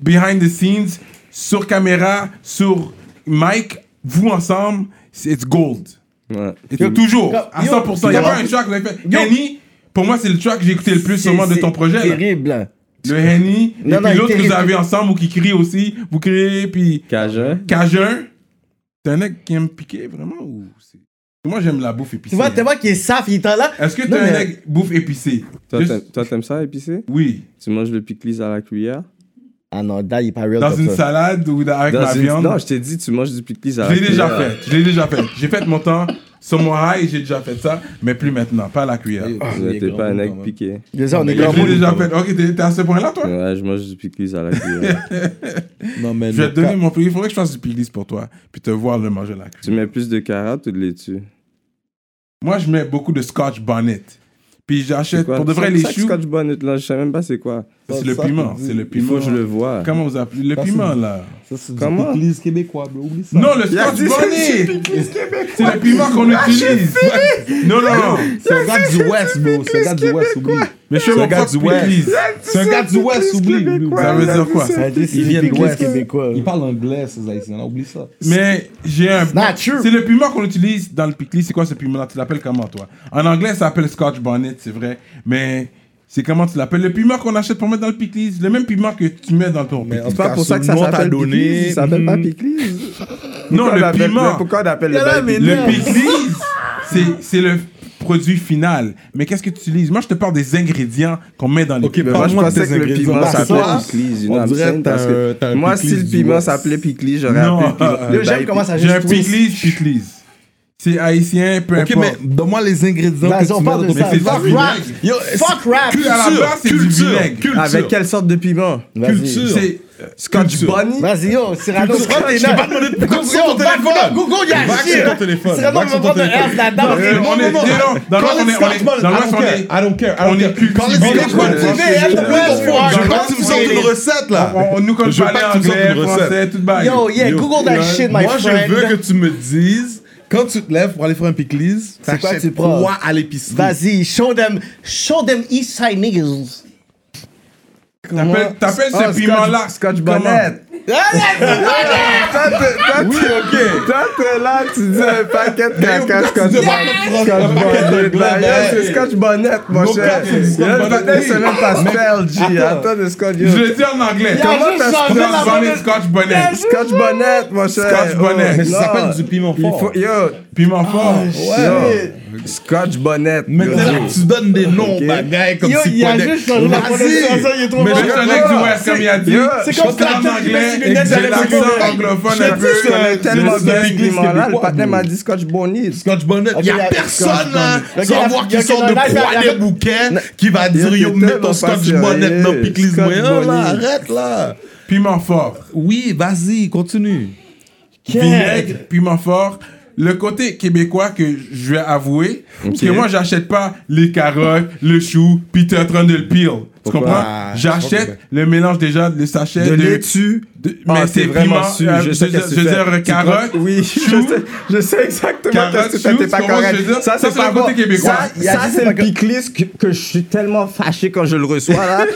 behind the scenes, sur caméra, sur mic, vous ensemble, c'est- it's gold.
Ouais.
It's toujours,
Yo,
à 100%. Il n'y a
yo,
pas un track que vous avez fait.
yo.
Henny, pour moi, c'est le track que j'ai écouté le plus
C'est-
sûrement de
c'est
ton projet. là.
Terrible. là.
Le Henny,
Non,
et
non,
puis l'autre que vous
terrible.
avez ensemble ou qui crie aussi. Vous criez, puis
Cajun.
Cajun. T'es un mec qui aime piquer, vraiment ou c'est- Moi, j'aime la bouffe épicée. hein.
Tu vois, tu vois qu'il est saf, il est là.
Est-ce que t'es
Non,
un
mais-
mec bouffe épicée
Toi,
Juste-
t'aimes- Toi, t'aimes ça, épicé?
Oui.
Tu manges le pickles à la cuillère?
Ah non, Dan, il est pas real.
Dans
comme
une
ça.
salade ou dans- avec
Dans
la
une- Ah.
viande
Non, je t'ai dit, tu manges du pickles à
Je
la
l'ai déjà
cuillère.
fait, je l'ai déjà fait. J'ai fait mon temps sur mon high, j'ai déjà fait ça, mais plus maintenant, pas à la cuillère.
Vous n'êtes pas un egg piqué.
Déjà, on est
Je
grand
l'ai
monde.
déjà fait. Ok, t'es t'es à ce point-là, toi
Ouais, je mange du pickles à la cuillère.
Non, mais
Je vais
le
te donner mon prix. Il faudrait que je fasse du pilis pour toi, puis te voir le manger à la
tu
cuillère.
mets plus de carottes ou de laitue
Moi, je mets beaucoup de scotch bonnet. Puis
C'est
j'achète,
quoi?
pour de vrai,
C'est
les
ça que
choux,
Scotch bonnet, là, je sais même pas c'est quoi.
c'est le
Ça, ça,
piment.
c'est-
C'est le
Il
piment.
faut que je le voie.
Comment vous appelez Le
Ça, c'est-
piment, là.
Ça, c'est du
Comment?
pickles québécois, bro. Oublie ça.
Non, le
Il a
scotch
dit c'est
bonnet C'est le piment qu'on
Ah,
utilise. Non, non, non.
c'est un gars du West, bro. C'est un gars du West, oublie.
Mais je fais
C'est un
mon
gars du
propre
West.
pilis.
C'est un gars du West, oublie. oublie.
Ça veut dire quoi
Ça a dit, c'est
Ils
du
viennent de
pickles
l'Ouest.
québécois.
Ils parlent anglais, ces Haïtiens-là. Oublie ça.
Mais j'ai un.
not true.
C'est le piment qu'on utilise dans le pickle. C'est quoi ce piment-là Tu l'appelles comment, toi En anglais, ça s'appelle Scotch Bonnet, c'est vrai. Mais C'est comment tu l'appelles. Le piment qu'on achète pour mettre dans le pickles, le même piment que tu mets dans ton
Mais
pickles.
en tout
C'est pas
cas,
pour ça que ça
Soumnon t'a
s'appelle
donné-
Piclis. Ça s'appelle pas
Mhm.
Piclis.
Non,
Pourquoi on
le
appelle-
piment.
mais Pourquoi on appelle le
Y'a la
bail Piclis?
mais-
Le pickles, c'est- c'est le produit final. Mais qu'est-ce que tu utilises Moi, je te parle des ingrédients qu'on met dans les
Ok,
pickles.
Mais Moi, je
Parle-moi de
pensais
tes
que le
ingrédients.
piment
Bah,
s'appelait
ça,
Piclis. you
on
know what I'm
dirait
saying?
que t'as
Parce
un- t'as
que
un
Moi, si
Piclis
le
du
piment
West.
s'appelait Piclis, j'aurais
Non.
appelé Piclis.
Yo,
Le
ben,
J'aime
bail
comment ça
J'ai un
juste twist.
pickles, pickles. C'est haïtien, peu
Ok, mais
importe.
donne-moi les ingrédients
Vas-y,
que
on
tu mets
parle
dans
de
ton
ça.
c'est
pizza.
Fuck
du
rap.
vinaigre.
Yo, fuck rap.
à la base, c'est du vinaigre.
culture.
Avec quelle sorte de piment
Vas-y.
Culture.
C'est euh,
Scotch
Culture.
Bunny
Vas-y, yo, Cyrano, prends tes
t'ai
notes.
pas demandé de prendre
Google,
sur ton
va-
téléphone.
Google, y'a
Va sur
shit.
ton téléphone.
Cyrano,
Va
on va
sur ton
prendre un
téléphone.
F là-dedans.
Euh,
Non,
on
non,
est- non,
non.
dans l'Ouest, on
Call
est-
it
on est-
Scotch
dans
Ball.
l'Ouest, on est-
I don't care.
on est cultivé.
Quand les ingrédients,
Dans l'Ouest,
tu mets,
elle te
je
prend pour un
veux pas que tu me sortes
grand
une recette là. Oh,
on, on nous connaît
Je veux
pas
pas que tu me sortes
l'anglais,
une
français,
recette.
tout bail.
Yo, yeah, Google that shit, my
Moi,
friend.
je veux que tu me dises, quand tu te lèves pour aller faire un pickles,
C'est quoi que tu
t'achètes
prends?
quoi à l'épicerie?
Vas-y, show them, show them East Side niggas.
T'appelles t'appelles
Ah,
ce piment-là
Scotch Scotch
comment?
Bonnet. Toi, t'es- toi, t'es- toi, t'es là, tu dis un paquet de caca Scotch Bonnet. Scotch Bonnet, là. Yo, c'est Scotch Bonnet, mon cher.
c'est Scotch
Yo, le
Bonnet.
bonnet, c'est même pas spell, G. Attends, le Scotch yo.
Je le dis en anglais.
Comment
juste
t'as
changé
Scotch
la
Bonnet,
Bonnet?
Scotch Bonnet.
Scotch Bonnet, mon cher. Oh,
Scotch Ah, Bonnet. Mais
ça s'appelle du piment
il
fort.
faut- Ah, Yo,
Piment
Ah,
fort.
yo. Scotch Bonnet.
Mais c'est là que tu donnes des noms
Ok.
aux bagailles comme
Yo,
si
il a
connais-
juste changé la prononciation, il est trop
Mais
fort.
je suis un mec du West, comme il a dit.
Yo,
C'est
comme si la
en
tête du mec,
anglais.
il venait
J'ai
d'aller
l'accent
au-
anglophone
J'ai
un peu.
plus que tellement
le
bien
Scotch
piment là. Le
québécois,
patin
bro.
m'a dit Scotch Bonnet.
Scotch Bonnet,
Ok,
il y
y
a
a-
personne là,
Ok, y
sans
a-
voir
y a-
qui sort
y
de
a- y a-
trois
y a-
des bouquets, qui va
Yo,
dire
t'es
yo, mets
tellement
ton Scotch
passionné.
Bonnet dans Pickles
Scotch
Moyen.
Bonnet.
là, Arrête là.
Piment fort.
Oui, vas-y, continue.
vinaigre, piment fort. Le côté québécois que je vais avouer, parce que moi, j'achète pas les carottes, le chou, Peter Trundle Peel. Tu
Pourquoi?
comprends?
Ah,
J'achète le mélange déjà, le sachet
De
de,
laitue.
de-
Ah,
mais c'est vraiment.
su.
euh,
je
je
sais qu'est-ce que tu
veux
fais.
dire,
Tu
carotte.
prends- Oui, je
chou,
sais, je sais exactement
carotte,
qu'est-ce que tu fais.
chou,
T'es
tu
pas
comprends ce que je veux dire?
correct.
Ça, c'est
pas
le côté
bon.
québécois.
Ça,
Il y a
ça,
dit,
c'est
c'est
le
pas correct.
piclis que, que je suis tellement fâché quand je le reçois là.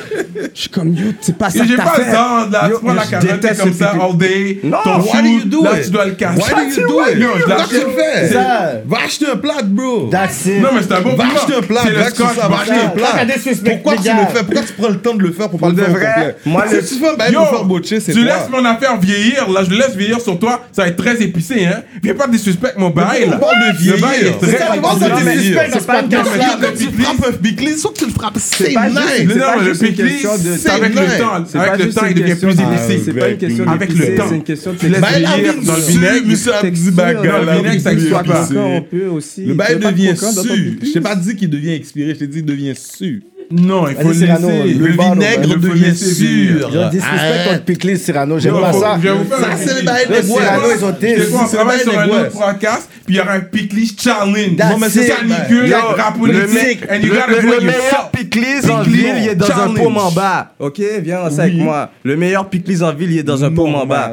Je suis comme yo, c'est pas ça
Et
que
j'ai
t'as
pas
fait.
le temps de la,
Yo,
tu prends la
je
carotte t'es
déteste
comme
ce
ça
piclis.
all day.
Non,
ton
why do you
chou,
do
là,
it?
tu dois le casser.
Why do you do it?
Yo, je
Qu'est-ce que tu
l'achète.
fais?
Ça.
Va acheter un plat, bro.
That's it.
Non, mais c'est un bon
Va
piment.
acheter un plat,
C'est le
va acheter
scotch
ça, va acheter un
bonnet.
plat. Pourquoi tu le fais Pourquoi tu prends le temps de le faire pour pas
Pour
le
de
faire au
vrai,
complet
moi, le-
Si tu fais un bail
Yo,
pour faire botcher, c'est
tu laisses
toi.
mon affaire vieillir, là, je le laisse vieillir sur toi, ça va être très épicé, hein. Viens pas disrespect mon bail, là.
On parle de
Le bail
vieillir.
est très
Ça,
Comment ça,
Non,
tu
mais-
suspectes dans ce podcast-là?
mais-
Quand tu frappes un biclis, sauf que tu le frappes, c'est
pas juste-
nice.
Non,
pas
mais le
juste une
picklis,
question de-
c'est avec
nice.
le temps.
C'est pas
Avec le
juste
temps, il
une
devient
question
plus
de-
épicé.
C'est pas une question
Avec
d'épicé,
le temps.
C'est une question de
Tu laisses
Ben, la
vieillir
vie
dans le
dessus,
vinaigre.
monsieur, un petit
texture,
bagarre,
dans
le
le
vinaigre, ça
texture,
explique pas.
ça, on peut aussi.
Le bail
Tu peux pas
devient
croquer dans ton
su.
pipi.
Je t'ai pas dit qu'il devient expiré, je t'ai dit qu'il devient su.
Non, il faut le
Allez, Cyrano,
laisser.
Le
Le barreau,
il faut
vinaigre
le
devient
laisser vivre.
sûr.
Ils ont disrespect contre Piclis, Cyrano, j'aime
Yo,
pas
faut-
ça.
je vais vous faire
Ça,
un
c'est
picklis.
le bail
Là,
des bois.
Cyrano,
ils ont
Des
des-
fois, on
c'est
travaille
bien
sur
les
un
bois.
autre podcast, puis il y aura un picklish challenge.
That's
Non, mais c'est
it.
canicule,
Yo,
rap
le
politique,
mec-
and you
le-
gotta do
le-
it
le meilleur
yourself.
piclis en
Piclis,
ville, il est dans
challenge.
un paume en bas. Ok, viens, c'est avec moi. Le meilleur piclis en ville, il est dans un paume en bas.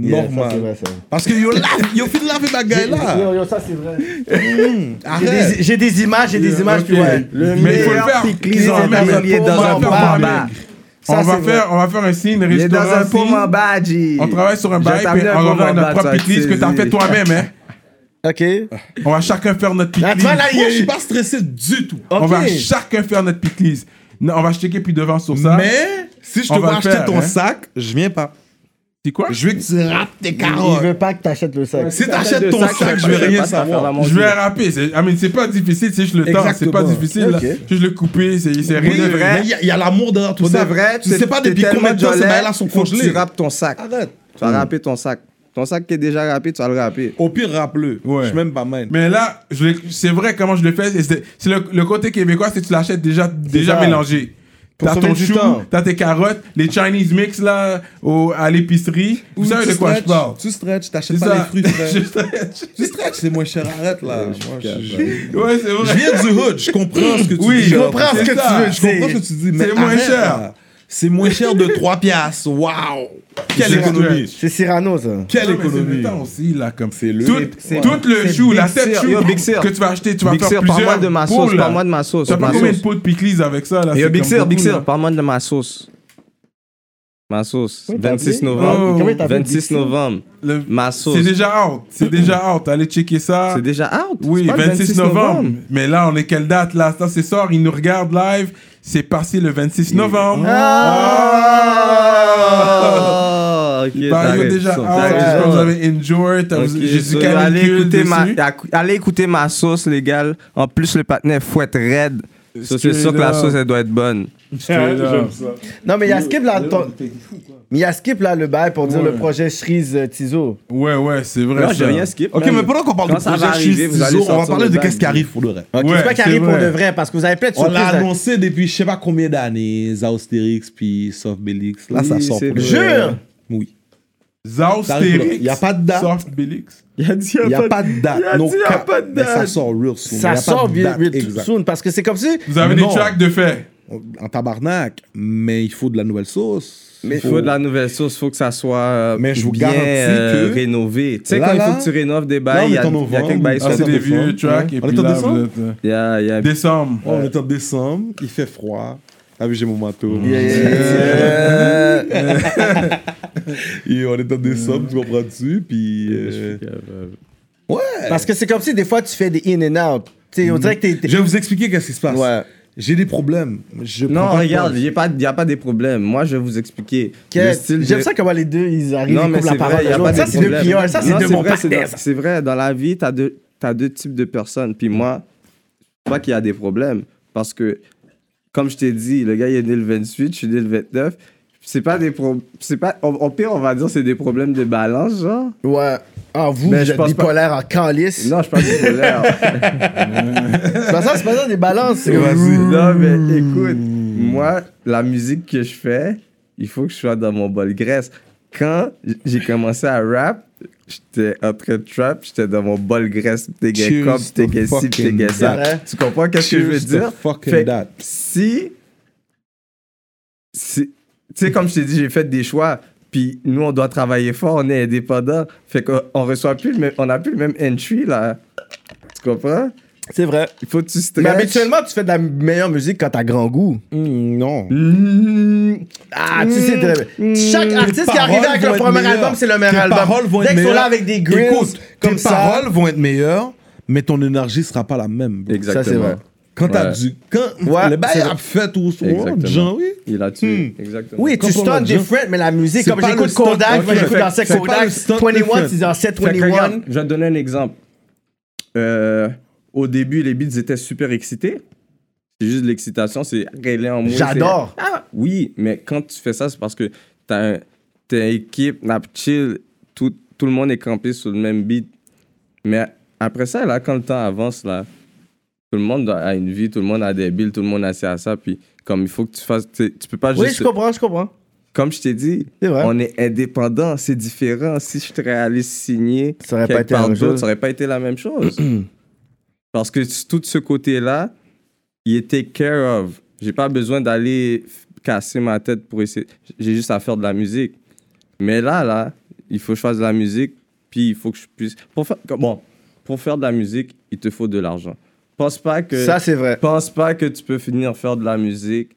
Normal.
Ça, c'est
Normal.
vrai, ça.
Parce que yo, lave- yo, fin de laver bagaille là.
Yo, yo, ça, c'est vrai. J'ai
Arrête.
des- J'ai des images, j'ai des images,
ok.
puis ouais.
Mais
Le
il faut le
meilleur
faire.
piclis en
Il est dans un
ville, il est dans
paume
un
en
paume
Bah,
bas,
en bas.
On
Ça,
va
c'est vrai.
faire, on va faire un signe,
Il est dans un
restaurant.
paume en
signe.
bas, G.
On travaille sur un
J'ai
bail,
terminé
puis
un
on
paume
revient à
en
notre
bas,
propre
ça,
piclis
c'est-
que t'as fait toi-même, hein.
Ok.
On va chacun faire notre
Là, tu
piclis.
vois, là, il y
Moi,
a
je
eu.
suis pas stressé du tout.
On
Ok.
va chacun faire notre piclis. Non, on va checker puis devant sur ça.
Mais si je
On
te
va
vois
le
acheter
faire,
ton
hein.
sac, je viens pas.
c'est quoi
Je veux que tu rappes tes
Il
carottes.
veut pas que t'achètes le sac.
Si t'achètes ton sac, je vais rien savoir.
Je vais rapper. C'est I mean, c'est pas difficile, c'est juste le temps. C'est pas
Exactement.
difficile. là.
Ok.
C'est juste le couper, c'est c'est
Oui,
rien.
de vrai.
Mais il y a- il y a l'amour derrière tout
Pour de
ça.
vrai,
tu sais pas
t'es
depuis combien de temps ces
tellement
bails là sont
gelé, faut que
congelés.
Tu rappes ton
Ah,
sac.
Arrête.
Tu vas rapper ton sac. Ton sac qui est déjà râpé, tu vas le râper.
Au pire, rappe-le.
Ouais.
Je suis même pas mal.
Mais là, je l'ai- c'est vrai comment je le fais. et C'est c'est le, le côté québécois, c'est que tu l'achètes déjà, déjà
ça.
mélangé.
Pour
T'as
sauver
ton
du
chou,
temps.
t'as tes carottes, les Chinese mix là, au, à l'épicerie. Vous savez de quoi je parle.
Tu stretches, t'achètes
C'est
pas les
ça.
fruits. frère.
Je stretches.
Tu stretches, c'est moins cher. Arrête là. Moi, Je je-
ouais, c'est
je
vrai.
viens du hood, je comprends ce que tu
Oui,
dis.
je comprends
C'est
ce que
ça.
tu veux
Je comprends ce que tu dis. mais
C'est moins
arrête,
cher.
là. C'est moins cher de 3 piastres. Waouh. Quelle
Je
économie.
stretch.
C'est Cyrano, ça.
Quelle
Non, mais C'est le
économie.
temps aussi, là, comme
C'est le-
Tout,
c'est-
tout le
c'est
chou, la
Big
tête
Sur.
chou
Yo, Big Sur.
que tu vas acheter, tu vas
Big
faire
Sur,
plusieurs.
parle-moi de ma
pots,
sauce,
là.
parle-moi de ma sauce.
T'as
ma
pas combien de
sauce.
pots de pickles avec ça, là
Yo,
c'est
Big
comme
Sur,
beaucoup,
Big
là.
Sur, parle-moi de ma sauce. Ma sauce.
Oui, t'as
26
appelé?
novembre.
Comment t'as appelé
26
Big Sur?
novembre.
Oh. Le-
Ma
C'est
sauce.
déjà out. C'est déjà out. Allez checker ça.
C'est déjà out.
Oui,
C'est pas le
26 novembre. Mais là, on est quelle date, là Ça, c'est sort. Ils nous regardent live. s'est passé le 26 novembre.
Ah, ok.
Bah, yo,
t'arrêtes,
déjà,
ça,
ah,
t'arrêtes,
j'espère que
ça.
vous avez enjoyed. t'as-
Ok,
J'ai du
so, allez,
canicule
écouter ma,
dessus.
ac- allez écouter ma sauce, les gars. En plus, le patinet fouette raide.
Euh,
Ça, c'est sûr que la sauce, elle doit être bonne.
J'aime ça.
Non, mais il y a Skip là. ton- Mais il y a Skip là, le bail pour dire le projet Shreeze euh, Tizo.
Ouais, ouais, c'est vrai.
Non, j'ai
ça.
rien skip.
Ok,
man.
mais pendant qu'on parle
Quand
de
ça
projet
va arriver,
Chief
vous allez
Ciseaux, on va
sortir
parler
le
de
bag.
qu'est-ce qui arrive pour le reste.
Ok,
Ouais,
c'est pas
c'est
carré pour
vrai.
de vrai parce que vous avez plein de
On l'a
surprises. hein.
annoncé depuis je sais pas combien d'années, Zaostérix puis Softbelix. Là, ça
Oui,
sort.
c'est
pour le
vrai.
reste.
Jure!
Oui.
Zaustérix.
Il y a pas de date.
Soft Bélix.
Il a dit,
Il n'y a pas de date.
Il a
no
dit, il y a
cap.
pas de
Mais ça
date.
sort real soon. Il y a
Ça
pas
sort
de
vite,
date
vite
exacte.
soon parce que c'est comme si.
Vous avez
Non.
des tracks de fait.
En tabarnak, mais il faut de la nouvelle sauce.
Il faut de la nouvelle sauce, il faut que ça soit euh,
Mais je vous
bien
garantis
euh,
que-
rénové. Tu sais,
Là,
quand il
là-
faut que tu rénoves des
Là, on
bails, il y a,
est en
il y a quelques
novembre.
bails
Ah,
Ça,
sortis.
c'est des
décembre,
vieux
ouais.
tracks. Et
On est
puis
en
là,
décembre?
vous êtes, euh,
Il y a- il y a-
Décembre.
Oh, On est en décembre, il fait froid. T'as vu, j'ai mon manteau.
Euh,
Et on est en décembre, tu comprends-tu? Puis. euh,
Parce que c'est comme si des fois tu fais des in and out. Tu sais, on dirait que t'es- t'es.
Je vais vous expliquer qu'est-ce qui se passe.
Ouais.
J'ai des problèmes. Je prends
Non,
pas de
regarde,
pause.
il n'y a, pas- y a pas des problèmes. Moi, je vais vous expliquer. Le
que-
style
J'aime
de-
ça comment les deux ils arrivent,
Non,
ils
mais
coupent
c'est
la
vrai,
parole.
il n'y a
aux
pas
autres.
de
Ça, c'est deux
problème.
pilleurs, ça, c'est
Non,
deux bons
vrai, c'est
partenaires.
dans- C'est vrai, dans la vie, tu as, deux t'as deux types de personnes. Puis moi, c'est pas qu'il y a des problèmes. Parce que, comme je t'ai dit, le gars, il est né le 28, je suis né le 29. C'est pas des problèmes. Au pire, on va dire c'est des problèmes de balance, genre.
Ouais. Ah, vous,
Mais
vous
je
êtes
pense pas-
bipolaire en calice.
Non, je parle de colère.
C'est pas ça, c'est pas ça, des balances. c'est comme-
non, mais écoute, moi, la musique que je fais, il faut que je sois dans mon bol graisse. Quand j'ai commencé à rap, j'étais en train de trap, j'étais dans mon bol graisse, t'es
Cheers
comme, t'es
to
ci,
fucking
t'es
that.
ça.
hmm, Ouais.
Tu comprends qu'est-ce que je veux
Cheers to
dire?
fucking
Fait que
that.
si... si- Tu sais, comme je t'ai dit, j'ai fait des choix, puis nous, on doit travailler fort, on est indépendant. Fait qu'on on reçoit plus le même... On a plus le même entry, là. Tu comprends?
C'est vrai.
Il faut que tu stretches.
Mais habituellement, tu fais de la meilleure musique quand t'as grand goût.
Hmm, Non.
Ah, tu sais très bien. Chaque artiste qui
Paroles
arrive avec
vont
le
être
premier
meilleures.
album, c'est le meilleur
Tes
album.
paroles vont
Dès
être
qu'ils sont là
meilleures.
avec des grills,
Écoute,
comme
tes
ça.
paroles vont être meilleures, mais ton énergie sera pas la même. bro.
Exactement.
Ça, c'est vrai.
Quand t'as
Ouais.
du. Quand
Ouais,
le
c'est
bail
vrai.
a fait tout son
Exactement.
genre, oui.
Il a tué. Exactement.
Hmm. Oui, tu
Quand on
stuns
l'a dit.
different, mais la musique,
C'est
comme
pas le
j'écoute
stunt,
Kodak,
ok,
moi j'écoute
fait-
dans 7
c'est pas
Kodak,
le stunt
21,
different.
c'est dans 7
Fait que regarde,
21.
je vais te donner un exemple. Euh, au début, les beats étaient super excités. C'est juste de l'excitation, c'est réglé en mots.
J'adore.
c'est- Ah, oui, mais quand tu fais ça, c'est parce que t'as un- t'as une équipe, la chill, tout, tout le monde est campé sur le même beat. Mais après ça, là, quand le temps avance, là, tout le monde a une vie, tout le monde a des billes, tout le monde a ci, à ça. Puis comme il faut que tu fasses, tu tu peux pas
Oui,
juste
je comprends, je comprends.
comme je t'ai dit,
C'est vrai.
on est indépendant, c'est différent. Si je serais allé signer
Ça aurait pas
quelque
été la
part
même
d'autre,
chose.
ça aurait pas été la même chose. Parce que c- tout ce côté-là, il est take care of. J'ai pas besoin d'aller f- casser ma tête pour essayer. J'ai juste à faire de la musique. Mais là, là, il faut que je fasse de la musique, puis il faut que je puisse. Pour faire, bon, pour faire de la musique, il te faut de l'argent. Pense pas que.
Ça, c'est vrai.
pense pas que tu peux finir faire de la musique,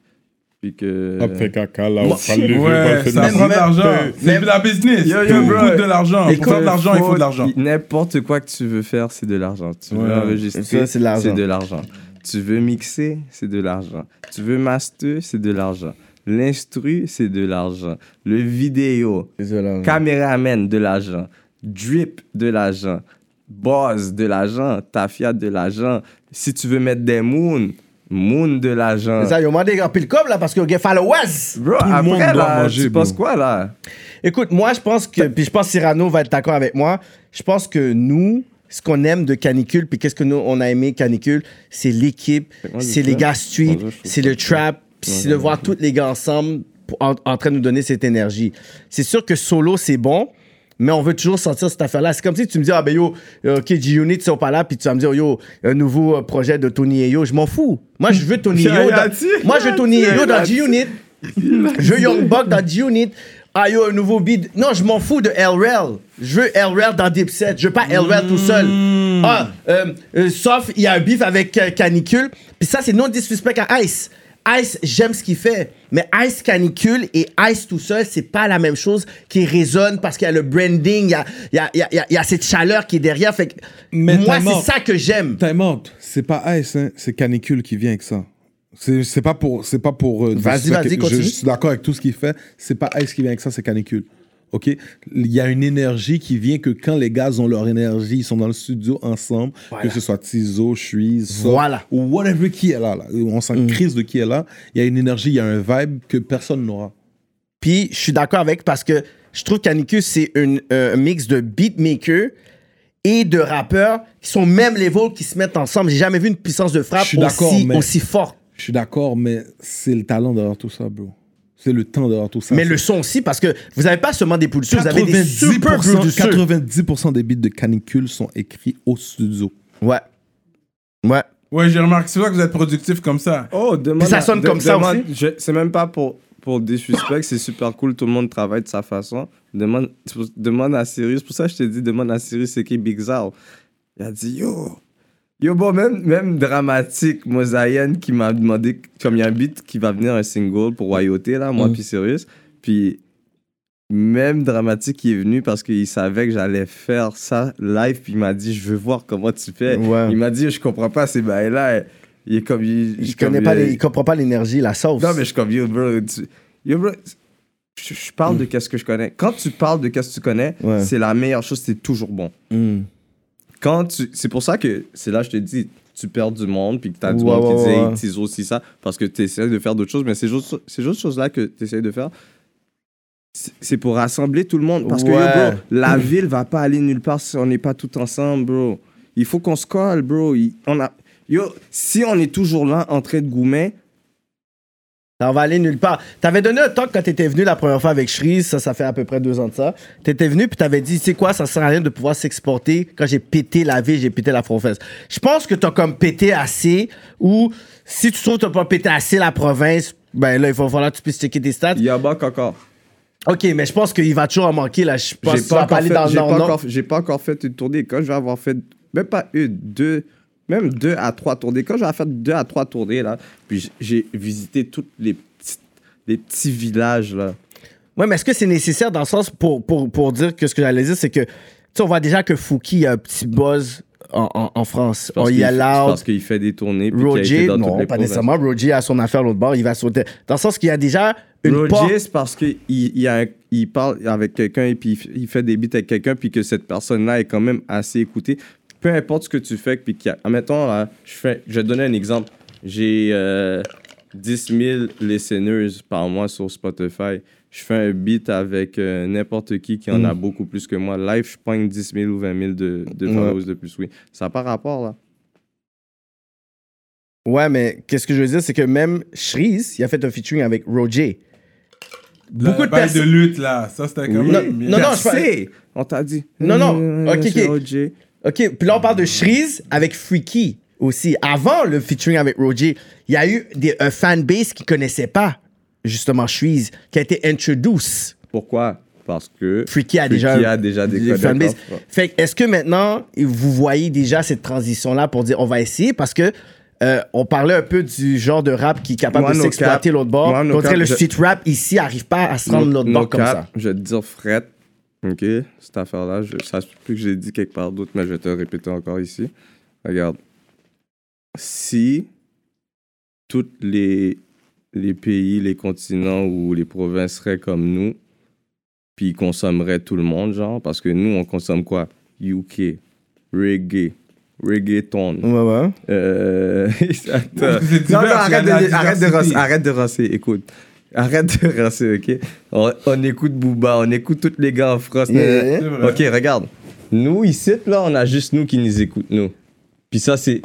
puis que.
caca là,
on fera le
Ouais, ça
Même-
prend de
même-
l'argent. C'est de la business.
Yo, yo,
Tout
bro.
coûte de l'argent. Pour faire de l'argent, il faut de l'argent.
N'importe quoi que tu veux faire, c'est de l'argent. Tu veux
Ouais.
enregistrer,
Ça, c'est de l'argent.
c'est de l'argent. Tu veux mixer, c'est de l'argent. Tu veux master, c'est de l'argent. L'instru, c'est de l'argent. Le vidéo,
Désolé.
caméraman, de l'argent. Drip, de l'argent. Boss, de l'argent. Tafia, de l'argent. Si tu veux mettre des moons, moon, de l'argent.
Ça, ils ont demandé un pile comme là parce qu'ils ont followers.
Bro,
le
après,
monde
là,
doit manger,
tu
bro.
penses quoi, là?
Écoute, moi, je pense que, puis je pense que Cyrano va être d'accord avec moi, je pense que nous, ce qu'on aime de Canicule, puis qu'est-ce que nous, on a aimé Canicule, c'est l'équipe,
que moi, je
c'est les
fais-
gars street,
Ouais, je trouve
c'est
ça
le trap, puis c'est de voir tous les gars ensemble pour- en, en train de nous donner cette énergie. C'est sûr que solo, c'est bon, mais on veut toujours sentir cette affaire-là. C'est comme si tu me dis, ah ben yo, euh, OK, G-Unit, ils sont pas là, puis tu vas me dire, yo, un nouveau euh, projet de Tony Ayo, je m'en fous. Moi, je veux Tony
Il a-
Ayo.
il a
dans-
dit-
Moi, je veux Tony
il a
Ayo dans
dit-
G-Unit. Je veux Young Buck dans D-Unit. Ah yo, un nouveau beat. Non, je m'en fous de LRL. Je veux LRL dans Dipset. Je veux pas LRL tout seul. Ah, euh, euh, sauf il y a un beef avec euh, Canicule. Puis ça, c'est non disrespect à Ice. Ice, j'aime ce qu'il fait. Mais Ice Canicule et Ice tout seul, c'est pas la même chose qui résonne parce qu'il y a le branding, il y a, il y, a, il y, a, il y a- il y a cette chaleur qui est derrière. Fait que
Mais
moi,
tellement-
c'est ça que j'aime.
Time out, c'est pas Ice, hein, c'est Canicule qui vient avec ça. C'est c'est pas pour. C'est pas pour euh,
Vas-y,
dire que-
vas-y,
je,
continue.
je suis d'accord avec tout ce qu'il fait. C'est pas Ice qui vient avec ça, c'est Canicule. OK? Il y a une énergie qui vient que quand les gars ont leur énergie, ils sont dans le studio ensemble, que ce soit Tizo, Suisse, Soft,
Voilà. Mm.
ou whatever qui est là, là. On s'en crise de qui est là. Il y a une énergie, il y a un vibe que personne n'aura.
Puis je suis d'accord avec parce que je trouve qu'Anicus, c'est une, euh, un mix de beatmakers et de rappeurs qui sont même les vols qui se mettent ensemble. J'ai jamais vu une puissance de frappe
Je suis d'accord,
aussi,
mais-
aussi forte.
Je suis d'accord, mais c'est le talent derrière tout ça, bro. C'est le temps derrière tout ça.
Mais
C'est-
le son aussi, parce que vous n'avez pas seulement des producers, vous avez des
90%,
super producers.
90% des beats de canicule sont écrits au studio.
Ouais. Ouais.
Ouais, j'ai remarqué. C'est pour ça que vous êtes productif comme ça.
Oh, demande.
Puis ça
à-
sonne comme ça aussi.
je- C'est même pas pour, pour des suspects, c'est super cool, tout le monde travaille de sa façon. Demande, c'est pour- demande à Siri, c'est pour ça que je t'ai dit, demande à Siri, c'est qui Big Zao. Il a dit, yo. Yo, bon, même, même dramatique, Mosaïen qui m'a demandé, comme il y a un beat qui va venir un single pour Wayoté, là,
Mm.
moi, puis Sirius. Puis même dramatique qui est venu parce qu'il savait que j'allais faire ça live puis il m'a dit je veux voir comment tu fais
Ouais.
il m'a dit je comprends pas ces bails là il est comme il, je
Il
suis
connaît
comme,
pas,
euh,
les- il comprend pas l'énergie, la sauce.
non mais je suis comme yo bro, tu- yo, bro, je, je parle de qu'est-ce que je connais quand tu parles de qu'est-ce que tu connais
Mm. Ouais.
c'est la meilleure chose c'est toujours bon
Mm.
quand tu c'est pour ça que c'est là je te dis tu perds du monde puis que t'as du
Ouais,
monde
ouais,
qui
ouais.
dit hey, t'es aussi ça parce que t'essayes de faire d'autres choses mais ces choses ces autres choses là que t'essayes de faire c'est c'est pour rassembler tout le monde parce que yo,
Ouais.
bro, la ville va pas aller nulle part si on n'est pas tout ensemble bro il faut qu'on se colle bro Il- on a yo si on est toujours là en train de goumer
Ça va aller nulle part. T'avais donné un talk quand t'étais venu la première fois avec Shreeze, ça, ça fait à peu près deux ans de ça. T'étais venu puis t'avais dit, tu sais quoi, ça sert à rien de pouvoir s'exporter. Quand j'ai pété la vie, j'ai pété la province. Je pense que t'as comme pété assez, ou si tu trouves que t'as pas pété assez la province, ben là, il va falloir que tu puisses checker tes stats.
il y a bac encore
Ok, mais je pense qu'il va toujours en manquer, là. Je pense
j'ai
que tu vas
pas,
pas
encore
aller
fait-
dans le
j'ai pas
nord-nord.
encore- j'ai pas encore fait une tournée. Quand je vais avoir fait, même pas une, deux, même deux à trois tournées. Quand je vais avoir fait deux à trois tournées, là, puis j- j'ai visité tous les petits, les petits villages, là.
Ouais, mais est-ce que c'est nécessaire dans le sens pour, pour, pour dire que ce que j'allais dire, c'est que, tu sais, on voit déjà que Fouki a un petit buzz en, en, en France.
Parce
On Oh, y
qu'il-
a loud.
Parce qu'il fait des tournées. puis qu'il a été
Roger,
dans toutes
non,
les hein.
pas
provinces.
nécessairement. Roger a son affaire l'autre bord, il va sauter. Dans le sens qu'il y a déjà une porte.
Roger, c'est parce qu'il il y a un- il parle avec quelqu'un et puis il f- il fait des beats avec quelqu'un, puis que cette personne-là est quand même assez écoutée. Peu importe ce que tu fais, puis qu'il y a- admettons, là, je, fais, je vais te donner un exemple. J'ai euh, 10 000 listeners par mois sur Spotify. Je fais un beat avec euh, n'importe qui qui en
Mm.
a beaucoup plus que moi. Live, je pogne 10 000 ou 20 000 de, de followers de plus, oui. Ça n'a pas rapport, là.
Ouais, mais qu'est-ce que je veux dire, c'est que même Shreeze, il a fait un featuring avec Roger. Beaucoup
Beaucoup
de
de bail de
personnes-
lutte, là. Ça, c'était quand
Non,
même.
non, non, je parle-
Percé! On t'a dit.
Non, non,
Euh,
ok,
c'est
ok.
Roger.
OK, puis là, on parle de Shreeze avec Freaky aussi. Avant le featuring avec Roger, il y a eu des, un fanbase qui connaissait pas, justement, Shreeze, qui a été introduced.
Pourquoi? Parce que.
Freaky a
Freaky
déjà,
a déjà des codes de
fanbases.
corps, ouais.
Fait que, est-ce que maintenant, vous voyez déjà cette transition-là pour dire on va essayer parce que euh, on parlait un peu du genre de rap qui est capable
Moi,
de
no
s'exploiter
cap.
l'autre bord.
Moi, no
Au contraire,
cap,
le
je-
street rap ici arrive pas à se rendre
No-
l'autre
no
bord comme
cap,
ça.
Je vais te dire, Fred, OK, cette affaire-là, je, ça se peut plus que j'ai dit quelque part d'autre, mais je vais te le répéter encore ici. Regarde. Si tous les, les pays, les continents ou les provinces seraient comme nous, puis ils consommeraient tout le monde, genre, parce que nous, on consomme quoi? UK, reggae, reggaeton.
ouais.
Euh... Attends.
Parce que c'est divers,
non,
il
non,
y a
arrête
la
de, arrête de
diversité.
rosser, arrête de rosser, écoute. Arrête de rosser, ok? On, on écoute Booba, on écoute tous les gars en France.
C'est
Yeah.
vrai.
Ok, regarde. Nous, ici, là, on a juste nous qui nous écoutent, nous. Puis ça, c'est...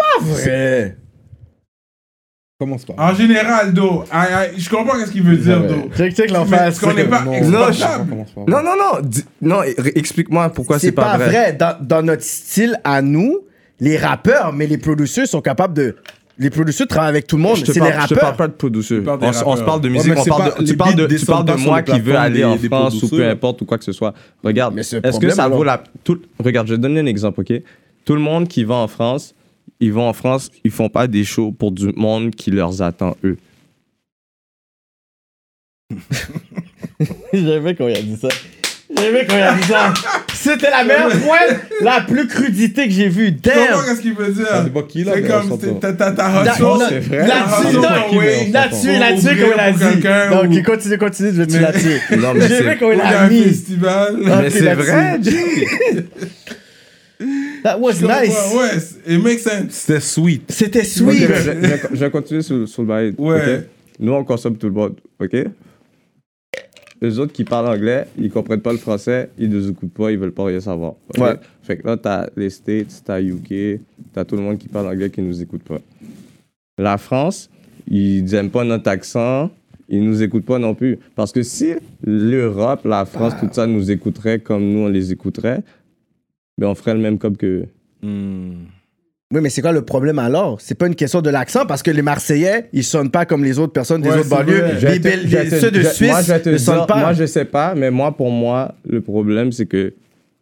Commence pas.
En général, Do, aïe, aïe, je comprends qu'est-ce qu'il veut dire, Do.
Check, check
Mais
l'enfer.
est-ce qu'on n'est pas
Non,
exportable?
commence pas.
Non, non, non. dis- Non, e- explique-moi pourquoi c'est pas, vrai.
Dans, dans notre style à nous, les rappeurs, mais les producteurs sont capables de. Les producteurs travaillent avec tout le monde.
Je te,
C'est
parle,
les
je te parle
rappeurs.
pas de producteurs.
parle des
On, s- on se
rappeurs.
parle de
Ouais,
musique,
mais
on
c'est
parle
pas-
de,
les
tu parles de,
beats
tu parles de
descendent pas
moi
sur les
qui veux
plateformes
aller
des-
en
des
France ou peu
producteurs.
importe ou quoi que ce soit. Regarde,
Mais c'est le
est-ce que ça
problème,
vaut la. tout- regarde, je vais te donner un exemple, ok? Tout le monde qui va en France, ils vont en France, ils font pas des shows pour du monde qui leur attend eux.
J'aimais qu'on y a dit ça. J'aimais qu'on y a dit ça. C'était la meilleure pointe, la plus crudité que j'ai vue.
Comment
Damn!
qu'est-ce qu'il veut dire?
Ah, c'est pas qui, là,
C'est
mais on
comme,
s'entend.
c'est- t'as t'as ta
Da-
hot sauce.
là- Là-dessus,
Ah,
là-
non, oui.
là-dessus,
Ou
là-dessus, comme
ouvrir
on l'a
pour
dit.
quelqu'un,
Donc,
ou-
il continue, continue, je vais te
Mais-
là-dessus.
Non, mais
J'ai vu
c'est.
qu'on
Ou
l'a
un
mis.
festival.
Ah,
Mais
t'es
c'est
là-dessus.
vrai, Jay.
That was nice.
Ouais, ouais, c'est- it makes sense.
C'était sweet.
C'était
Ok,
sweet.
je, je- je vais continuer sur, sur le bail.
Ouais.
ok? Nous, on consomme tout le monde, OK? Les autres qui parlent anglais, ils comprennent pas le français, ils nous écoutent pas, ils veulent pas rien savoir. ok?
Ouais.
Fait que là, t'as les States, t'as UK, t'as tout le monde qui parle anglais qui nous écoute pas. La France, ils aiment pas notre accent, ils nous écoutent pas non plus. Parce que si l'Europe, la France, tout ça nous écouterait comme nous on les écouterait, ben on ferait le même comme que eux. Hmm.
Oui, mais c'est quoi le problème alors? C'est pas une question de l'accent parce que les Marseillais, ils sonnent pas comme les autres personnes des
Ouais,
autres
c'est
banlieues.
vrai.
Je vais
Les
te-
Bel-
je vais
les-
te-
ceux de
je- moi,
Suisse
je vais te
ne sonnent
dire-
pas.
Moi, je sais pas, mais moi, pour moi, le problème, c'est que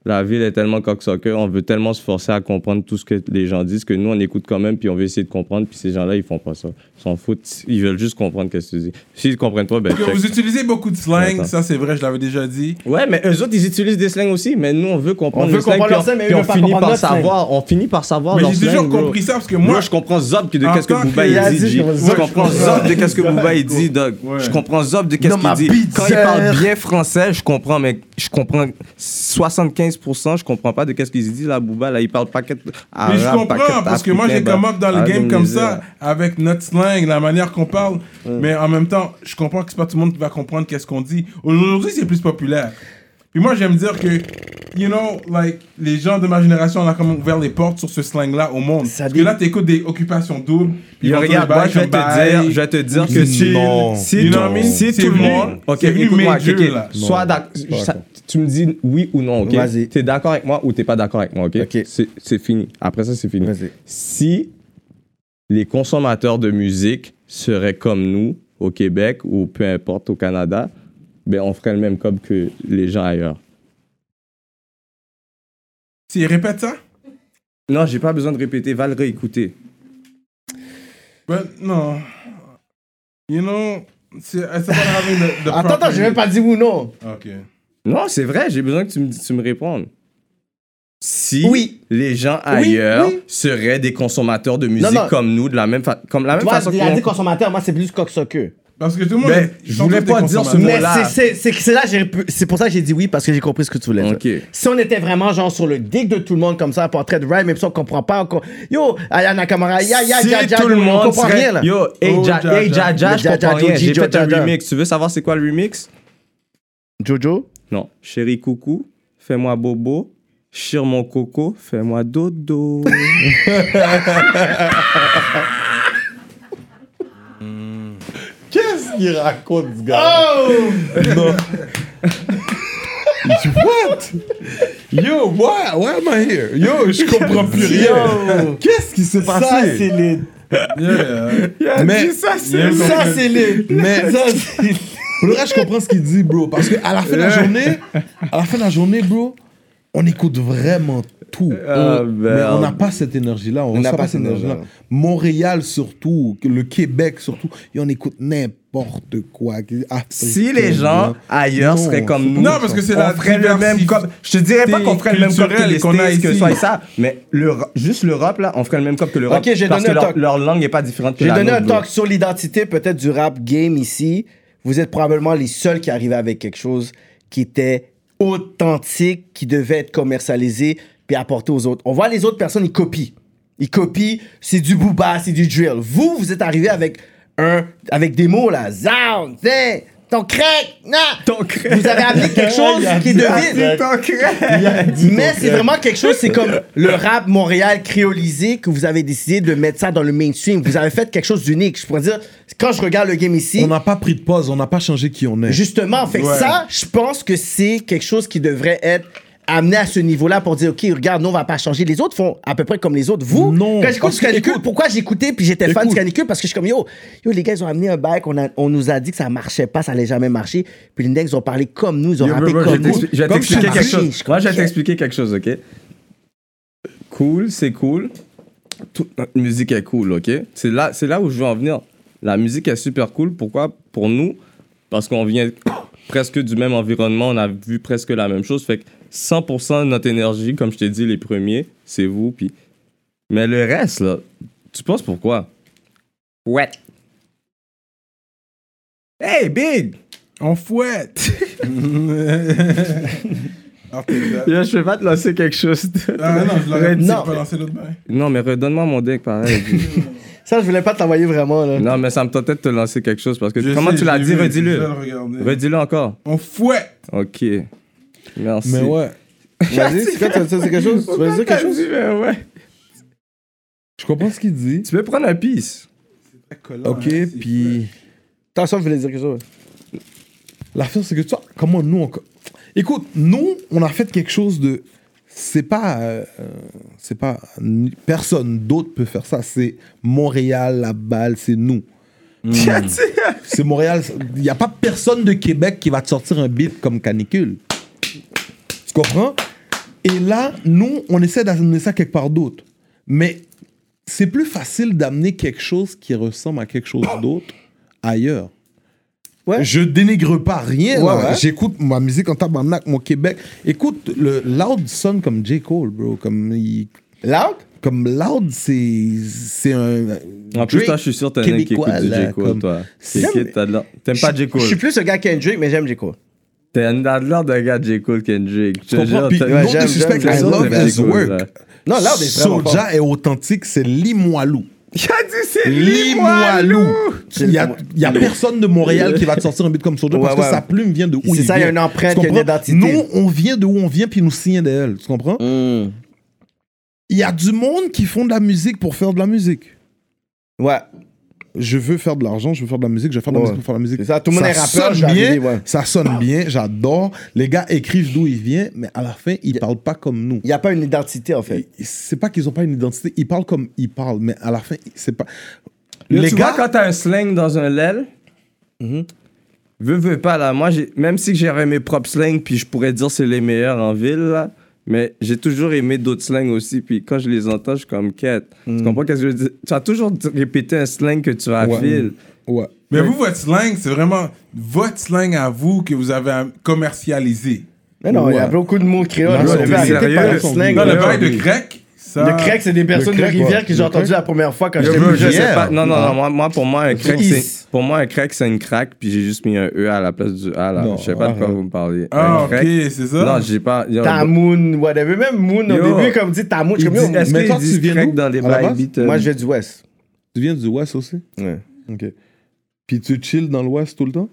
la ville est tellement cocksucker, on veut tellement se forcer à comprendre tout ce que les gens disent que nous, on écoute quand même, puis on veut essayer de comprendre, puis ces gens-là, ils font pas ça. Ils s'en foutent, ils veulent juste comprendre qu'est-ce que tu dis. S'ils comprennent pas, ben
Que
check.
Vous utilisez beaucoup de slang,
Attends.
ça c'est vrai, je l'avais déjà dit.
Ouais, mais eux autres, ils utilisent des slangs aussi, mais nous, on veut comprendre
On veut
le slang,
comprendre
puis
leur slang, mais eux, ils
puis on
veulent pas
finit
comprendre
par
notre slang.
savoir, on finit par savoir
Mais
Oh, leur
j'ai
slang,
toujours
bro.
compris ça parce que
Moi,
moi,
je comprends Zob que de
En
qu'est-ce que
tant que
Booba il
Yazid,
dit. G.
je comprends
Je
Zob.
comprends Zob de qu'est-ce que Booba il dit, Doc.
Ouais.
Je comprends Zob de qu'est-ce
Dans ma
qu'il dit. Quand il
pizza.
parle bien français, je comprends, mais je comprends 75%, je comprends pas de qu'est-ce qu'il dit là, Booba. Là, il parle paquet arabe,
mais je
paquet
comprends parce que moi j'ai
Ah, africain,
comme
bah,
up dans le
arabe,
game comme ça
Indonésie,
avec notre slang, la manière qu'on parle. Mais en même temps, je comprends que c'est pas tout le monde qui va comprendre qu'est-ce qu'on dit. Aujourd'hui, c'est plus populaire. Puis moi, j'aime dire que, you know, like, les gens de ma génération, on a comme ouvert les portes sur ce slang-là au monde.
Ça
Parce que
dit-
là, t'écoutes des occupations doubles. puis ils
Yo,
vont
regarde,
dire,
moi, je vais
bye,
te
bye.
dire, je vais te dire que
Chill.
si,
Non. You
si,
know
tout,
what I mean?
si
C'est
tout le
venu-
monde, ok,
c'est venu
écoute-moi,
major,
ok, ok.
là.
soit d'ac-
pas
ça-
d'accord.
tu me dis oui ou non, ok,
Vas-y.
t'es d'accord avec moi ou t'es pas d'accord avec moi, ok,
Ok.
C'est- c'est fini. Après ça, c'est fini.
Vas-y.
Si les consommateurs de musique seraient comme nous au Québec ou peu importe au Canada, ben on ferait le même comme que les gens ailleurs.
Si, répète ça.
Non, j'ai pas besoin de répéter, va le réécouter.
But, Ben, non. You know, c'est it's about having the, the
Attends, attends,
proper-
j'ai même pas dit ou non.
Ok.
Non, c'est vrai, j'ai besoin que tu me, tu me répondes. Si
Oui.
les gens ailleurs
oui.
seraient des consommateurs de musique
non.
comme nous, de la même, fa- comme la même
Toi,
façon
il a dit
qu'on-
consommateur, moi c'est plus coxoqueux.
Parce que tout le monde.
Ben,
ils
je
sont
voulais
tous des
pas dire ce
consommateurs.
Mais
Voilà.
c'est- c'est- c'est c'est là, j'ai pu- c'est pour ça que j'ai dit oui parce que j'ai compris ce que tu voulais dire.
Ok.
Si on était vraiment genre sur le dick de tout le monde comme ça, portrait de rhyme, même si on comprend pas encore. Yo, Ayana Kamara, ya ya
si
ya ya,
tout le
on
monde
comprend
serait-
rien là.
Yo, hey,
Oh,
ja,
Ja,
hey,
Ja.
Ja, Ja,
Le
je
Ja, Ja,
comprends rien.
Joji,
J'ai
Ja,
fait un
Ja, Ja.
remix. Tu veux savoir c'est quoi le remix?
Jojo,
Non. Chéri coucou, fais-moi bobo. Chire mon coco, fais-moi dodo.
Qu'est-ce qu'il raconte, ce gars
Yo, why, why am I here? Yo, je comprends plus rien. Qu'est-ce qui s'est passé?
ça c'est les.
Yeah.
mais,
Ça c'est les.
mais,
Ça c'est.
Pour le reste, je comprends ce qu'il dit, bro. Parce qu'à la fin de la journée, à la fin de la journée, bro, on écoute vraiment tout.
Ah,
Mais
merde.
on n'a pas cette énergie-là. On n'a pas, cette énergie-là.
énergie-là.
Montréal surtout, que le Québec surtout, et on écoute n'importe quoi.
Si les gens Ah, ailleurs seraient comme nous,
Non, parce que c'est
on
la
ferait le même
diversité
cop. Je te dirais pas qu'on ferait le même cop que
culturelle
les
qu'on a
States, que
ici.
ça et ça, mais l'Europe- juste l'Europe, là, on ferait le même cop que l'Europe.
Ok, j'ai
parce
donné
que
un
leur,
talk.
leur langue est pas différente que
J'ai
la
donné un
nôtre, bro.
talk sur l'identité peut-être du rap game ici. Vous êtes probablement les seuls qui arrivaient avec quelque chose qui était authentique, qui devait être commercialisé puis apporté aux autres. On voit les autres personnes, ils copient. Ils copient, c'est du booba, c'est du drill. Vous, vous êtes arrivés avec un avec des mots là, Zound, zin, ton crack, non.
Ton crème.
Vous avez appris quelque chose qui est devine.
Ton crème.
Mais c'est vraiment quelque chose, c'est comme le rap Montréal créolisé que vous avez décidé de mettre ça dans le mainstream. Vous avez fait quelque chose d'unique. Je pourrais dire, quand je regarde le game ici,
On n'a pas pris de pause, on n'a pas changé qui on est.
justement, fait que
Ouais.
ça, je pense que c'est quelque chose qui devrait être amené à ce niveau-là pour dire, OK, regarde, nous, on va pas changer. Les autres font à peu près comme les autres. Vous,
Non,
quand j'écoute
parce
du
que-
canicule,
écoute.
pourquoi j'écoutais puis j'étais fan
Écoute.
du canicule? Parce que je suis comme, yo, yo, les gars, ils ont amené un bail qu'on a- on nous a dit que ça marchait pas, ça allait jamais marcher. Puis les nègres, ils ont parlé comme nous, ils ont
Yo,
rappé
bro, bro,
comme
je
nous.
t'explique- je vais
Comme ça
t'expliquer quelque
marchait,
chose.
je
Moi, je vais
croquais.
t'expliquer quelque chose, ok? Cool, c'est cool. Toute notre musique est cool, ok? C'est là, c'est là où je veux en venir. La musique est super cool. Pourquoi? Pour nous, parce qu'on vient presque du même environnement, on a vu presque la même chose. Fait que 100% de notre énergie, comme je t'ai dit, les premiers, c'est vous. Puis... Mais le reste, là, tu penses pourquoi? Ouais. Hey, Big!
On fouette. Alors, t'es là.
Yo, je vais pas te lancer quelque chose.
Ah non, je l'aurais dit,
Non.
pas lancé l'autre bain.
Non, mais redonne-moi mon deck, pareil.
Ça, je voulais pas t'envoyer vraiment, là.
non, mais ça me tentait de te lancer quelque chose parce que
Je
comment
sais,
tu l'as
je
dit,
l'ai vu, je vais
redis-le.
le regarder.
Redis-le encore.
On fouette.
Ok. Merci.
Mais ouais,
Vas-y, c'est quoi, tu vas dire quelque chose? Tu vas dire quelque chose?
ouais.
je comprends ce qu'il dit.
Tu peux prendre un piece.
Ok, puis
Attention, je voulais dire quelque chose.
l'affaire, c'est que tu vois, comment nous, on... co- Écoute, nous, on a fait quelque chose de... C'est pas... euh, euh, c'est pas... Personne d'autre peut faire ça. C'est Montréal, la balle, c'est nous. c'est Montréal. Il n'y a pas personne de Québec qui va te sortir un beat comme Canicule. Tu comprends? Et là, nous, on essaie d'amener ça quelque part d'autre. Mais c'est plus facile d'amener quelque chose qui ressemble à quelque chose d'autre ailleurs.
Ouais.
Je dénigre pas rien.
Ouais,
là.
ouais.
J'écoute ma musique en tabarnak, mon Québec. Écoute, le Loud sonne comme J. Cole, bro. Comme, il-
Loud?
comme Loud, c'est c'est un.
En plus,
Drake
toi, je suis sûr que t'es un mec qui
québécois,
écoute du
là,
J. Cole,
comme-
toi.
C'est-
T'es qui, t'as de l'air- T'aimes pas J.
Je suis
Cole.
plus le gars Kendrick, mais j'aimes J. Cole.
T'es un t'as de l'air d'un gars J. Cole Kendrick. Je
Tu
te
comprends?
jure,
Puis,
t'as-
non
Ouais, j'aime-
disrespect,
j'aime-
I
j'aime
love
J.
his
Cole,
work.
là.
Non, Loud est vraiment fort.
Soja est authentique, c'est Limoilou.
Il a dit c'est
Limoilou. Il y a, il y a
Limoilou.
personne de Montréal qui va te sortir un beat comme Soja
Ouais,
parce que
ouais.
sa plume vient de où
C'est
il
ça, il y a
vient.
une empreinte,
Tu
il y a une
comprends?
identité.
Nous, on vient de où on vient, puis nous signe d'elle. Tu comprends? Il y a du monde qui font de la musique pour faire de la musique.
Ouais.
Je veux faire de l'argent, je veux faire de la musique, je vais faire de la
Ouais.
musique pour faire de la musique.
C'est ça, tout le monde est rappeur, je
sonne
vais
bien,
arriver, ouais.
ça sonne bien, j'adore. Les gars écrivent d'où ils viennent, mais à la fin, ils parlent pas comme nous.
Il n'y a pas une identité, en fait.
c'est pas qu'ils ont pas une identité, ils parlent comme ils parlent, mais à la fin, c'est pas.
Yo,
les
tu
gars,
vois, quand t'as un slang dans un lel, veux, veux pas, là, moi, j'ai- même si que j'aurais mes propres slangs, puis je pourrais dire c'est les meilleurs en ville, là, mais j'ai toujours aimé d'autres slangs aussi, puis quand je les entends, je suis comme quête. Tu comprends qu'est-ce que je veux dire? Tu as toujours d- répété un slang que tu as à
Ouais.
ville.
ouais.
Mais vous, votre slang, c'est vraiment votre slang à vous que vous avez à- commercialisé.
Mais non, il y a beaucoup de mots créoles.
Ah, Non,
Je
non,
vais
t'es
arrêter par
sérieux? Ah.
le slang.
Non, le
là.
bail de grec, ça.
Le crack, c'est des personnes de
crack,
rivière
ouais.
que j'ai
Le
entendu
crack.
la première fois quand
Je,
j'étais
veux-
plus
je sais
jeune.
pas. Non, non, non, moi, moi, pour moi, un crack,
Is.
c'est- pour moi, un crack, c'est une crack, puis j'ai juste mis un E à la place du A, là.
Non,
je sais pas de quoi
arrête.
vous me parlez.
Ah,
Un
ok,
crack-
c'est
Non,
ça.
j'ai pas. yo,
Tamoun, whatever. Même Moon,
Yo.
au début, comme dit Tamoun, je suis
il
comme,
dit-
yo,
Est-ce
Mais toi,
qu'ils
tu
disent
viens
crack
d'où,
dans des
à la
bails
base?
beat, euh,
moi, je viens du Ouest.
Tu viens du West aussi
Ouais.
Ok. Puis tu chill dans l'Ouest tout le temps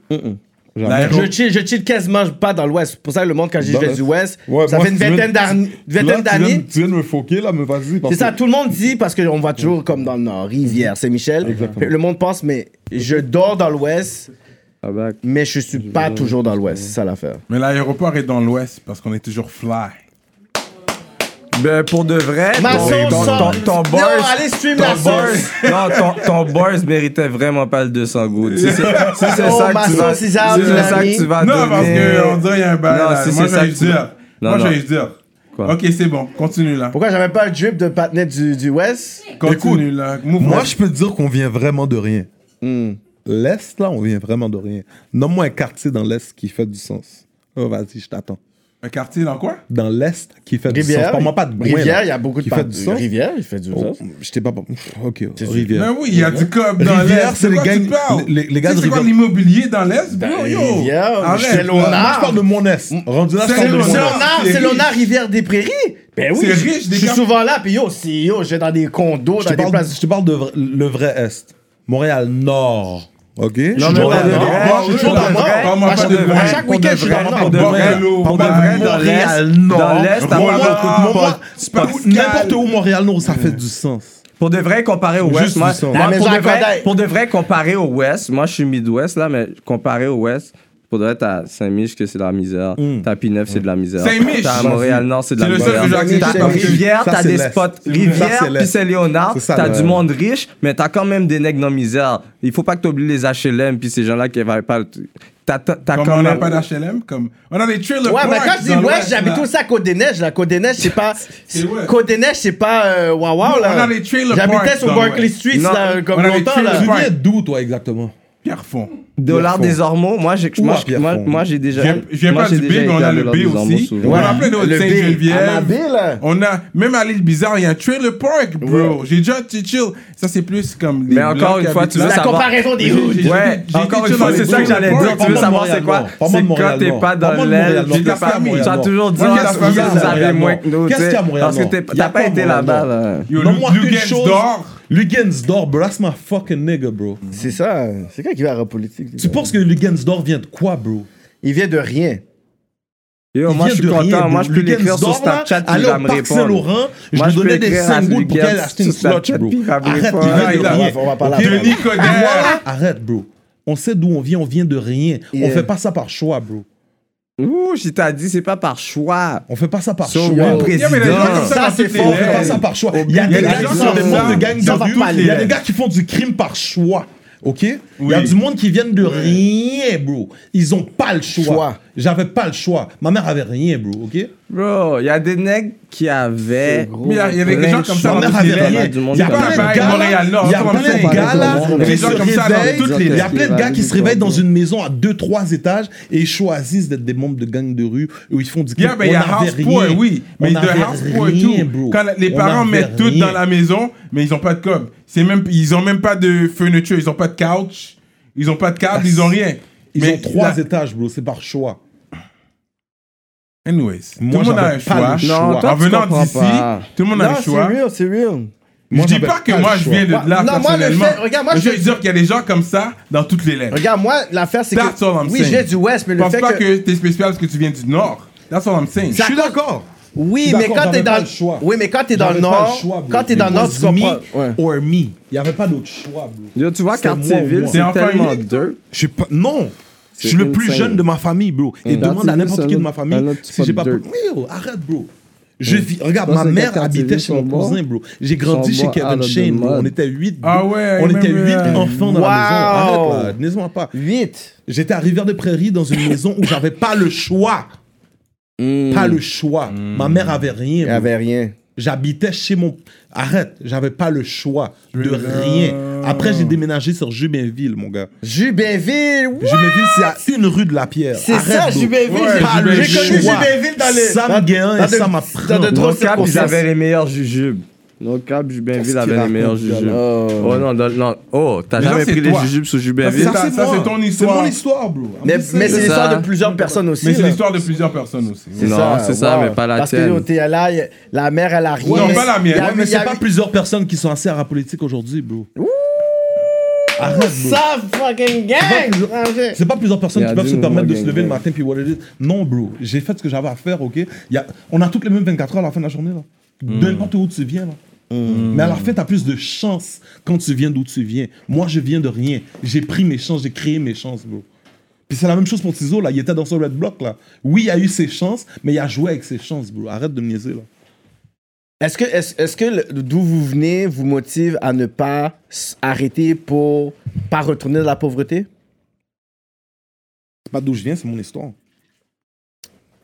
Genre-
L'aéro-
Je chill, je chill quasiment pas dans l'Ouest. Pour ça, le monde, quand je dis
Dans
je vais
l'Ouest.
du Ouest,
Ouais,
ça
moi,
fait une
si tu veux-
vingtaine d'arn-
Là,
vingtaine
tu viens de-
d'années.
Tu viens de me foquer là, mais vas-y. parce
C'est ça,
que-
tout le monde dit, parce qu'on voit toujours comme dans le Nord, Rivière, Saint-Michel. Le monde pense, mais je dors dans l'Ouest,
tabac?
mais je suis pas toujours dans l'Ouest. C'est ça l'affaire.
Mais l'aéroport est dans l'ouest parce qu'on est toujours fly.
Ben, pour de vrai,
Ma
ton,
sauce
ton,
sort.
ton, ton
Non,
Boys-
allez stream
ton
la
Boys-
sauce.
non, ton, ton Boys méritait vraiment pas le 200 gouttes. Si c'est si c'est
Oh,
ça
ma
que tu vas,
sauce, Isa,
si
mon
c'est ça
ami.
que tu vas
Non,
donner.
parce qu'on dirait qu'il y a un bail.
Non,
là.
si
Moi,
c'est
je
ça
vais
que
lui
tu-
dire.
Non,
Moi, je
non.
vais lui dire.
Quoi?
Ok, c'est bon, continue là.
Pourquoi j'avais pas un drip de patinet du, du Ouest?
Continue là. hein. Move
Moi,
on.
je peux te dire qu'on vient vraiment de rien. L'Est, là, on vient vraiment de rien. Nomme-moi un quartier dans l'Est qui fait du sens. Oh, vas-y, je t'attends.
Un quartier dans quoi
Dans l'Est qui fait du sens.
Rivière.
Parle-moi pas de Gouin,
Rivière,
là,
il y a beaucoup de
qui
pa-
fait du sens.
Rivière, il fait du
Oh,
sens.
je t'ai pas. Pff, Ok, Rivière.
Ben oui, il y a du cop dans l'est.
Rivière, c'est
De
les
quoi tu
gangs-
parles?
les- les gars
Tu
de
sais quoi,
Rivière.
l'immobilier dans l'est, bro,
Ben,
yo.
Rivière,
Arrête.
c'est
là.
long.
Moi, je parle de mon Est. Rendu là, je
C'est
parle de
le
mon
C'est
Nord.
Est.
l'ONA,
c'est
c'est
riche.
l'ONA Rivière des Prairies. Ben oui.
C'est riche, des
Je suis
gars.
souvent là, puis yo, si yo, je vais dans des condos, dans
Je te
des
parle,
places.
je te parle de vra- le vrai Est. Montréal Nord. OK?
Non, mais
Montréal
pas de
Nord.
vrai.
Moi,
je suis toujours dans le Nord.
Parle-moi
À
pas
chaque-
de
à
vrai.
chaque
Pour de
weekend, je suis
vrai,
dans le
pour
Nord.
de vrai.
Bordeaux,
pour de vrai, dans
Montréal
l'Est,
Nord.
dans l'Est, t'as
Rouen,
pas beaucoup de
Rouen,
Pascal.
Pascal. N'importe où, Montréal Nord, ça fait du sens.
Pour de vrai, comparé au West,
Juste
moi,
du son.
moi,
La maison
pour, de
à
vrai,
Kodak.
pour de vrai, comparé au West, moi je suis Midwest là, mais comparé au West, pour de vrai, t'as Saint-Mich que c'est de la misère,
Mm.
t'as Pinef c'est de la misère,
Saint-Mich,
t'as
vas-y.
Montréal-Nord c'est de la
C'est le seul
misère,
que j'ai accepté
t'as
parmi eux.
Rivière,
Ça,
t'as
c'est
des
l'Est.
spots,
Ça,
Rivière,
c'est l'Est.
puis Saint-Léonard,
C'est ça,
t'as
le-
du monde riche, mais t'as quand même des nègres dans la misère. Il faut pas que t'oublies les HLM puis ces gens-là qui valent pas. le- T'as t'as- t'as
Comme
quand
on n'a
même.
pas d'HLM, comme. On a des trailer
Ouais,
parks.
mais quand je dis
dans
Ouest,
l'Ouest,
j'habite
là.
aussi à Côte-des-Neiges. La Côte-des-Neiges, c'est pas.
C'est Ouest.
Côte-des-Neiges, c'est pas euh, Wawa,
Non,
là.
on a les trailer parks
J'habitais
dans
sur Barclay
l'Ouest.
Street,
Non,
là,
on
comme
a les
longtemps,
trailer
là.
Tu
Ouais.
viens d'où, toi, exactement?
Pierre Fond.
Dollar
Pierre
des hormones, moi j'ai
Ou
moi,
à
je-
Pierre
moi,
Fond.
moi, j'ai déjà.
Je viens- je viens
moi,
pas
j'ai
du
déjà
B, mais
été
on a
à
le
Dollar
B
des Ormeaux
aussi.
souvent.
On a plein d'autres
Le B. À la
Sainte-Geneviève.
ville.
On a, même à l'île bizarre, il y a un trailer park, bro. J'ai déjà chill. chill. Ça, c'est plus comme les
Mais encore
Blancs
une
qui
fois,
habitent
tu
là.
veux
La
savoir.
comparaison des routes.
J'ai-
Ouais, bah,
j'ai- j'ai
encore
dit
une fois,
ça,
c'est
les
ça que
deux,
j'allais
les
dire.
deux,
Tu veux
parle-moi
savoir
de
c'est quoi
Montréal-Nord. Parle-moi
C'est
de
quand t'es
Montréal-Nord.
pas dans
Parle-moi de
l'aile,
Montréal-Nord.
tu t'es
Qu'est-ce qu'il y a à
pas. Tu as
Montréal-Nord?
toujours dit,
Moi,
ah,
qu'est-ce
vous
qu'il y a à
avez
Montréal-Nord?
moins que nous.
Qu'est-ce
tu sais,
qu'il y a à Montréal-Nord?
Parce que t'es-
Il y a
t'as pas
quoi à
été là-bas, là.
Montréal-Nord?
Yo,
Donne-moi
Lu-
une
Lugens
chose.
dort.
Lugens d'or, bro. That's my fucking nigga, bro.
C'est ça. C'est quoi qui va à la politique?
Tu penses que Lugens d'or vient de quoi, bro?
Il vient de rien.
Yo, moi, je
Il vient
suis
de rien,
content.
bro.
Moi, je peux
Lugens
l'écrire sur
d'or, là,
Snapchat, puis il
allait
va
au
me
Parc
répondre.
Saint-Laurent, je
Moi,
lui
je peux
donnais des
écrire
5
à
gouttes pour
Lugens
qu'elle achète une
sur
slotch,
Snapchat,
bro.
puis il va me
Arrête,
répondre.
il vient
Il
de
va-
rien. euh,
on va pas là.
Ok?
Denis Coderre.
Arrête, bro. On sait d'où on vient, on vient de rien. On
Yeah.
fait pas ça par choix, bro.
Ouh, je t'ai dit, c'est pas par choix.
On fait pas ça par
So
choix.
what?
Il y avait des gens comme ça
Ça,
dans
c'est
toutes les
fort,
On fait pas
lèvres.
ça par choix. Il y a des gars qui
gens
sont
comme
des mondes
ça.
de gangs
Ça va
de
pas
rue. Il y a
aller.
des gars qui font du crime par choix. OK? Il y a
Oui.
du monde qui viennent de rien, bro. Ils ont pas le choix.
Choix.
J'avais pas le choix. Ma mère avait rien, bro. OK?
Bro, il y a des nègres qui avaient.
Mais il y a- il y avait des gens comme ça
Ma
dans
mère
toutes les
avait
Il y
rien.
a
lèvres.
du monde
Il y a
comme
plein
ça.
de
Pareil,
gars là.
Montréal, non,
Il y a
on
plein
commence à
de
parler
gars
de
là.
monde.
qui
Des
se
gens comme ça dans
réveillent.
toutes les
Il y a plein de
lèvres.
gars qui se réveillent dans une maison à 2-3 étages et ils choisissent d'être des membres de gangs de rue où ils font du crime.
Yeah, ben, il y a
On avait
house poor,
rien.
oui. Mais
On
de
avait
house poor et
rien,
tout.
bro.
Quand la- les
On
parents
avait
mettent tout
rien.
dans la maison, mais ils ont pas de com. C'est même, ils ont même pas de furniture, ils ont pas de couch, ils ont pas de câble, ils ont rien.
Ils
Mais
ont trois
la-
étages, bro. C'est par choix.
Anyways,
Moi,
tout le monde a un
j'avais pas
choix.
le choix.
Non, toi,
en
tu
venant
comprends
d'ici,
pas.
tout le monde a
Non,
le
c'est
choix.
real, c'est real.
Moi,
je dis
j'avais
pas que
pas
moi
le
je
choix.
viens de là
Non, moi, le
personnellement.
fait- regarde, moi,
Mais je
je-
veux dire qu'il y a des gens comme ça dans toutes les lèvres.
Regarde, moi, l'affaire, c'est
That's all I'm
que. Oui, je
saying.
viens du West, mais
Je
le
pense
fait
pas
que.
que t'es spécial parce que tu viens du Nord. That's all I'm saying.
Ça-
Je suis d'accord.
Oui,
Je suis
mais
d'accord,
quand t'es
j'avais pas
dans.
le choix.
Oui, mais quand t'es dans le
J'avais pas
Nord.
le choix, bro.
Quand t'es
It
dans le Nord,
was
tu comprends.
me or me. Il n'y avait pas d'autre choix, bro.
Yo, tu vois,
C'était
quartier
moi,
ville,
moi.
c'est
C'est enfin
tellement
unique.
dirt.
Je suis pas. Non! Je suis
C'est
le plus
insane.
jeune de ma famille, bro. Et
Mm.
demande à
That's it,
n'importe qui de
ça,
ma famille
là, là, tu
si
pas
j'ai
de
pas.
dirt.
Mais yo, arrête, bro. Je vis. Regarde,
Toi,
ma
c'est
mère
quelqu'un qui
habitait
vit
chez mon
son bord.
cousin, bro. J'ai grandi
Son
chez
bord, ah,
Kevin
là,
Shane, bro.
demande.
On était huit.
Ah ouais,
On
I
était huit
remember.
enfants dans la maison.
Wow.
Arrête, là. Niaise-moi pas.
8.
J'étais à Rivière-des-Prairies dans une maison où j'avais pas le choix.
Hmm.
Pas le choix.
Hmm.
Ma mère avait rien.
Il
bro.
n'y avait rien.
J'habitais chez mon. Arrête, j'avais pas le choix de rien. Après, j'ai déménagé sur Jubainville, mon gars.
Jubainville. what?
Jubainville, c'est à une rue de la pierre.
C'est
Arrête,
ça,
bro.
Jubainville.
Ouais,
j'ai-
Pas
Jubainville.
le
J'ai connu
choix.
Jubainville dans les.
Sam
dans-
Guéant et
dans de-
Sam
Dans de
Apprend.
Nos
trop
cap, ils
circonstances.
avaient les meilleurs jujubes. Nos cap, Jubainville avait les meilleurs jujubes.
Oh.
Oh non, non, non. Oh, t'as
Mais ça,
jamais
c'est
pris les
toi.
jujubes sous Jubainville.
Ça,
Ça,
c'est
moi.
ton histoire.
C'est mon histoire, bro.
Mais, mais
C'est
c'est l'histoire
ça.
de plusieurs personnes aussi.
Mais c'est
là.
l'histoire de plusieurs personnes aussi.
C'est Non, c'est ça,
wow.
mais pas la
Parce
tienne.
que yo, t'es là, y- la mère, elle a rien.
Non, pas la mienne.
Il y a-
Ouais,
mais
il y a-
c'est pas plusieurs personnes qui sont assez à la politique aujourd'hui, bro. Arrête, bro.
Ça, fucking Ah, gang! Angers.
C'est pas plusieurs personnes
Il y a
qui peuvent
du
se
mouvement
permettre de se
gang,
lever le
ouais.
matin puis what it is. Non, bro. J'ai fait ce que j'avais à faire, ok? Il Y a, on a toutes les mêmes 24 heures à la fin de la journée, là.
Hmm.
De n'importe où tu viens, là. Mais à la fin, t'as plus de chance quand tu viens d'où tu viens. Moi, je viens de rien. J'ai pris mes chances, j'ai créé mes chances, bro. Puis c'est la même chose pour Tizo, là. Il était dans son red block, là. Oui, il a eu ses chances, mais il a joué avec ses chances, bro. Arrête de me niaiser, là.
Est-ce que, est-ce, est-ce que le- d'où vous venez vous motive à ne pas s- arrêter pour pas retourner dans la pauvreté?
C'est pas d'où je viens, c'est mon histoire.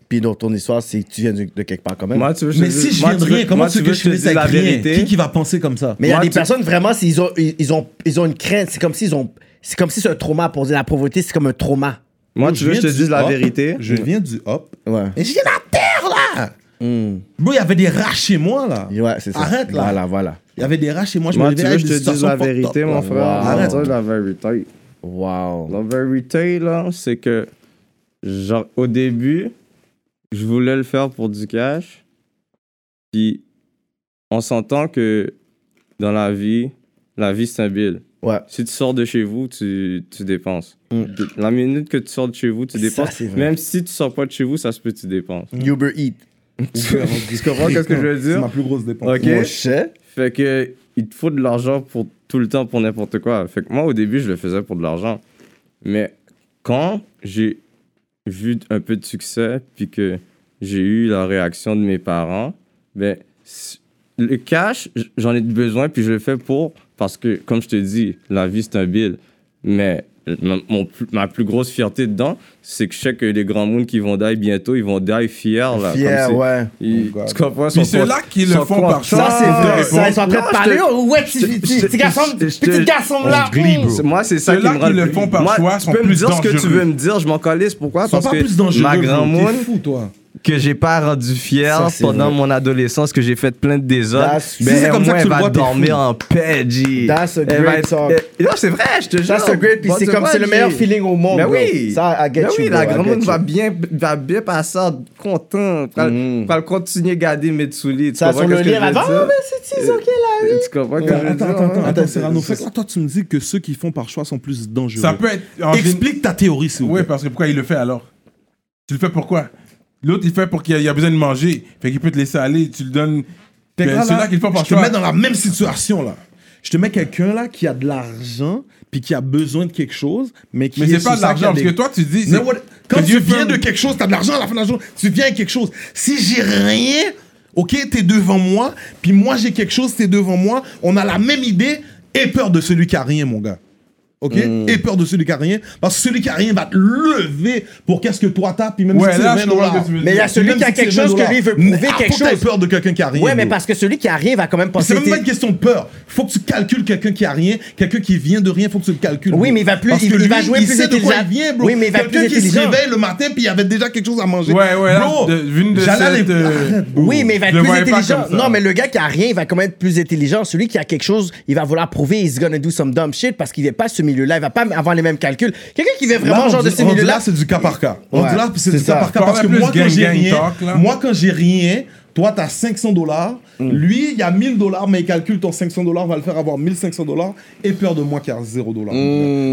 Puis dans ton histoire, c'est que tu viens de, de quelque part quand même.
Moi, tu veux que
Mais
te
si
dise-
je
moi,
viens de
tu veux-
rien, comment
moi,
tu veux que je
te
finisse
dise
avec
la
rien?
vérité?
Qui qui va penser comme ça?
Mais il y a
Moi,
des
tu-
personnes vraiment, c'est- ils ont, ils, ils ont, ils ont une crainte. C'est comme s'ils ont. C'est comme si c'est un trauma pour dire la pauvreté, c'est comme un trauma.
Moi, tu veux que je te
viens
dise
du
la
hop.
vérité?
Je viens du hop.
Ouais.
Mais j'ai la terre là
Hmm.
Bro, il y avait des rats chez moi là. Il
Ouais, c'est ça.
Arrête, là.
Voilà, voilà.
y avait des rats chez moi, je
Moi,
me
tu
réveillais
veux que
avec
je
des
te dise
situations
la
fucked
vérité,
up,
mon
là.
frère?
Arrête.
Arrête. La vérité.
Wow.
La vérité, là, c'est que, genre, au début, je voulais le faire pour du cash. Puis, on s'entend que dans la vie, la vie, c'est un bill.
Ouais.
Si tu sors de chez vous, tu, tu dépenses.
Mm.
La minute que tu sors de chez vous, tu
Ça,
dépenses.
c'est vrai.
Même si tu sors pas de chez vous, ça se peut, tu dépenses.
Uber Eats.
tu comprends ce que je veux
C'est ma
dire?
plus grosse dépense.
Ok.
Mon chef.
Fait que, il te faut de l'argent pour tout le temps, pour n'importe quoi. Fait que moi, au début, je le faisais pour de l'argent. Mais quand j'ai vu un peu de succès, puis que j'ai eu la réaction de mes parents, ben, c- le cash, j- j'en ai besoin, puis je le fais pour. Parce que, comme je te dis, la vie, c'est un bill. Mais ma, mon plus- ma plus grosse fierté dedans, c'est que je sais que les grands mondes qui vont die bientôt, ils vont die fiers. Là,
Fier,
comme si-
ouais.
ils-
Oh God.
tu comprends?
Puis
sont
c'est
con-
là qu'ils le
sont
font par
contents.
Ça, c'est vrai.
bon.
Ça, ils sont en train de
Non,
parler.
je te-
Oh, ouais, tu- tu-
je te-
ces garçons,
je te-
ces petits garçons là. hum.
C'est- Moi, c'est ça
Ceux-là
qui me
qui
rend
le font par
Moi,
choix sont
Tu peux me
plus
dire ce que tu
dangereux.
veux me dire, je m'en calisse. Pourquoi?
Ils sont
Parce
pas
que
plus dangereux.
ma
bro,
grand
T'es
monde
fou, toi.
que j'ai pas rendu fier
Ça, c'est
pendant
vrai.
mon adolescence, que j'ai fait plein de désordres.
That's-
Si
ben,
c'est comme ça que
ouais,
tu le
va
vois,
t'es
dormir en paix, G.
That's a
Elle va
great
être-
song.
elle- Non, c'est vrai, je te jure.
Ça, ben, eh, c'est great, puis
Bon,
c'est
tu
comme
vois,
c'est le
G.
meilleur feeling au monde.
Mais
bro.
oui,
Ça, I get
Ben
you,
oui,
bro,
la
I
grande
get
monde
you.
va bien, va bien passer en content. Va
Mm.
va le continuer à garder Mitsuli.
Ça, sur le lire avant,
Ah,
ben,
c'est ok là, oui. Tu comprends que je
Attends,
veux
attends,
dire?
attends, attends,
hein?
attends, Cyrano. Fait que là, toi, tu me dis que ceux qui font par choix sont plus dangereux.
Ça peut être. en gén-
Explique ta théorie, s'il vous
Oui,
plaît.
parce que pourquoi il le fait alors Tu le fais pourquoi L'autre, il fait pour qu'il y a- il y a besoin de manger. Fait qu'il peut te laisser aller, tu le donnes.
Fait que
Ben,
là,
C'est
là,
là qu'il le fait par
Je te
choix.
mets dans la même situation, là. Je te mets quelqu'un, là, qui a de l'argent, puis qui a besoin de quelque chose, mais qui
Mais
est
c'est
sous
pas de
ça,
l'argent,
qui
parce
a
que
des-
toi, tu dis.
Mais
c'est-
what- Quand
que
tu
Dieu
viens
ferme-
de quelque chose, t'as de l'argent à la fin de la journée, tu viens avec quelque chose. Si j'ai rien, ok, t'es devant moi, puis moi j'ai quelque chose, t'es devant moi, on a la même idée et peur de celui qui a rien, mon gars. Ok Et peur de celui qui a rien, parce que celui qui a rien va te lever pour qu'est-ce que toi t'as, puis même
Ouais,
si c'est
là,
20
je comprends ce que
dollars.
tu veux dire.
Mais il y a celui
Même
qui a
si c'est
quelque
20
chose que
dollars.
lui il veut prouver
Mais
quelque
pourquoi t'as
chose.
peur de quelqu'un qui a rien.
Ouais, mais
bro?
parce que celui qui a rien va quand même penser.
C'est même
t'es-
pas une question de peur. Faut que tu calcules quelqu'un qui a rien, quelqu'un qui vient de rien, faut que tu le calcules.
Oui,
bro.
mais il va plus-
Parce
il-
que
il
lui,
va jouer
il
plus
sait de quoi
intelligent.
il vient, bro.
Oui, mais il va
quelqu'un
plus
qui se
intelligent.
réveille le matin puis il y avait déjà quelque chose à manger.
Ouais, ouais, là,
bro.
de- vune de
j'allais
cette,
aller-
euh,
Arrête, bro.
Oui, mais il va
Je le
être plus
voyais pas
intelligent.
comme ça.
Non, mais le gars qui a rien, il va quand même être plus intelligent. Celui qui a quelque chose, il va vouloir prouver he's gonna do some dumb shit parce qu'il n'est pas ce milieu-là. Il va pas avoir les mêmes calculs. Quelqu'un qui vient vraiment
Là,
genre
on
de
dit-
ce
on dit là,
milieu-là.
c'est du cas par cas. On
Ouais,
dit là, c'est
c'est
du cas
ça.
par cas.
Parle
Parce que
plus
moi, quand
gang,
j'ai
gang
rien,
talk, là.
moi, quand j'ai rien, toi, t'as 500 dollars.
Mm.
Lui, il y a 1000 dollars, mais il calcule ton 500 dollars, va le faire avoir 1500 dollars et peur de moi qui a 0 dollars.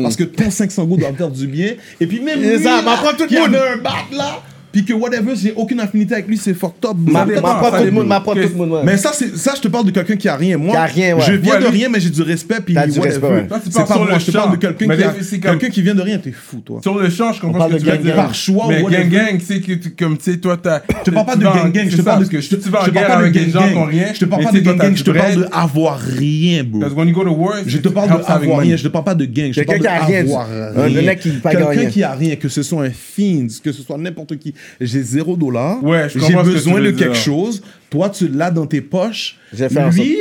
Parce que ton 500 go doit me faire du bien. Et puis même
Mm. C'est
lui,
ça,
là,
m'apprends tout le
qui
monde.
avait un bat là, puis que whatever, j'ai aucune affinité avec lui, c'est fucked up. bro.
Ça
Ma-
dépend,
M'apprends
ça
tout le
dépend.
monde, m'apprends tout le
Que-
monde. ouais.
Mais ça, c'est- ça, je te parle de quelqu'un qui a rien. Moi,
Qui a rien, ouais.
je viens
Ouais,
de
lui-
rien, mais j'ai du respect. Puis
T'as du
whatever.
respect, ouais.
Toi, tu
C'est
parles
pas
sur
moi,
le
je te parle
champ.
de quelqu'un
Mais
qui, a-
c'est comme-
quelqu'un qui vient de rien. T'es fou, toi.
Sur le champ, je comprends
parle
ce que
de
tu veux
gang,
dire.
gang. Par
choix,
Mais
what the
gang
fuck.
gang, tu sais, que tu- comme tu sais, toi, t'as.
Je te parle pas de gang gang, je te parle de
que tu vas en
je te parle
guerre
pas de
avec des
gang
gens
gang.
qui ont rien.
Je te parle
mais
pas
tu
de
sais, toi,
gang
t'as
gang,
du
je te
bread.
parle de avoir rien, bro.
Parce que when you go to war,
Je
it
te parle de
helps having
avoir
money.
rien, je te parle pas de gang, je te
Quelqu'un
parle
qui a rien,
d'avoir
du- un mec qui pas
Quelqu'un
gagnant.
qui a rien, que ce soit un fiend, que ce soit n'importe qui. J'ai zéro dollar,
Ouais, je
j'ai
comprends ce que tu
besoin
veux
de
dire.
quelque chose, toi tu l'as dans tes poches,
J'ai fait en
lui...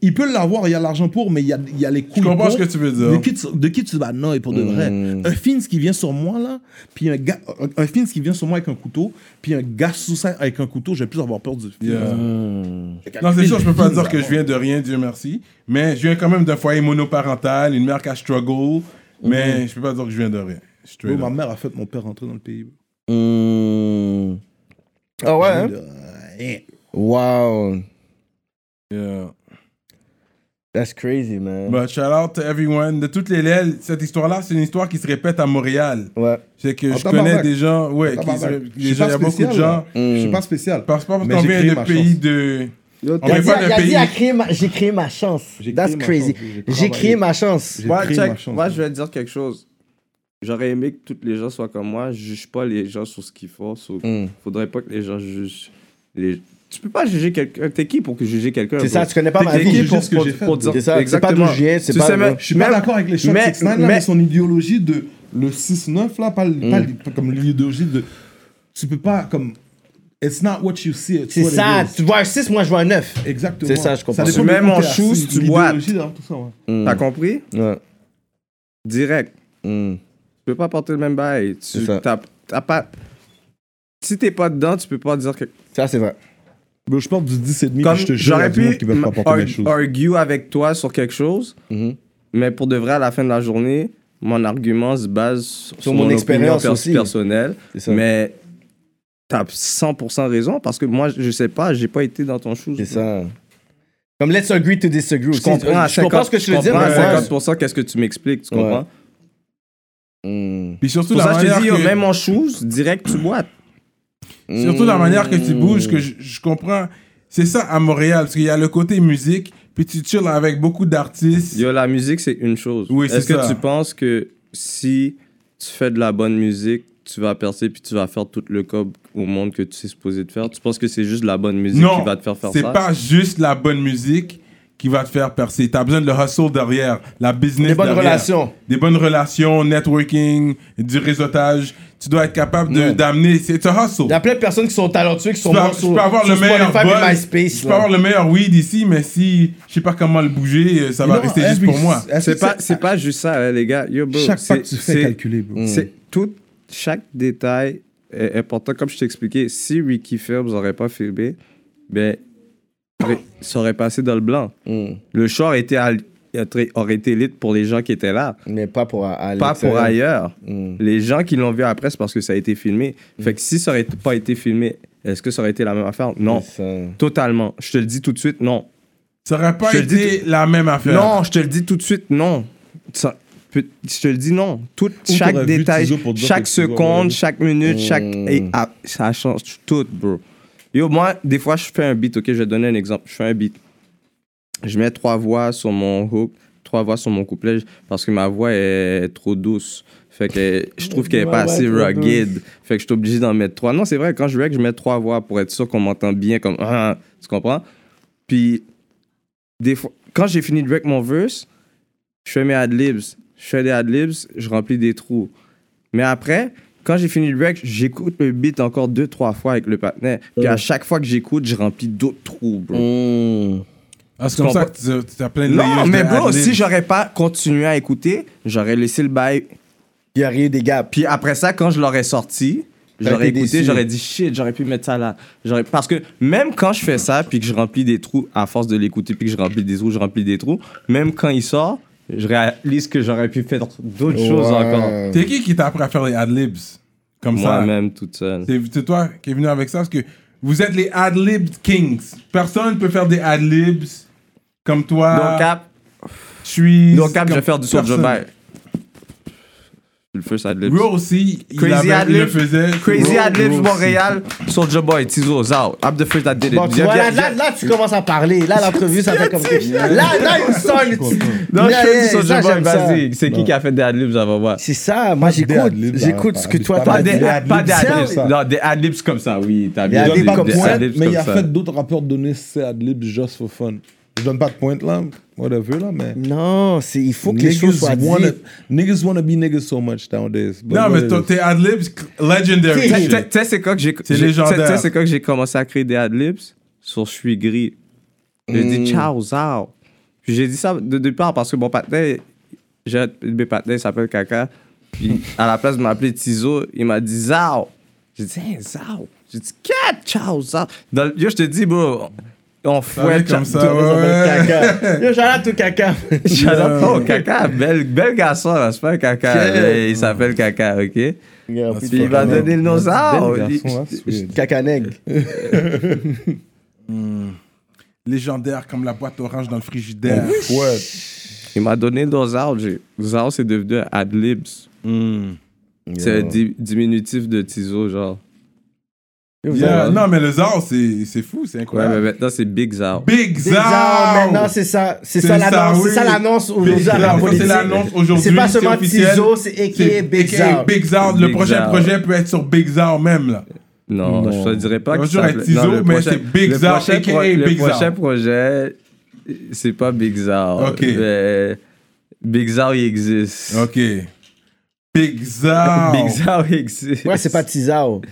Il peut l'avoir, il y a l'argent pour, mais il y a, il y a les couilles.
comprends
pour.
ce que tu veux dire.
De qui tu, de qui tu vas non et pour de vrai. Un Fins qui vient sur moi là, puis un gars, un, un Fins qui vient sur moi avec un couteau, puis un gars sous ça avec un couteau, j'ai plus avoir peur du. Fins.
Yeah. Non, c'est sûr, je peux pas dire que je viens de rien, Dieu merci. Mais je viens quand même d'un foyer monoparental, une mère qui a struggle. Mais
Mm-hmm.
je peux pas dire que je viens de rien.
Bro,
Straight
ma
up.
mère a fait mon père rentrer dans le pays.
Hmm. Ah ouais? hein?
Rien.
Wow.
bah,
Yeah.
That's crazy, man.
But shout out to everyone. De toutes les lèvres, cette histoire-là, c'est une histoire qui se répète à Montréal.
Ouais.
C'est que
En
je
tabarnak.
connais des gens, ouais,
Ah,
qui
bah,
se-
bah, je
des
suis
gens,
pas
il y a beaucoup de
spécial,
gens.
là. Je suis pas spécial.
Parce pas parce
Mais
qu'on
j'ai
vient
créé
de
ma
pays
chance.
de. On
Il
vient
a dit,
pas
il
d'un
a dit,
pays.
Ah, créé ma- j'ai créé ma chance.
J'ai
That's
créé ma
crazy.
chance, j'ai
J'ai
Ah, bah,
travaillé.
créé ma chance.
J'ai
Moi,
pris
check,
ma chance.
moi, je vais te dire quelque chose. J'aurais aimé que toutes les gens soient comme moi. Je juge pas les gens sur ce qu'ils font. sauf-
Mm.
Faudrait pas que les gens jugent. Les... Tu peux pas juger quelqu'un. T'es qui pour que juger quelqu'un
C'est ça,
bro?
tu connais pas
T'es-
ma
t'es
vie.
qui
Juger
pour,
ce que
pour-
j'ai fait,
pour dire
C'est ça, c'est pas
exactement.
d'où je viens, c'est
Tu
pas-
sais,
ouais.
mais-
Je suis pas
même-
d'accord avec les shots
mais-
6 là,
mais- Hmm.
mais son idéologie de le 6-9 là, pas, le- pas le- pas comme l'idéologie de tu peux pas comme it's not what you see, it's
C'est
what it
ça.
is.
Tu vois un 6, moi je vois un 9.
Exactement.
C'est ça, je comprends.
dépend
Tu mets
de où
mon
t'es
chou,
assis,
si tu
l'idéologie
boites.
derrière tout ça, ouais.
T'as compris
Ouais.
Direct.
Hmm.
Tu peux pas porter le même bail. Tu
C'est ça.
t'as- t'as pas. Si t'es pas dedans, tu peux pas dire que.
Ça, c'est vrai.
Bro, Bah, je porte du 10 et demi,
Comme
puis je te jure, il y a
j'aurais
du monde
pu
qui peuvent pas porter mes
arg-
choses.
argue avec toi sur quelque chose,
Mhm.
mais pour de vrai, à la fin de la journée, mon argument se base sur,
mon
opinion
expérience
pers-
aussi.
personnelle.
C'est ça.
Mais t'as 100% raison parce que moi, je sais pas, j'ai pas été dans ton shoes.
C'est ça. Comme let's agree to disagree
Je
aussi.
comprends, à
je
50
comprends ce que tu veux dire,
comprends
mais
à
ouais.
50%, qu'est-ce que tu m'expliques, tu comprends?
Ouais. Hmm.
Puis surtout,
Pour
la
ça, je
manière
te dis, yo,
que-
même en shoes, direct, tu boites. Hmm.
Surtout la manière que tu bouges, que je, je comprends. C'est ça à Montréal, parce qu'il y a le côté musique, puis tu chilles avec beaucoup d'artistes.
Yo, la musique, c'est une chose.
Oui, c'est
Est-ce que
ça.
tu penses que si tu fais de la bonne musique, tu vas percer puis tu vas faire tout le cob au monde que tu es supposé de faire? Tu penses que c'est juste de la bonne musique
Non,
qui va te faire faire
c'est
ça?
pas juste la bonne musique qui va te faire percer. T'as besoin de le hustle derrière, la business
Des bonnes
derrière.
relations.
Des bonnes relations, networking, du réseautage. Tu dois être capable de-
Ouais.
d'amener. C'est un hustle.
Il y a plein de personnes qui sont talentueuses, qui
Je
sont
peux,
mortes
Bah, je
sur,
peux avoir
sur
le meilleur
Spotify et
buzz,
MySpace.
je peux
là.
avoir le meilleur weed ici, mais si je sais pas comment le bouger, euh, ça va
Non,
rester
est-ce
juste
que
pour moi.
C'est pas, c'est pas juste ça, hein, les gars. Yo, bro,
Chaque pas
c'est-
que tu fais
c'est-
calculer, bro.
C'est tout, chaque détail est important. Comme je t'expliquais, si Ricky Ferbs n'aurait pas filmé, ben, aurait- ça aurait passé dans le blanc.
Mm.
Le show aurait été, à- aurait été lit pour les gens qui étaient là,
Mais pas pour a- à
hein.
pas pour
l'extérieur.
ailleurs.
Mm.
Les gens qui l'ont vu après, c'est parce que ça a été filmé. Fait que si ça aurait pas été filmé, est-ce que ça aurait été la même affaire? Non.
Ça-
Totalement. Je te le dis tout de suite, non.
Ça aurait pas
Je te le
été la même affaire.
Non, je te le dis tout de suite, non. Ça- peut- je te le dis non. Tout,
Où
chaque
t'aurais vu
détail,
Tizo pour dire
chaque
que Tizo aurait
seconde,
vu? Hmm.
chaque minute, chaque.
Mm.
et, ah, ça change tout, bro. Yo, moi, des fois, je fais un beat, ok, je vais te donner un exemple. Je fais un beat. Je mets trois voix sur mon hook, trois voix sur mon couplet, parce que ma voix est trop douce. Fait que je trouve qu'elle est pas
Ouais, ouais,
assez
trop
rugged. Fait que je suis obligé d'en mettre trois. Non, c'est vrai, quand je rec, je mets trois voix pour être sûr qu'on m'entend bien, comme. Ah, tu comprends? Puis, des fois, quand j'ai fini de rec mon verse, je fais mes ad-libs. Je fais des ad-libs, je remplis des trous. Mais après, quand j'ai fini le rec, j'écoute le beat encore deux, trois fois avec le partenaire. Puis à chaque fois que j'écoute, je remplis d'autres trous, bro.
Mm.
Ah, c'est comme
Je
ça que tu- tu as plein de
Non,
layers de
mais bro,
ad-lib.
si j'aurais pas continué à écouter, j'aurais laissé le bail.
Il y a rien des gaps.
Puis après ça, quand je l'aurais sorti,
T'as
j'aurais
été
écouté,
déçu.
j'aurais dit shit, j'aurais pu mettre ça là. J'aurais- Parce que même quand je fais ça, puis que je remplis des trous, à force de l'écouter, puis que je remplis des trous, je remplis des trous, même quand il sort, je réalise que j'aurais pu faire d'autres choses
Ouais.
encore.
T'es qui qui t'a appris à faire les ad-libs Comme ça.
Moi-même, toute seule.
C'est c'est toi qui es venu avec ça parce que vous êtes les ad-lib kings. Personne peut faire des ad-libs comme toi.
Donc, cap,
je suis.
donc cap, je vais
comme
faire du saut de
personne.
bail. Le first ad-libs.
Ro aussi, il,
Crazy
avait- il
ad-lib.
le faisait.
Crazy
Ro-
Adlibs
Ro
Montréal, Soldier Boy, Tizo, Zao. I'm the first that did it.
Bon, tu
Viens,
vois, là,
viens, viens.
là, là, tu commences à parler. Là, l'entrevue, ça fait comme ça. Là, là, il sort le petit.
Non, je
Yeah,
fais
yeah,
du Soldier
ça,
Boy,
j'aime ça.
vas-y. C'est qui qui a fait des Adlibs avant moi
C'est ça, moi j'écoute.
ad-libs,
J'écoute
là,
ce que
pas-
toi
pas
Pas
t'as
des
dit.
pas des
Tiens,
Adlibs. Non, des Adlibs comme ça, oui. T'as
Des
bien
Je
ad-libs
donne
dit,
pas de
comme ça.
pointe,
ad-libs
mais il a
comme ça.
fait d'autres rappeurs donner ses ad-libs just for fun. Je donne pas de pointe là, whatever là, mais.
Non, c'est- il faut que les choses
Niggas
soient dites.
wanna, niggas wanna be niggas so much nowadays. but
Non, mais
whatever.
toi, tes ad-libs cl- legendary.
T'es-
shit.
Tu sais- tu sais, c'est quand que j'ai.
C'est
j'ai-
légendaire.
tu sais- tu sais, c'est quand que j'ai commencé à créer des adlibs sur Je suis gris. J'ai dit ciao, zao. Puis j'ai dit ça de départ parce que mon partenaire, j'ai un de mes partenaires, il s'appelle Kaka. Puis à la place de m'appeler Tizo, il m'a dit zao. J'ai dit hey, zao. J'ai dit quatre ciao, zao. Dans le- Yo, je te dis, bro, on
Ouais,
fouette
comme
ciao-
ça, ouais, ouais.
Caca. Yo, j'allais tout caca.
Shout out- oh, Kaka, bel, bel garçon, là, c'est pas un Kaka. mais Il s'appelle Kaka, ok? Puis il m'a donné le nom zao.
Bel
Il-
garçon, hein, sweet.
Caca nègre.
Légendaire comme la boîte orange dans le frigidaire.
Ouais.
Il m'a donné dans Zao. j'ai- Zao, c'est devenu un Adlibs. Hmm. C'est un di- diminutif de Tizo, genre.
Yeah, Non, mais le Zao, c'est c'est fou, c'est
Ouais, mais
incroyable.
maintenant, c'est Big Zao.
Big
Des armes, maintenant,
Zao!
c'est ça. C'est
C'est
ça
ça,
l'annonce.
oui.
C'est ça l'annonce
Big
aujourd'hui à la
Zao, ça, c'est
politique.
l'annonce aujourd'hui.
C'est pas seulement
officiel.
Tizo, c'est
C'est
a.k.a. Big
aka
Zao.
Big Zao. Le
Big
prochain
Zao.
projet peut être sur Big Zao même, là.
Non, je te dirais pas
Moi,
que
je dirais
s'appelait-
Tizo,
Non, le
mais
prochain-
c'est Big
le
Zao,
prochain
aka
pro- Le
Big Zao.
prochain projet, c'est pas Big Zao.
Ok.
mais Big Zao, il existe.
OK. Big Zao.
Big Zao, il existe.
Ouais, c'est pas Tizao.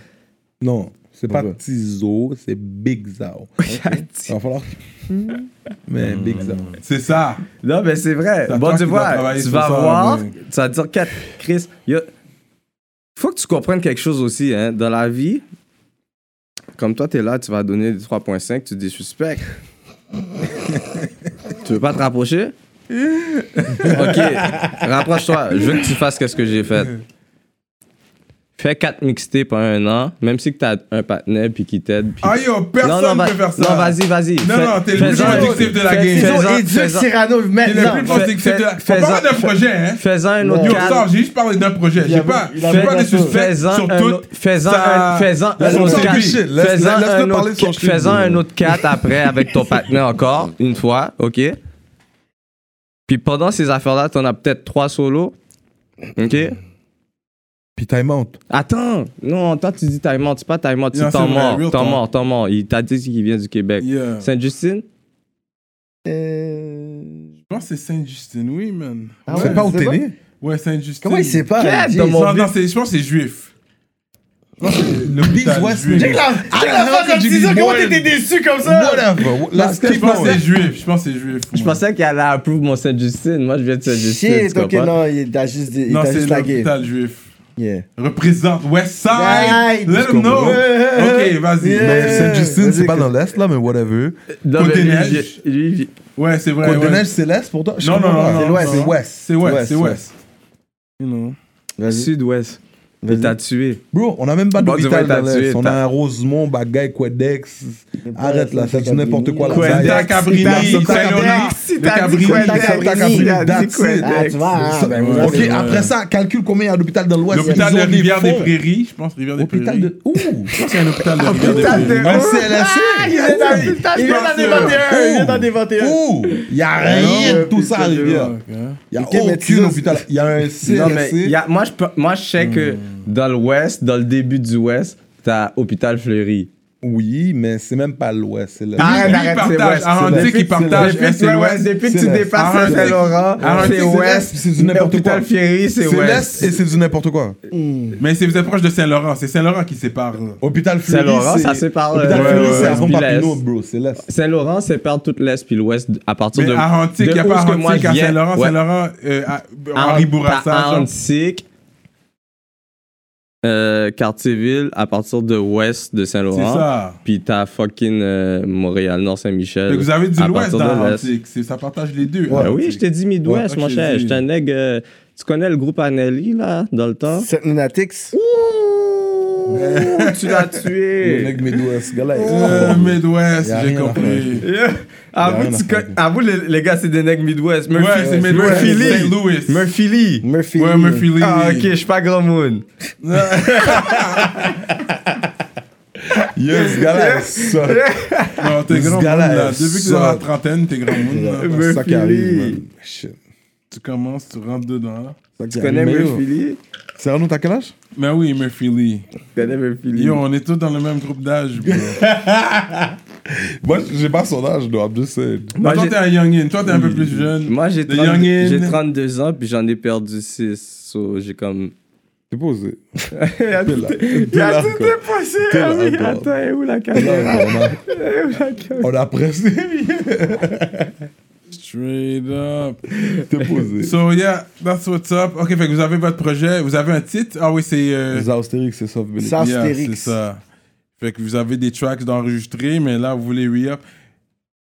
Non, c'est pas
Ouais.
Tizo, c'est Big Zao. Il va falloir.
Hmm.
mais Big Zao.
C'est ça.
Non, mais c'est vrai.
C'est à
Bon,
toi
tu
qui dois
vois,
travailler
tu
sur
vas
ça,
voir,
mais-
tu vas dire, quatre, Chris, il faut que tu comprennes quelque chose aussi, hein. Dans la vie, comme toi, t'es là, tu vas donner des 3.5, tu dis suspect. tu veux pas te rapprocher? ok, rapproche-toi. Je veux que tu fasses ce que j'ai fait. Fais 4 mixtapes en un an, même si que t'as un partenaire puis qui t'aide. puis-
Ah yo, personne
non, va-
peut faire ça.
Non, vas-y, vas-y.
Non,
Fais-
non, t'es le plus
fais-en-
productif de la
fais-
game.
fais-en-
Tizo et Dieu
fais-en-
Cyrano
T'es le
maintenant.
plus productif de la...
fais-
On parle
fais-
d'un projet, hein.
Fais-en un autre
Yo,
cadre.
sors, j'ai juste parlé d'un projet. J'ai pas,
il a
j'ai pas
fait-
des suspects
Fais-en
sur
un
tout.
autre- fais-en
Ça-
un- fais-en
Laisse
un
son
autre
shit,
quatre.
shit. Laisse-
Fais-en
laisse-le
un
parler
autre
de son
quatre-
shit,
fais-en
bro.
un autre quatre après avec ton partenaire encore, une fois, OK? Puis pendant ces affaires-là, t'en as peut-être trois solos, OK?
Puis Time Out.
Attends, non, toi tu dis time out, c'est pas time out,
Non,
c'est temps
c'est vrai,
mort,
real temps.
temps mort, temps mort. Il t'a dit qu'il vient du Québec.
Yeah.
Saint-Justine,
Euh...
Je pense que c'est Saint-Justin, oui, man.
Ah
ouais,
ouais,
pas où
c'est
t'es
bon.
né?
ouais Saint-Justin.
Comment il sait pas?
Get
Jay?
dans mon
Non, non, c'est- je pense que c'est juif. Je pense que c'est
Big
L'hôpital
West,
juif.
Check la check la
non,
face
c'est
en
du
disant comment
Boyle.
t'étais déçu comme ça.
Whatever. La
Parce que Je
skip,
pense que
ouais.
c'est juif. Je pense que c'est juif.
Je
moi.
pensais qu'elle allait approuver mon Saint-Justine. Moi, je viens de Saint-Justine.
Shit,
tu
ok,
comprends?
non, il t'a juste, il
Non,
t'a
c'est
juste lagué.
l'hôpital juif.
Yeah.
Représente Westside.
Right.
Let them know.
Ouais.
Ok, vas-y.
Yeah.
Non, Sainte-Justine, c'est
Vas-y,
pas
que-
dans l'Est, là, mais whatever.
Non,
Côte
mais
des
lui,
Neiges.
il vient- lui, il vient-
Ouais, c'est vrai.
Côte de
ouais.
Neige, c'est l'Est pour toi? Je
Non, non, non,
comprends pas.
non.
C'est l'Ouest,
non.
c'est
Ouest.
C'est Ouest, c'est
Ouest,
Ouest. You know.
Vas-y.
Sud-Ouest. Il t'a tué.
Bro, on a même pas
Bon,
d'hôpital
tu vas
dans
être
l'Est.
tué,
On
t'as-
a un Rosemont, Bagay, Quedex. Arrête là, c'est du n'importe quoi là.
Quenda
Zayac,
Cabrini,
Santa
Saint-Laurent,
Si
le
t'as dit
Cabrini,
Quenda
Santa
Cabrini,
Cabrini,
t'as dit
that's it.
Quenda.
Ah, tu vois, hein,
Ça-
ben voilà,
ok,
c'est-
après ça, calcule combien il y a d'hôpital dans l'Ouest.
L'hôpital
Ils
de
ont des
Rivière des
fonds.
Prairies. Je pense Rivière des Prairies.
Hôpital de. Ouh!
Je pense qu'il y a un hôpital de Rivière des
Hôpital
Prairies.
de-
Un CLSC!
Il est
Ah,
dans il est dans des 21. Il est dans des 21.
Ouh! Il y a rien Ah, de hein. tout ça à Rivière. Il y a
Ok, mais tu
aucun
sais-
hôpital. Il y a un
Non, mais il y
CLSC.
a- moi, je, peux- moi, je sais que dans l'Ouest, dans le début du Ouest, t'as Hôpital Fleury.
Oui, mais c'est même pas l'Ouest. C'est l'Est.
Arrête,
Lui, il
arrête, c'est
partage.
l'Ouest,
Arrondier qui partage.
Depuis,
c'est l'Ouest.
depuis que
c'est
tu
l'Ouest.
dépasses
Arrête,
Saint-Laurent,
arrête,
c'est
c'est
Ouest.
l'Est, c'est du n'importe
Hôpital
quoi.
Fleury, c'est
C'est l'Est
Ouest.
et c'est du n'importe quoi.
Mais c'est vous êtes proche de Saint-Laurent. C'est Saint-Laurent qui sépare. là.
Hôpital Fleury.
Saint-Laurent,
c'est-
ça sépare,
Hôpital
euh,
Fleury,
ouais,
c'est
ouais,
avant
puis
Papineau,
l'Est.
bro. C'est l'Est.
Saint-Laurent sépare toute l'Est puis l'Ouest à partir
Mais
de.
à Antique, il
de
n'y a
où
pas
est-ce que moi
Antique
je
à
viens.
Saint-Laurent.
Ouais.
Saint-Laurent, euh, à-
Ar-
Henri Bourassa.
t'as
genre.
Ah, Antique, euh, Cartierville, à partir de Ouest de
C'est
Saint-Laurent.
ça.
Puis t'as fucking euh, Montréal, Nord-Saint-Michel.
Fait que vous avez du
à
l'Ouest
partir de
dans
l'Est.
l'Antique. C'est- Ça partage les deux.
Ben
hein.
oui, je t'ai dit Midwest,
Ouais,
mon
ok,
cher.
dis.
J'étais un nègre. euh, tu connais le groupe Anneli, là, dans le temps?
Cette lunatics.
Ouh, tu l'as
Le
tué!
mec Midwest, galère.
Euh,
Oh.
Midwest,
Y a
j'ai
rien à
compris.
Yeah.
rien
Avoue,
à
tu
faire.
con- avoue, les, les gars, c'est des nègres Midwest. Murphy,
Ouais, c'est Midwest.
Murphy
St.
Lee.
Louis.
Murphy Lee.
Murphy.
Ouais, Murphy Lee.
Ah, ok, je suis pas grand moon.
Yes, galère. Ça.
Non, t'es
Ce
grand monde,
gars-là,
là.
elle
Depuis que t'es
sort.
dans la trentaine, t'es grand monde, là.
Murphy
ça qui arrive,
Lee.
man. Shit.
Tu commences, tu rentres dedans.
Ça qui
Tu connais
arrive. Mais
Murphy
yo,
Lee?
Cyrano, t'as quel âge?
Mais oui, Murphy Lee.
Tu connais Murphy Lee?
Yo, on est tous dans le même groupe d'âge, bro.
Moi, j'ai pas son âge, though. I'm just saying.
Moi,
toi,
j'ai-
t'es un youngin. Toi, t'es un peu plus jeune.
Moi, j'ai
The
30
youngin.
j'ai 32 ans, puis j'en ai perdu 6. So, j'ai comme.
T'es posé.
Y'a tout
là. T'es là
tout
encore.
dépassé,
T'es là
ami.
encore.
Ah Attends, elle est où la
T'es là
caméra?
encore, on a-
Elle est où la caméra?
On a pressé.
Straight up.
T'es posé.
So, yeah, that's what's up. Ok, fait que vous avez votre projet. Vous avez un titre? Ah oui, c'est. euh,
Les Austérix, c'est sauf Bélix.
Ça-
yeah,
Astérix.
c'est ça. Fait que vous avez des tracks d'enregistrer, mais là, vous voulez re-up.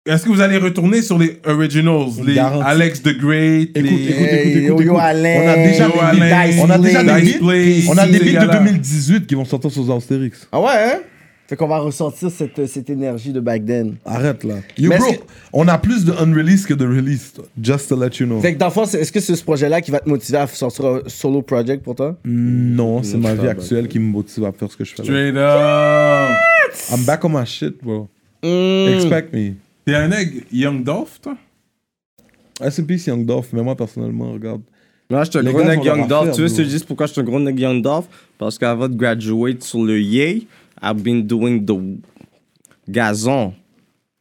Est-ce que vous allez retourner sur les originals? Les
Garanti.
Alex the Great, les.
écoute,
Hey,
écoute,
Yo yo
écoute, écoute.
Alain.
On a déjà
Yo,
des
Alain,
Dice
On a déjà
Play.
des
Dice
beats.
Play,
On a des
ces
beats de
gars-là.
2018 qui vont sortir sur les Austérix.
Ah ouais, hein? Fait qu'on va ressentir cette, cette énergie de back then.
Arrête là. Yo,
Mais
bro,
est-ce que-
on a plus de unrelease que de release. Just to let you know.
Fait que dans le fond, c'est- est-ce que c'est ce projet-là qui va te motiver à sortir un solo project pour toi?
Non, c'est ma vie actuelle qui me motive à faire ce que je fais. Là.
Straight up.
I'm back on my shit, bro.
Hmm.
Expect me.
T'es un nègre Young Dolph, toi?
S&P Young Dorf, mais moi personnellement, regarde.
Moi, je suis un
Les
gros
gars
nègre
vont leur
Young Dolph.
faire,
Tu veux,
nous.
c'est juste pourquoi je suis un gros nègre Young Dolph? Parce qu'avant de graduate sur le yay, I've been doing the gazon.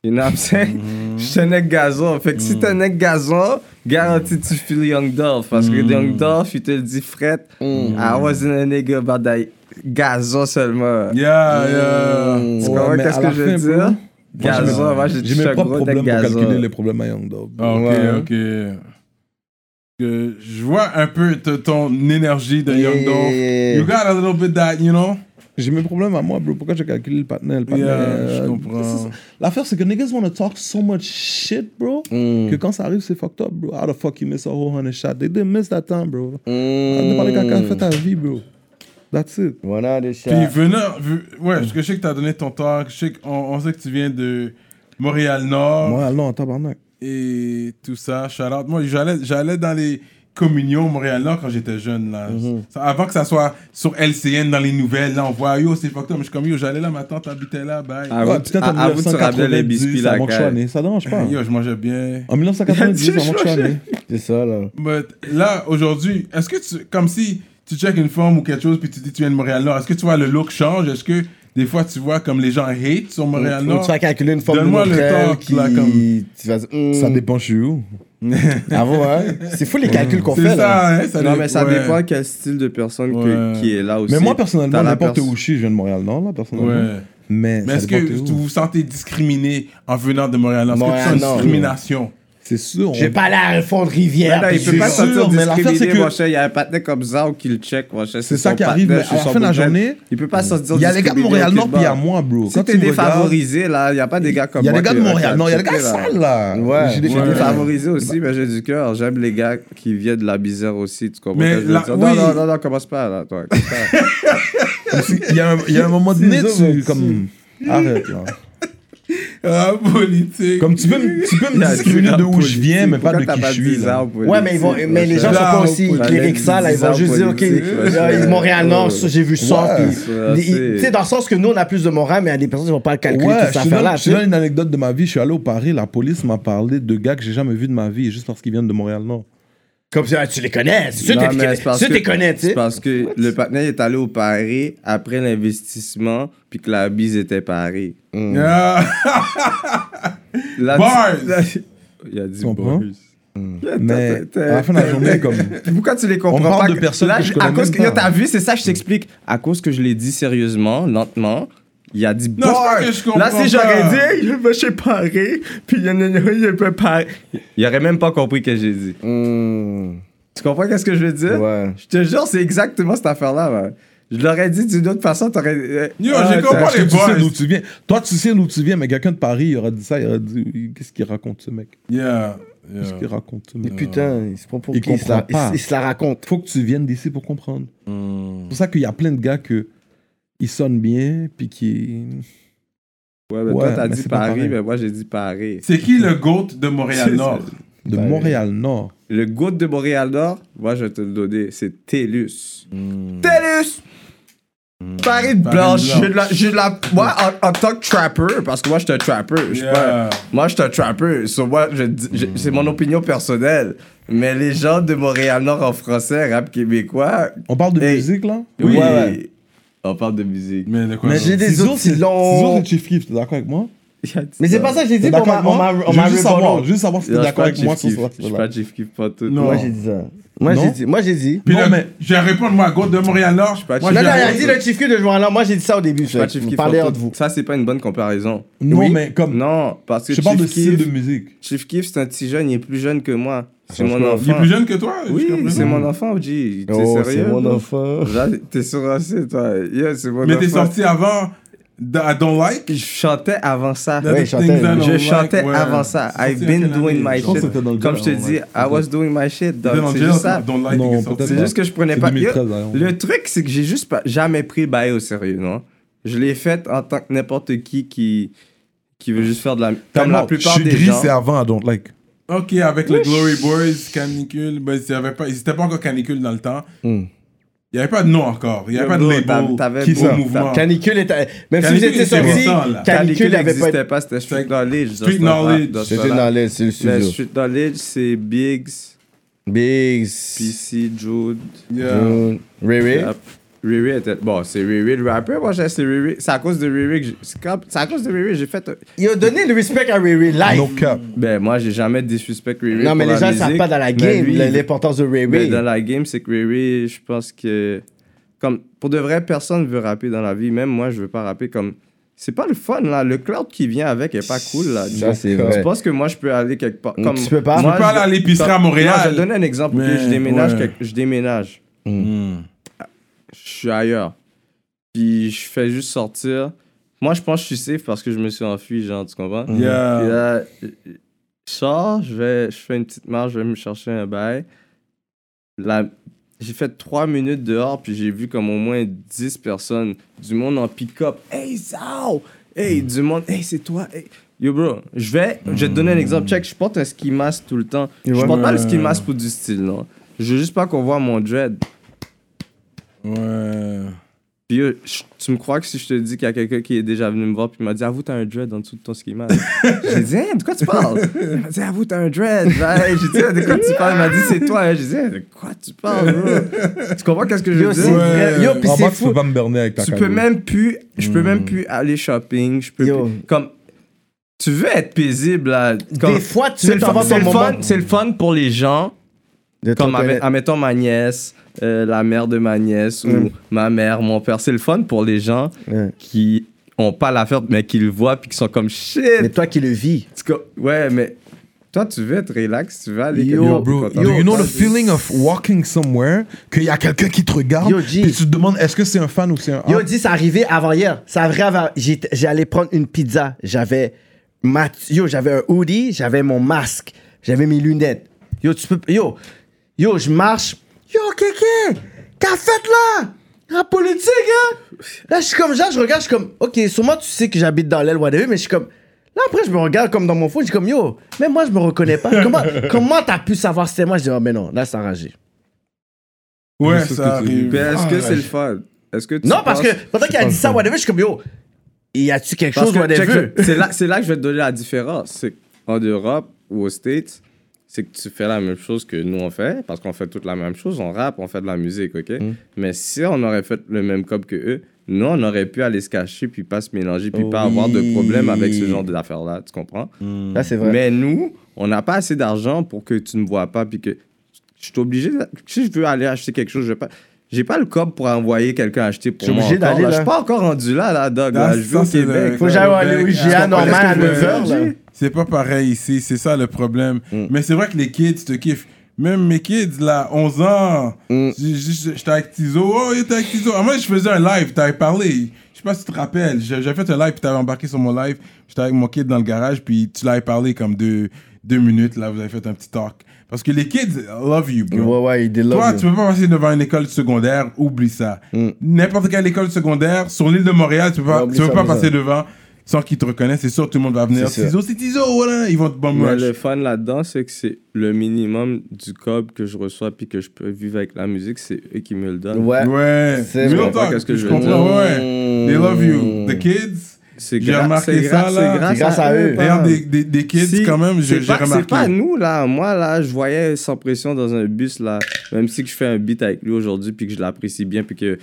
You know what I'm saying?
Mm-hmm.
Je suis un nègre gazon. Fait que si
Mm.
t'es un nègre gazon, garanti tu files Young Dolph. Parce
Mm.
que Young Dolph, il te le dit, fret, I wasn't a nigga about that gazon seulement.
Yeah, yeah.
Mm.
Tu
Ouais,
comprends
mais
qu'est-ce
à
que
la
je veux
fin, bro,
dire?
moi,
Gazon, moi, j'ai
J'ai
dit,
mes
je suis un
propres
gros nègre
problèmes pour calculer les
gazon.
problèmes à Young Dorf.
Ah, Ok,
Ouais.
ok. Que je vois un peu t- ton énergie de Young Dolph. You got a little bit that, you know?
J'ai mes problèmes à moi, bro. Pourquoi j'ai calculé le partenaire? Le partenaire
Yeah, je
euh,
comprends.
L'affaire, c'est que niggas wanna talk so much shit, bro, que quand ça arrive, c'est fucked up, bro. How the fuck you miss a whole hundred shot? They didn't miss that time, bro.
Hmm.
Arrête de parler caca, fais ta vie, bro. That's it.
Voilà, des
Puis
chats.
venant, vu- ouais, parce que je sais que t'as donné ton talk, je sais qu'on on sait que tu viens de Montréal-Nord
Moi, non, en tabarnak.
et tout ça, shout out. Moi, j'allais j'allais dans les communions Montréal-Nord quand j'étais jeune, là. Ça- Avant que ça soit sur LCN, dans les nouvelles, là, on voit, yo, c'est fucked up, mais je suis comme, yo, j'allais là, ma tante habitait là, bye.
Ah, Avoue-
Ouais, peut-être en
avoue, tu rappelles les
1990,
biscuits,
ça
la
manque
caille.
choiné. Ça dérange pas.
Yo, je mangeais bien.
En 1990, ça
Je
manque choiné.
C'est ça, là.
But là, aujourd'hui, est-ce que tu. Comme si tu checkes une forme ou quelque chose, puis tu dis tu viens de Montréal-Nord, est-ce que tu vois le look change Est-ce que Des fois, tu vois comme les gens hate sur Montréal
Ou
Nord.
tu vas calculer une formule
Ah Donne-moi le
Montréal
temps,
qui...
là, comme-
Tu vas dire, hmm,
Ça dépend chez où.
ah bon, hein? C'est fou les
Hmm.
calculs qu'on
C'est
fait,
ça,
là.
hein, ça
Non,
dé-
mais ça
ouais.
dépend quel style de personne que-
Ouais.
qui est là aussi.
Mais moi,
T'as
personnellement,
la
n'importe
perso-
où je suis, je viens de Montréal, non, là, personnellement.
Ouais.
Mais,
Mais
ça
est-ce que
dépend t'es
vous
où.
vous sentez discriminé en venant de Montréal Nord? Est-ce que tu sens une
Montréal Nord,
discrimination?
C'est sûr. on-
Je vais pas aller à un fond de
Mais
rivière.
non, il
puis
peut pas
je-
sûr,
sortir
mais l'affaire, c'est
discriminé,
que-
mon cher. Il y a un patin comme Zao qui le check, mon cher.
C'est ça qui arrive, mais à la fin de la journée, Mm.
Il peut pas sortir
Il y a les gars de
discriminé
Montréal
au
Nord, puis il y a
Québec.
moi, bro.
Si t'es
tu me regardes,
défavorisé, là, il n'y a pas des gars comme
Il y a
moi.
les gars de
qui-
Montréal Nord, il y a les gars
checker, là.
sales, là.
Ouais. Bah.
J'ai des-
Je
j'ai
suis
des-
défavorisé aussi, mais j'ai du cœur. J'aime les gars qui viennent de la misère aussi. Tu comprends
Mais
ce que je veux
la-
dire? Non,
oui.
non, non, non, commence pas là, toi. commence pas.
Il y a un- il y a un moment donné, tu. Comme. Arrête, là.
Ah, politique.
Comme tu peux, me- tu peux
Il y
me
a du
discriminer
rap
de où je viens, mais pas
Pourquoi
de
t'as
qui je suis.
dit
là.
Zao politique,
Ouais, mais, ils vont, mais les gens sont
wesh?
pas aussi
Là,
éclairés que ça. Là, ils vont
bizarre
juste dire, OK,
politique, ouais.
euh, Montréal Nord, ça, j'ai vu ça.
Ouais,
puis-
ça,
des-
c'est-
Tu sais, dans le sens que nous, on a plus de Montréal, mais il y a des personnes qui vont pas le calculer,
Ouais,
tout
je
ça
te
faire là.
donne- je te donne une anecdote de ma vie. Je suis allé au Paris, la police m'a parlé de gars que j'ai jamais vus de ma vie, juste parce qu'ils viennent de Montréal Nord.
Comme ça, tu les connais. Ceux
Non, mais c'est parce
que
que-
tu connais, tu
C'est
sais.
parce que le partenaire est allé au Paris après l'investissement, puis que la bise était parée.
Ah,
Là,
Bars!
tu- Il a dit
Tu comprends?
bars.
Mais
T'as- t'as-
à la fin de la journée, comme.
Pourquoi tu les comprends
On parle
pas
de
que-
personnes
là,
que je
à
connais
cause
même
que- yo,
pas.
t'as vu, c'est ça, je t'explique. À cause que je l'ai dit sérieusement, lentement, il a dit
Non, c'est pas
bars.
que je comprends
Là, si j'aurais
pas.
dit, je vais chez Paris, puis il y en a un peu Paris. Il aurait même pas compris ce que j'ai dit.
Hmm,
Tu comprends qu'est-ce que je veux dire?
ouais.
Je te jure, c'est exactement cette affaire-là. man. Je l'aurais dit d'une autre façon, t'aurais. euh,
Yo,
ah,
j'ai
t'as-
compris
Parce que
les
tu sais d'où
boys.
tu viens. Toi, tu sais d'où tu viens, mais quelqu'un de Paris, il aurait dit ça, il aurait dit Qu'est-ce qu'il raconte, ce mec
Yeah.
Qu'est-ce qu'il
yeah.
raconte, ce
Mais
mec
putain, ils se prend pour
Ils
qui, ils se la-
comprennent
ils se-
pas.
ils se la racontent.
Faut que tu viennes d'ici pour comprendre.
Hmm.
C'est pour ça qu'il y a plein de gars que. Ils sonnent bien, puis qui.
Ouais, mais toi,
Ouais,
t'as
mais
dit
c'est pas
Paris,
pareil.
mais moi, j'ai dit Paris.
C'est qui le GOAT de Montréal-Nord?
De Montréal-Nord.
Le goût de Montréal-Nord, moi, je vais te le donner, c'est Télus. Télus! Paris de
Paris
blanche,
blanche.
j'ai de la, j'ai de la- moi, en, en tant que trapper, parce que moi, je suis un trapper, je suis pas,
Yeah.
moi, je suis un trapper, so, moi, je dis- je- c'est mon opinion personnelle, mais les gens de Montréal-Nord en français, rap québécois,
On parle de
Hey.
musique, là
oui,
Ouais, ouais.
on parle de musique.
Mais de quoi?
Mais
ça?
j'ai des
outils longs.
c'est Chief Keef, t'es d'accord avec moi
Mais c'est pas ça que j'ai
T'es
dit pour
d'accord
ma.
avec
on m'a-
moi
on
Je
m'a
veux juste savoir,
rebuttal.
je veux juste savoir si t'es
Non, je suis
d'accord
pas
avec moi
Chief
sur
Keef.
ça.
Je suis pas Chief Keef, pas tout.
Non.
Moi, j'ai dit ça. Moi,
Non.
j'ai dit. Moi, j'ai dit.
Puis
Non,
le-
mais-
Je vais répondre, moi, GOAT de Montréal-Nord. Je suis
pas
moi,
chief.
j'ai
Non, non, il a
arrêté.
dit le chief cul de joueur. là. Moi, j'ai dit ça au début.
Je suis
ça.
pas Chief
Vous
Keef,
parlez
pas
entre
tout.
vous.
Ça, c'est pas une bonne comparaison.
Non,
Oui.
mais comme-
Non, parce que
Je parle de
Chief
style de
Keef,
musique.
Chief Keef, c'est un petit jeune, il est plus jeune que moi. C'est mon
change pas.
enfant.
Il est plus jeune que toi? jusqu'à
Oui,
présent.
c'est mon enfant, OG. T'es
Oh, c'est
sérieux?
mon
bro?
enfant.
Là, t'es surancé, toi. Yeah, c'est mon
Mais
enfant.
t'es sorti avant d- I Don't Like?
Je chantais avant ça.
The
Ouais,
things
chantais.
I don't
Je
like,
chantais
ouais.
avant ça.
Sorti
I've
à
been
quelle
doing
année?
my
Je pense
shit.
que c'était dans le
Comme je te
jail,
dis, I was doing my shit.
C'était dans
donc
le
C'est
jail,
juste ça.
I Don't Like.
Non,
il est sorti.
peut-être
C'est
pas.
juste que je prenais
C'est
pas.
2013,
Yo,
alors.
le truc, c'est que j'ai juste pas- jamais pris le bail au sérieux, non? Je l'ai fait en tant que n'importe qui qui, qui veut juste faire de la. Comme la
Non,
plupart
je suis
des
gris,
gens.
c'est avant, I don't like.
Ok, avec les Glory Boys, Canicule, ben, il y avait pas, ils étaient pas encore Canicule dans le temps.
Hmm.
Il n'y avait pas de nom encore. Il n'y avait
Yo,
pas de
bro,
label.
t'avais- t'avais
Qui
beau-
ça? mouvement.
Canicule était. Même si vous
Canicule
étiez
était
sorti,
récent, là.
Canicule n'avait pas
n'existait
été.
pas, c'était Street Knowledge.
Street Knowledge.
C'était dans l'aise, c'est le
Mais
studio.
Street Knowledge, c'est Biggs,
Big.
PC, Jude.
Yeah.
June, Ray Ray.
Rap. Riri était. Bon, c'est Riri le rappeur. Moi, j'ai- c'est Riri. C'est à cause de Riri que j'ai- c'est comme- C'est à cause de Riri que j'ai fait. euh,
Il a donné le respect à Ray Ray
No
live.
cap.
Ben, moi, j'ai jamais disrespect Riri.
Non, mais
pour
les
la
gens ne savent
musique,
pas dans la
mais
game
lui,
la- l'importance de Ray
Mais
Ray.
dans la game, c'est que Riri, je pense que. Comme, pour de vrai, personne veut rapper dans la vie. Même moi, je veux pas rapper comme. C'est pas le fun, là. Le cloud qui vient avec est pas cool, là.
Ça, c'est
Je
vrai. Mm.
pense que moi, je peux aller quelque part. Comme,
Tu peux pas.
Moi,
Tu peux
je-
aller à l'épicerie à
comme-
Montréal.
Non, je vais te donner un exemple. ok?
Mais,
je déménage.
ouais. Mm.
quelque- Je déménage.
Mm.
Je suis ailleurs. Puis je fais juste sortir. Moi, je pense que je suis safe parce que je me suis enfui, genre, tu comprends? Puis
Yeah.
Euh,
là, je je sors, je, vais, je fais une petite marche, je vais me chercher un bail. Là, j'ai fait trois minutes dehors, puis j'ai vu comme au moins 10 personnes, du monde en pick-up. Hey, Zao!
Mm.
Hey, du monde, hey, c'est toi! Hey. Yo, bro, je vais, je vais te donner un exemple. Check, je porte un ski mask tout le temps. Je
Mm. Ouais.
porte pas le ski mask pour du style, non. Je veux juste pas qu'on voit mon dread.
Ouais.
Puis Puis euh, je- tu me crois que si je te dis qu'il y a quelqu'un qui est déjà venu me voir puis il m'a dit avoue t'as un dread en dessous de ton ski mask. J'ai dit hein, de quoi tu parles Il m'a dit avoue t'as un dread. Ben, J'ai dit Ah, de quoi tu parles Il m'a dit c'est toi. hein. J'ai dit Ah, de quoi tu parles bro? Tu comprends qu'est-ce que je
Yo,
veux
c'est
dire
vrai. Yo, puis
En
c'est
bas, tu
fou.
peux pas me berner avec ta
Tu peux
cagoule.
même plus je peux même plus aller shopping. Je peux
Yo.
plus- comme tu veux être paisible là. Comme,
Des fois, tu
c'est
veux
le
t'en
fun,
vas
c'est
ton
le fun,
moment.
c'est le fun pour les gens
De
comme
te
admet-
connaître.
admettons ma nièce, euh, la mère de ma nièce ou ma mère, mon père, c'est le fun pour les gens
Ouais.
qui ont pas l'affaire mais qui le voient puis qui sont comme
Mais
shit.
toi qui le vis.
Tu co- Ouais, mais toi tu veux être relax, tu veux aller
Yo,
quelque part,
Bro,
t'es content.
do you know the feeling of walking somewhere, qu'il y a quelqu'un qui te regarde,
Yo, G.
puis tu te demandes est-ce que c'est un fan ou c'est un.
Yo,
Hein?
dis, c'est arrivé avant-hier. C'est arrivé avant. j'étais- J'allais prendre une pizza. J'avais. ma- Yo, j'avais un hoodie, j'avais mon masque, j'avais mes lunettes. Yo, tu peux. Yo, yo, je marche. Yo, Kéké, t'as fait là? En politique, hein? Là, je suis comme, genre, je regarde, je suis comme, ok, sûrement tu sais que j'habite dans l'aile whatever, mais je suis comme. Là, après, je me regarde comme dans mon fond, je suis comme, yo, même moi, je me reconnais pas. Comment comment t'as pu savoir c'était moi? Je dis, oh, mais non, là, c'est enragé.
Ouais,
c'est ce
ça
que tu dis.
arrive.
Mais est-ce que
Ah,
c'est le fun Est-ce que tu
Non, parce que
penses-
pendant qu'il a dit ça, whatever, je suis comme, yo, y a-tu quelque
Parce
chose,
que,
whatever?
check, je- c'est là, c'est là que je vais te donner la différence. C'est en Europe ou aux States, c'est que tu fais la même chose que nous on fait, parce qu'on fait toute la même chose, on rappe, on fait de la musique, ok. Mais si on aurait fait le même cop que eux, nous on aurait pu aller se cacher puis pas se mélanger puis pas avoir de problème avec ce genre d'affaires là, tu comprends
Là, c'est vrai.
Mais nous, on n'a pas assez d'argent pour que tu ne vois pas puis que je suis obligé. de- Si je veux aller acheter quelque chose, je vais pas. J'ai pas le cop pour envoyer quelqu'un acheter pour
T'es
moi.
obligé
encore,
d'aller,
là. Je
là.
suis pas encore rendu là, là, dog.
Ah,
là. Je vis au
ça, c'est le-
Québec.
Faut que j'aille aller au GA
Parce
normal
que
à
je-
9h, là.
C'est pas pareil ici, c'est ça le problème. Mais c'est vrai que les kids te kiffent. Même mes kids, là, 11 ans, j- j- j'étais avec Tizo. Oh, t'es avec Tizo. Ah, Moi, je faisais un live, t'avais parlé. Je sais pas si tu te rappelles. J'ai j'ai fait un live, puis t'avais embarqué sur mon live. J'étais avec mon kid dans le garage, puis tu l'avais parlé comme deux, deux minutes, là, vous avez fait un petit talk. Parce que les kids love you, bro.
Ouais, ouais, il
Toi,
délove.
tu peux pas passer devant une école secondaire, oublie ça. N'importe quelle école secondaire, sur l'île de Montréal, tu peux pas,
Hmm. oublie
tu peux
ça,
pas
oublie
passer devant sans qu'ils te reconnaissent. C'est sûr, tout le monde va venir.
C'est ça.
Tizo, c'est Tizo, voilà. Ils vont te bomb
Mais
rush.
le fun là-dedans, c'est que c'est le minimum du cob que je reçois puis que je peux vivre avec la musique, c'est eux qui me le donnent.
Ouais.
Ouais.
C'est
Real
vrai.
talk,
Qu'est-ce que
je
je veux
comprends,
dire?
ouais. They love you. The kids.
C'est
J'ai
gra-
remarqué
c'est gra-
ça, là.
c'est grâce,
C'est grâce à eux.
D'ailleurs, des, des, des kids,
Si,
quand même, je-
c'est
j'ai
pas-
remarqué.
C'est pas nous, là. Moi, là, je voyais sans pression dans un bus, là. Même si que je fais un beat avec lui aujourd'hui puis que je l'apprécie bien puis que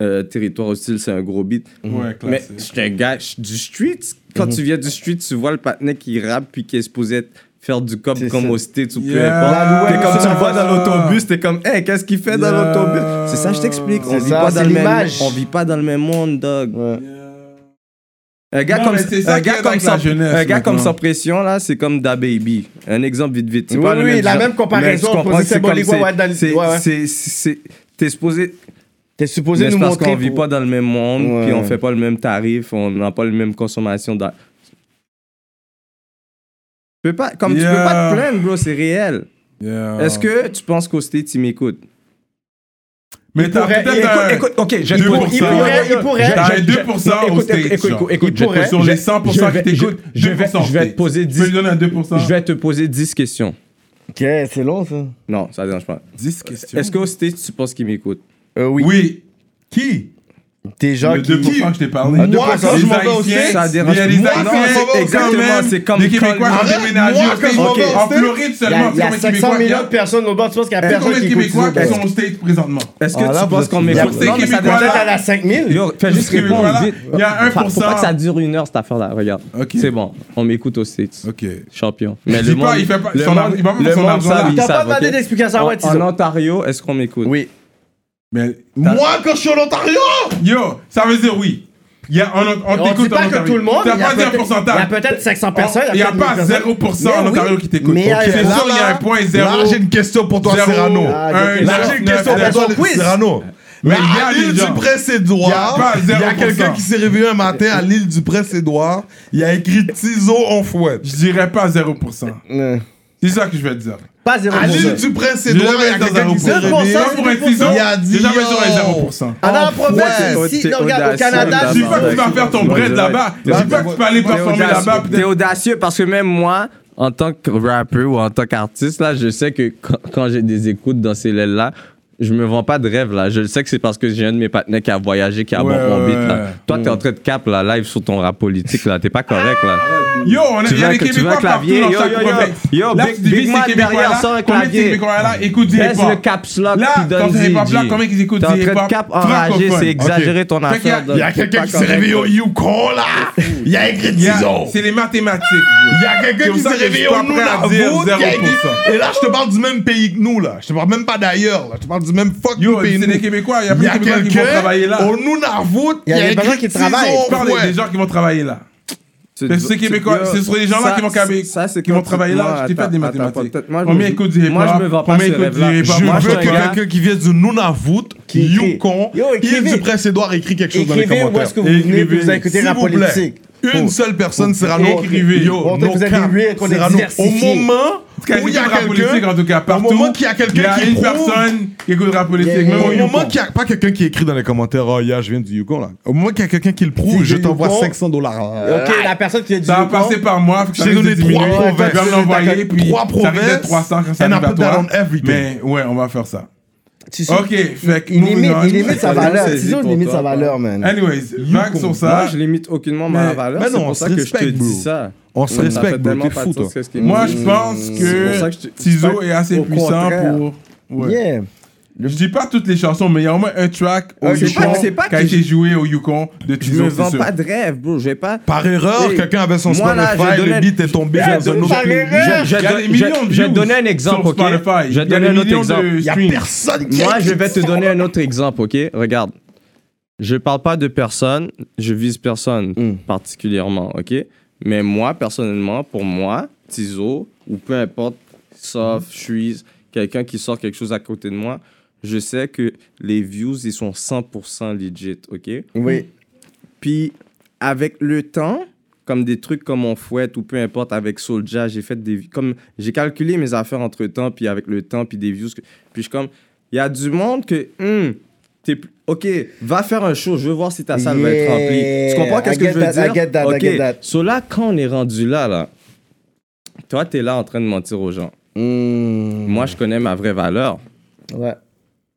euh, Territoire Hostile, c'est un gros beat. Mhm.
Ouais,
Mais
classique.
j'étais un gars j'suis du street. Quand tu viens du street, tu vois le patinet qui rappe puis qui est supposé être- faire du cop
C'est
comme
ça.
au state ou peu
Yeah.
importe. T'es comme tu le vois
Yeah.
dans l'autobus, t'es comme, hey, qu'est-ce qu'il fait dans
Yeah.
l'autobus? C'est ça, je t'explique. On
C'est
vit
ça,
pas
c'est
dans le même,
l'image.
on vit pas dans le même monde, dog. Un gars
Non,
comme,
mais c'est ça
un
qui
gars
aide
comme
avec la
sans,
jeunesse,
un gars comme
maintenant.
sans pression là, c'est comme Da Baby. Un exemple vite vite. C'est
Oui,
pas le
oui, la
genre.
même comparaison,
Mais tu comprends
opposé
que c'est
symbolique,
comme
ouais, ouais, dans le-
c'est- c'est-
ouais, ouais.
c'est- c'est- T'es supposé
T'es supposé
mais
nous
c'est parce
montrer.
qu'on vit
pour-
pas dans le même monde,
Ouais.
puis on fait pas le même tarif, on n'a pas le même consommation. d'a- Tu peux pas, comme tu peux
Yeah.
pas te plaindre, bro, c'est réel.
Yeah.
Est-ce que tu penses qu'au States, ils m'écoutent
Mais t'as
pourrait-
peut-être
écoute,
un.
écoute,
ok,
je- Deux pour
Il
cent.
pourrait, il pourrait.
T'as un
Je-
2% au
écoute,
stage.
écoute,
genre.
écoute, écoute, je
pourrait-
Sur les
je-
100%
je
qui
vais-
t'écoutent,
je vais-
2%
je vais te
state.
poser
Tu peux lui
dix-
donner un 2%.
Je vais te poser 10 questions.
Ok, c'est long ça.
Non, ça dérange pas.
10 questions.
Est-ce qu'au States, tu penses qu'ils m'écoutent
Euh, oui.
Oui. Qui
T'es gens
Le
qui.
2% que je t'ai parlé.
Moi, quand
Les
je m'en vais au
Haïtiens,
States,
ça dérange
il y a les
moi,
Haïtiens,
non, c'est
quand
exactement,
même,
c'est comme
Les Québécois
quand-
qui ont déménagé
moi,
au
quand je m'en vais
States.
au
En
States,
Floride
Il y a,
seulement,
il y a
c'est
500 millions de
Québécois.
personnes au bord. Tu penses qu'il y a
Il y a combien
personne
de
qui écoute
Québécois
ça?
qui sont au States présentement
Est-ce que
Ah, là,
tu penses
parce
qu'on
que-
Il y a
m'écoute
Ces
Non, mais ça
Québécois-là-
dérange-
peut-être à la 5000.
Yo, fais juste
Ces
répondre.
Québécois-là,
vite.
il y a
Faut faut pas que
1%.
ça dure une heure cette affaire-là. Regarde.
Ok.
C'est bon, on m'écoute au States.
Ok.
Champion. Mais
dis pas, il fait pas- son ar- il va pas faire
le
son
monde
argent
savent,
là.
ils
T'as pas
savent,
demandé
ok?
d'explication, ouais,
en, en
Tizo.
Ontario, est-ce qu'on m'écoute
Oui.
Mais t'as-
Moi, quand je suis en Ontario!
Yo, ça veut dire oui. Il y a, on on
On dit
t'écoute en
pas que
Ontario.
tout le monde.
T'as
il y a
pas dit un
peut-être- Il y a
pourcentage.
peut-être 500
On-
personnes.
Il n'y a pas 0% en
Mais
Ontario
oui.
qui t'écoute.
Mais
C'est
là,
sûr, il y a un point
Là,
zéro.
j'ai une question pour toi,
zéro,
Serrano.
Ah,
un,
ok.
Là,
neuf,
j'ai une
neuf,
question
neuf.
pour toi,
son quiz.
Serrano. Mais
il y a
à
des
l'île du
gens. Il y a
Prince-Édouard,
pas
il y a
0%.
quelqu'un qui s'est réveillé un matin à l'île du Prince-Édouard. Il a écrit Tizo en fouette.
Je dirais pas 0%. C'est ça que je vais te dire.
Pas
À l'île
0%.
du Prince-Édouard, il y a quelqu'un qui s'est
0%.
réveillé.
Moi, pour être disons,
Il a dit,
j'ai jamais sur les
yo.
0%.
Ah non, la
Ouais.
province, ici,
T'es
non, regarde, au
audacieux,
Canada,
Je
Ah,
dis
bah,
pas que tu
ouais,
vas faire ton
c'est
bread
vrai.
là-bas. Je dis pas que tu vas aller
T'es
performer là-bas.
audacieux, t'es
peut-être.
audacieux parce que même moi, en tant que rappeur ou en tant qu'artiste, là, je sais que quand, quand j'ai des écoutes dans ces lèvres-là, je me vends pas de rêve là. Je sais que c'est parce que j'ai un de mes partenaires qui a voyagé, qui a
Ouais,
bon mon
ouais,
beat
ouais. Mm.
là. Toi, t'es en train de cap là, live sur ton rap politique là. T'es pas correct là.
Yo, on a,
Tu
il y a
veux
des
un- tu veux
Québécois
un
partout
clavier?
dans
Yo,
chaque
yo, yo.
province.
Yo,
Là,
Big-
tu dis,
Big
ces
Mac
Québécois-là,
derrière, sors un
Combien de ces
clavier.
Québécois-là écoutent du
Laisse
hip-hop?
le caps lock,
Là,
puis
dans
donne
ces hip-hop-là,
G.
combien ils écoutent
T'es en
du
train
hip-hop
de cap enragé,
francophone?
c'est exagérer ton
Fait qu'il y a-
affaire.
Il y a
donc.
quelqu'un qui s'est réveillé au Yukon, là. Il y a écrit
Il y a-
10 ans.
C'est les mathématiques.
Il y a quelqu'un
C'est
qui
pour
s'est
ça que je suis
réveillé
pas
au nous
prêt à
là.
dire
Vous, qui a écrit-
0%.
Et là, je te parle du même pays que nous, là. Je te parle même pas d'ailleurs, là. Je te parle du même fucking
Yo,
pays.
c'est
que nous.
des Québécois. Il y a
Il y
plus de
a
Québécois qui vont travailler
quelqu'un
là.
au Nunavut.
Il y a des personnes qui travaillent.
Je parle des gens qui vont travailler là.
Tu-
Mais c'est
tu-
Québécois,
yo,
ce sont les gens-là
ça-
qui vont caber-
ça, c'est
qui vont
quand tu-
travailler là,
moi,
je t'ai fait
attends,
des
attends,
mathématiques.
peut-être- moi, je
Combien
me-
écoute du
Moi,
hip-hop?
je me vends pas
Combien
ce
écoute du
rêve-là.
hip-hop?
Je
Moi,
Je
suis
veux
un
que
gars-
quelqu'un qui vient du Nunavut,
Qui- qui-
Yukon,
Yo, écrivez-
Île-du-Prince-Édouard écrit quelque chose dans les
Écrivez où
commentaires.
est-ce que vous venez et vous
Écrivez,
avez écouté
S'il
rap
vous plaît,
politique.
une seule personne, Cyrano,
Écrivez.
Yo,
Montrez que
no
vous êtes
cap.
des weird, qu'on est
Cyrano, au
diversifiés.
moment
Quand
où il y a
écoute rap politique, en
quelqu'un,
tout cas,
au
partout.
moment qu'il y a
Il y
quelqu'un
a
qui
une
prouve,
personne qui écoute rap politique.
Yeah,
Même
yeah,
au
yeah.
au
Yukon.
moment qu'il y a pas quelqu'un qui écrit dans les commentaires, oh yeah, je viens du Yukon là. Au moment qu'il y a quelqu'un qui le prouve,
C'est
je
du
t'envoie
Yukon.
500
hein.
dollars.
Ok, la personne qui Ah. a dit.
Ça va passer par moi.
Je t'ai donné trois provinces.
Je vais me l'envoyer, puis
Trois
ça va
provinces.
être 300 quand ça
And I
arrive à
put that
toi.
on everything.
Mais ouais, on va faire ça.
Tu sais-
Ok, fait que
Il
moving
limite,
on.
il limite sa
Ça
valeur.
dépend, c'est
Tizo
vite
limite
pour
sa
toi,
valeur, man.
Anyways, vague sur
Moi,
ça.
je limite aucunement
Mais-
ma valeur.
mais
C'est
non, on
pour
se
ça que je te
respecte,
dis
bro.
ça.
On se
Ça fait
respecte, bro,
tellement
t'es
pas
fou,
de sens
toi.
qu'est-ce qu'il
Moi,
dit.
je pense
C'est pour ça
que
je te-
Tizo est assez
Au
puissant
contraire.
pour. Ouais.
Yeah.
Je dis pas toutes les chansons, mais il y a au moins un track au
Ah, c'est
Yukon
pas- c'est pas
qui a
que
été joué au Yukon de
Je me
Tizo, c'est
vends
sûr.
pas de rêve, bro. Je vais pas.
Par erreur,
Hey,
quelqu'un avait son
moi, là,
Spotify,
je
le
donnais-
beat est tombé dans un autre
Je-
pays.
je
Il y a
don-
des millions
je-
de
Je vais
views
te donner un exemple,
sur
ok?
Spotify.
Je vais
Il
te
y a
donner
des
un autre
millions
exemple.
de
Il y a
streams.
personne qui a
Moi, je
écrit
vais te
ça.
donner un autre exemple, ok? Regarde. Je parle pas de personne, je vise personne particulièrement, ok? Mais moi, personnellement, pour moi, Tizo, ou peu importe, sauf je suis quelqu'un qui sort quelque chose à côté de moi, je sais que les views, ils sont 100% legit, ok?
Oui.
Puis, avec le temps, comme des trucs comme On Fouette ou peu importe, avec Soulja, j'ai fait des... Comme, j'ai calculé mes affaires entre temps, puis avec le temps, puis des views. que- puis je suis comme, il y a du monde que... hum, t'es plus- Ok, va faire un show, je veux voir si ta salle va être remplie.
Yeah,
Tu comprends qu'est-ce
I
que je
get
veux
that, I
dire?
get that, I
ok,
get that.
so là, quand on est rendu là, là, toi, t'es là en train de mentir aux gens.
Hmm.
Moi, je connais ma vraie valeur.
Ouais.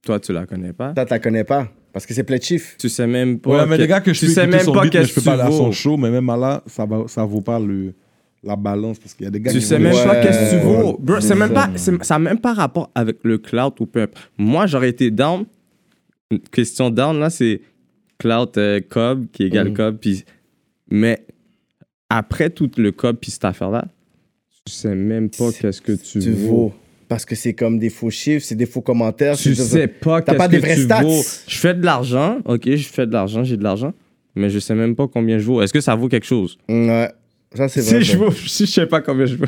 Toi, tu la connais pas.
Toi, t'as connais pas. Parce que c'est plein de chiffres.
Tu sais même pas...
Ouais, mais
que-
les gars que je
tu
peux
sais
écouter
même
son
pas
beat, mais
qu'est-ce
je peux
que
pas aller à
tu
son
vaux.
show, mais même à là, ça, va, ça vaut pas le, la balance parce qu'il y a des gars
Tu
qui
sais
vont-
même pas
Ouais,
qu'est-ce que tu
ouais,
vaux. Bro, c'est même pas, c'est- ça n'a même pas rapport avec le cloud ou peu importe. Moi, j'aurais été down. Une Question down, là, c'est cloud euh, cob qui
Mm.
égale cob. Puis, mais après tout le cob puis cette affaire-là, tu sais même pas qu'est-ce que tu,
Tu
vaux.
vaux. Parce que c'est comme des faux chiffres, c'est des faux commentaires.
Tu
c'est-
sais pas
T'as
qu'est-ce
pas
que
des vraies
tu
stats.
vaux. Je fais de l'argent, ok, je fais de l'argent, j'ai de l'argent, mais je sais même pas combien je vaux. Est-ce que ça vaut quelque chose?
Ouais. Ça, c'est
Si
vrai.
je
ça.
vaux, si je sais pas combien je vaux.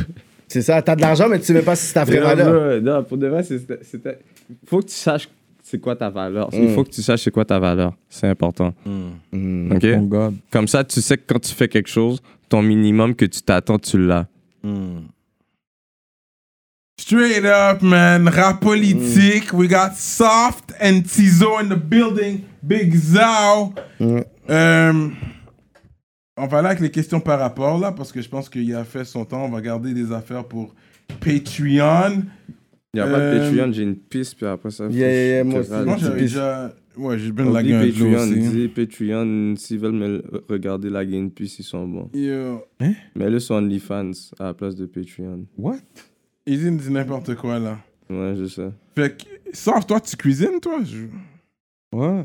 C'est ça. T'as de l'argent, mais tu sais même pas si c'est ta vraie
Non,
valeur.
bro, non, pour de vrai, c'est- c'était- c'était. Faut que tu saches c'est quoi ta valeur.
Mm.
Il faut que tu saches c'est quoi ta valeur. C'est important. OK?
Oh God.
Comme ça, tu sais que quand tu fais quelque chose, ton minimum que tu t'attends, tu l'as.
Hmm. Straight up, man. Rap politique. We got Soft and Tizo in the building. Big Zao.
Hmm.
Euh, on va aller avec les questions par rapport, là, parce que je pense qu'il a fait son temps. On va garder des affaires pour Patreon.
Il n'y a
pas de Euh, Patreon,
j'ai une piste, puis après ça.
Yeah, yeah, yeah, moi aussi.
Moi,
Petite
j'avais
piste.
déjà... Ouais, j'ai bien
Oublie
lagué un jour
Patreon,
aussi.
dis Patreon, s'ils veulent me le- regarder la une piste, ils sont bons.
Yo.
Mais là, sur OnlyFans à la place de Patreon.
What?
Ils disent n'importe quoi, là.
Ouais, je sais.
Fait que, Soft, toi, tu cuisines, toi? Je-
Ouais.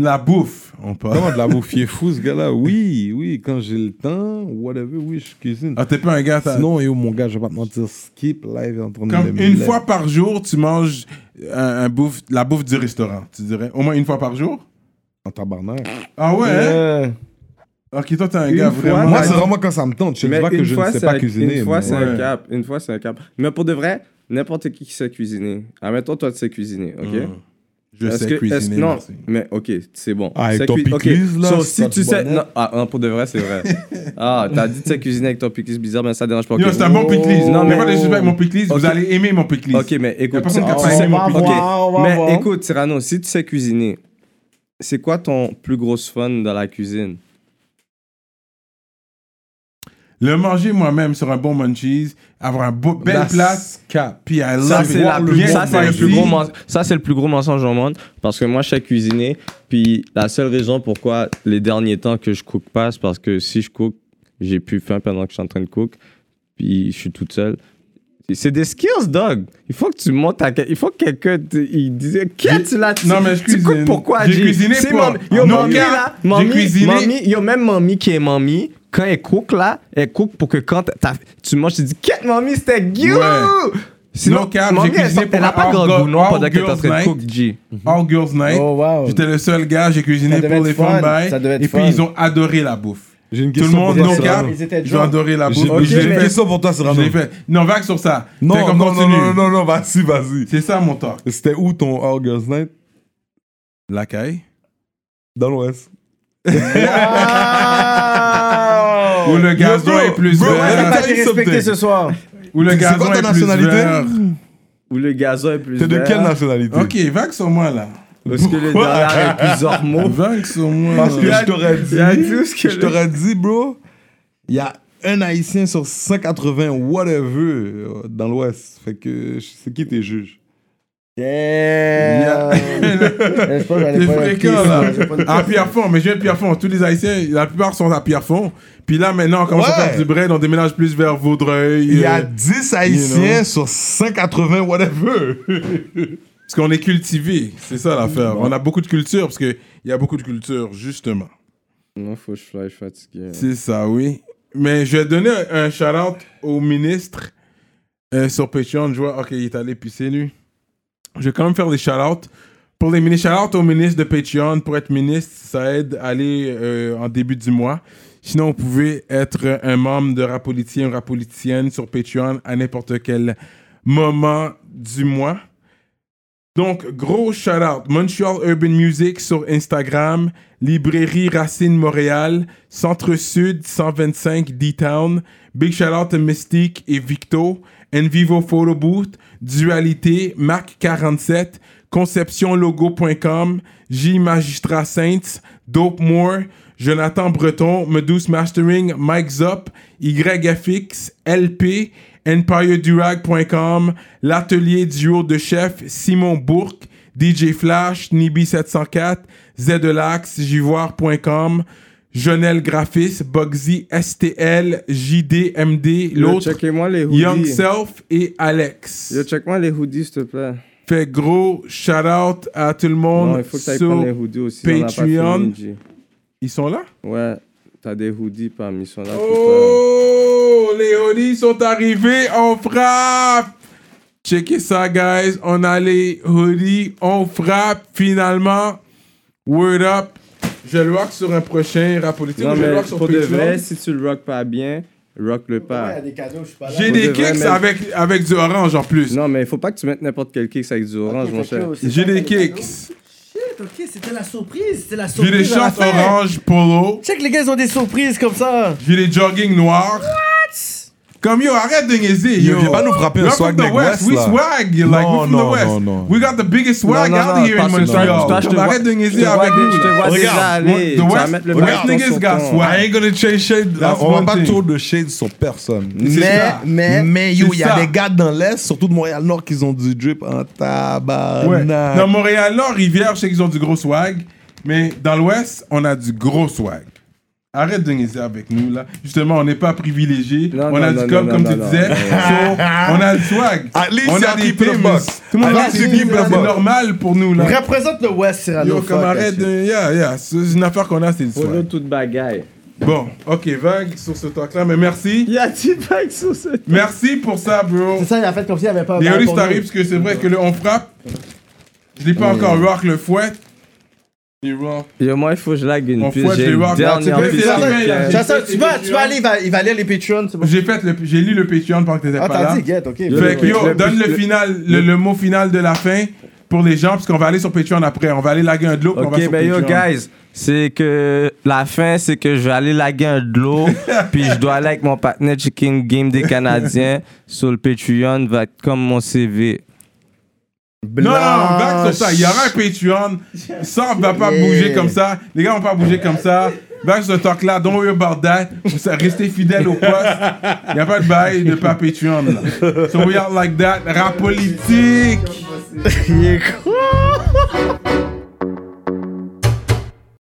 La bouffe, on parle.
Comment de la bouffe il est fou, ce gars-là? Oui, oui, quand j'ai le temps, whatever, oui, je cuisine.
Ah, t'es pas un gars, t'as-
Sinon, yo, mon gars, je vais pas te mentir, skip live est en train de
Comme
me
une
mettre.
fois par jour, tu manges un, un bouffe, la bouffe du restaurant, tu dirais. Au moins une fois par jour
en tabarnak.
Ah ouais hein?
Euh,
Ok, toi, t'es un
Une
gars
fois,
vraiment.
Moi, c'est vraiment quand ça me tente. Je
Mais
sais pas que
une
je
fois,
ne sais
c'est
pas
un-
cuisiner.
Une fois,
mais-
c'est
ouais.
un cap. Une fois, c'est un cap. Mais pour de vrai, n'importe qui qui sait cuisiner. Admettons, toi, tu sais cuisiner, OK?
Mm. Je
Hmm. Est-ce
sais
que- est-ce-
cuisiner.
Non,
merci.
mais OK, c'est bon.
Ah, avec
Tu sais
ton
cui- OK.
pickles, là,
So,
c'est pas
si tu
de
sais...
bonheur.
Non, ah, hein, pour de vrai, c'est vrai. ah, t'as dit tu sais cuisiner avec ton pickles bizarre, mais ça dérange pas.
Yo,
OK.
c'est un bon piclis.
Non,
Non, mais
mais-
pas de suspect avec mon piclis,
Ok.
vous allez aimer mon piclis.
OK, mais écoute...
personne qui a
tu
pas
sais-
aimé mon pickles.
OK,
On va voir, on va
Mais
voir.
écoute, Cyrano, si tu sais cuisiner, c'est quoi ton plus gros fun dans la cuisine?
Le manger moi-même sur un bon munchies, avoir un beau, belle
That's
place,
cap.
puis I
Ça,
love
c'est
it.
la plus-
Bien
ça, c'est le
spicy.
plus gros men- ça, c'est le plus gros mensonge au monde. Parce que moi, je sais cuisiner. Puis la seule raison pourquoi les derniers temps que je cook pas, c'est parce que si je cook, j'ai plus faim pendant que je suis en train de cook. Puis je suis toute seule. C'est des skills, dog. Il faut que tu montes à. quel- Il faut que quelqu'un. te- Il disait. Qu'est-ce que tu l'as
Non, mais je
Tu cookes
cuisine.
pourquoi
J'ai
G?
cuisiné
C'est
pour-
mam- Yo,
en
mamie,
Orca.
là.
J'ai
Mamie,
cuisiné.
mamie- yo, même mamie qui est mamie, quand elle cook, là, elle cook pour que quand t'as- tu manges, tu dis. Qu'est-ce que mamie, c'était you
Ouais. No cap, j'ai
é
elle,
cuisiné
sort- elle a
pour un
pas grand
hot
goût,
girl-
non, pendant
tá
qu'elle est en train de
night.
cook, G.
All Girls Night.
Oh, wow.
J'étais le seul gars, j'ai cuisiné
Ça devait
pour
être
les
fun.
femmes bye.
Ça devait
Et
être
puis
fun.
ils ont adoré la bouffe.
J'ai une
Tout le
question
monde,
pour
no cap,
toi, Cyrano.
Ils étaient
ils ont
drunk.
adoré la bouffe.
J'ai
Je
j'ai
l'ai
une
fait.
question pour toi,
Je
Cyrano.
l'ai fait. Non, vague sur ça.
Non,
Fais
non,
comme
non,
continue.
non, non, non, vas-y, vas-y.
C'est ça mon talk.
C'était où ton All Girls Night
La caille.
Dans l'Ouest.
Où le gazon
bro,
est plus
bro,
Ouais,
Ouais,
t'as
vert.
pas
t'as
été
eu
respecté
something.
ce soir.
Où le
C'est quoi
gazon
ta
est plus
nationalité
vert.
Où le gazon est plus
T'es de
vert.
quelle nationalité
Ok, vague sur moi là.
Parce que le
Pourquoi
dollar est plus hormon.
Vague sur moi.
Parce que
là.
je t'aurais dit,
y a tout ce que
je
le-
t'aurais dit, bro, il y a un Haïtien sur 180, whatever, euh, dans l'Ouest. Fait que je- c'est qui tes juges
Yeah. Je pense que j'allais
C'est
pas le
fréquent
kiss,
là.
moi, j'ai pas de-
À Pierrefonds, mais je viens de Pierrefonds. Tous les Haïtiens, la plupart sont à Pierrefonds. Puis là maintenant, on commence à
Ouais.
faire du bread, on déménage plus vers Vaudreuil.
Il y a
euh,
10 Haïtiens
you know.
sur 180, whatever.
Parce qu'on est cultivé, c'est ça l'affaire. On a beaucoup de culture, parce qu'il y a beaucoup de culture, justement.
Non, faut que je fly, je suis fatigué.
C'est ça, oui. Mais je vais donner un un shout-out au ministre euh, sur Patreon. Je vois, ok, il est allé pisser, lui. Je vais quand même faire des shout-outs. Pour les ministres, shout-out au ministre de Patreon. Pour être ministre, ça aide à aller euh, en début du mois. Sinon, vous pouvez être un membre de Rapolitien ou Rapolitienne sur Patreon à n'importe quel moment du mois. Donc, gros shout-out. Montreal Urban Music sur Instagram, Librairie Racine Montréal, Centre-Sud 125 D-Town, Big shout-out à Mystique et Victo, Envivo Photo Booth, Dualité, Marc 47, ConceptionLogo.com, J Magistrat Saints, Dope Moore, Jonathan Breton, Medus Mastering, Mike Zop, YFX, LP, EmpireDurag.com, l'atelier duo de chef Simon Bourque, DJ Flash, Nibi704, Zdelax, Jivoire.com, Jonel Graphis, Bugsy, STL, JDMD, l'autre,
Checkez-moi les hoodies.
Young Self et Alex.
Yo, check-moi les hoodies, s'il te plaît.
Fait gros shout out à tout le monde.
Non, il faut que t'ailles
sur-
prendre les hoodies aussi. on en a pas
Patreon.
fini, G.
Ils sont là?
Ouais, t'as des hoodies parmi, ils sont là. pour
Oh, les hoodies sont arrivés, on frappe! Checkez ça, guys. On a les hoodies, on frappe finalement. Word up. Je le rock sur un prochain rap politique.
toi. Non,
ou je le
mais
rock sur
pour de vrai,
Patreon.
si tu le rock pas bien, rock le pas.
Ouais, des cadeaux, je suis pas là.
J'ai
pour
des
de vrai,
kicks
mais-
avec, avec du orange en plus.
Non, mais il faut pas que tu mettes n'importe quel kick avec du orange,
Ok,
mon
fait que
cher.
là, c'est
J'ai
pas
des
les cadeaux.
kicks.
Shit, ok, c'était la surprise. C'était la
J'ai
surprise.
des
à la
shorts
fin.
orange polo.
Check, les gars, ils ont des surprises comme ça.
J'ai des jogging noirs. Comme yo, arrête de niaiser,
Yo,
yo.
viens pas nous frapper un
We're
swag
from the
neck
West.
west,
We
là.
swag, you like,
Non,
we're from the
non,
West.
non, non.
We got the biggest swag
Non, non,
out
non,
here in
parce que-
Montreal.
parce que je te
Comme
vois-
arrête de niaiser
je te vois
avec
dé-
nous.
je te vois
Regarde,
déjà aller.
The
Tu vas
West,
mettre le
the West
bâton
niggas
sur
got
ton-
I
swag.
ain't gonna change shade.
That's
on va
one
pas
thing.
tour de shade sur personne.
C'est
Mais,
ça.
mais,
Mais yo,
C'est
il y a
ça.
des gars dans l'Est, surtout de Montréal-Nord, qui ont du drip en
Ouais.
tabarnak.
Dans Montréal, Nord, Rivière, je sais qu'ils ont du gros swag. Mais dans l'Ouest, on a du gros swag. Arrête de niaiser avec nous, là. Justement, on n'est pas privilégiés.
Non,
on
non,
a du
non,
com,
non,
comme
non,
tu
non,
disais.
non,
So, on a du swag.
At least
on
you
a des
keep it a
teams.
buck.
Tout le monde
At
a
least
des
you
teams,
keep it a
C'est
buck.
normal pour nous, là.
Représente le West, Cyrano.
Yo, comme
fuck
arrête
that shit.
de. Yeah, yeah. C'est une affaire qu'on a, c'est du
Follow
swag.
toute bagaille.
Bon, ok, vague sur ce talk-là, mais merci.
Y a-t-il pas que sur ce
Merci pour ça, bro.
C'est ça, il a fait comme s'il n'y avait pas un
Les
ballon
Hollis
pour
t'arrives
nous.
parce que c'est vrai que le on frappe. Je l'ai pas encore rock le fouet. Il rock.
Yo, moi, il faut que je lag une
On
piste.
fouette
J'ai
les
une
rocs, là, tu
dernière
fais-
piste.
c'est la
qui
veille, là.
est-
Ça, ça, tu vas, tu vas aller, il va, il va aller les Patreons. c'est bon.
J'ai fait le, j'ai lu le Patreon pendant que t'étais
Ah,
pas là.
t'as dit, get, ok.
Fait que yo,
Le-
donne le
le-
final, le, le mot final de la fin pour les gens parce qu'on va aller sur Patreon après. On va aller laguer un de l'eau. puis on va
Ok,
sur
ben yo,
Patreon.
guys, c'est que la fin, c'est que je vais aller laguer un de l'eau, puis je dois aller avec mon partenaire Chicken Game des Canadiens sur le Patreon, va être comme mon CV.
Non, non, non, back sur ça. Il y aura un Patreon. Ça, on va pas
Yeah.
bouger comme ça. Les gars, on va pas bouger comme ça. back to the talk là, don't worry about that. Ça, Restez fidèles au poste. Il n'y a pas de bail de pas Patreon. Là. So we are like that. Rap politique.
Il est con.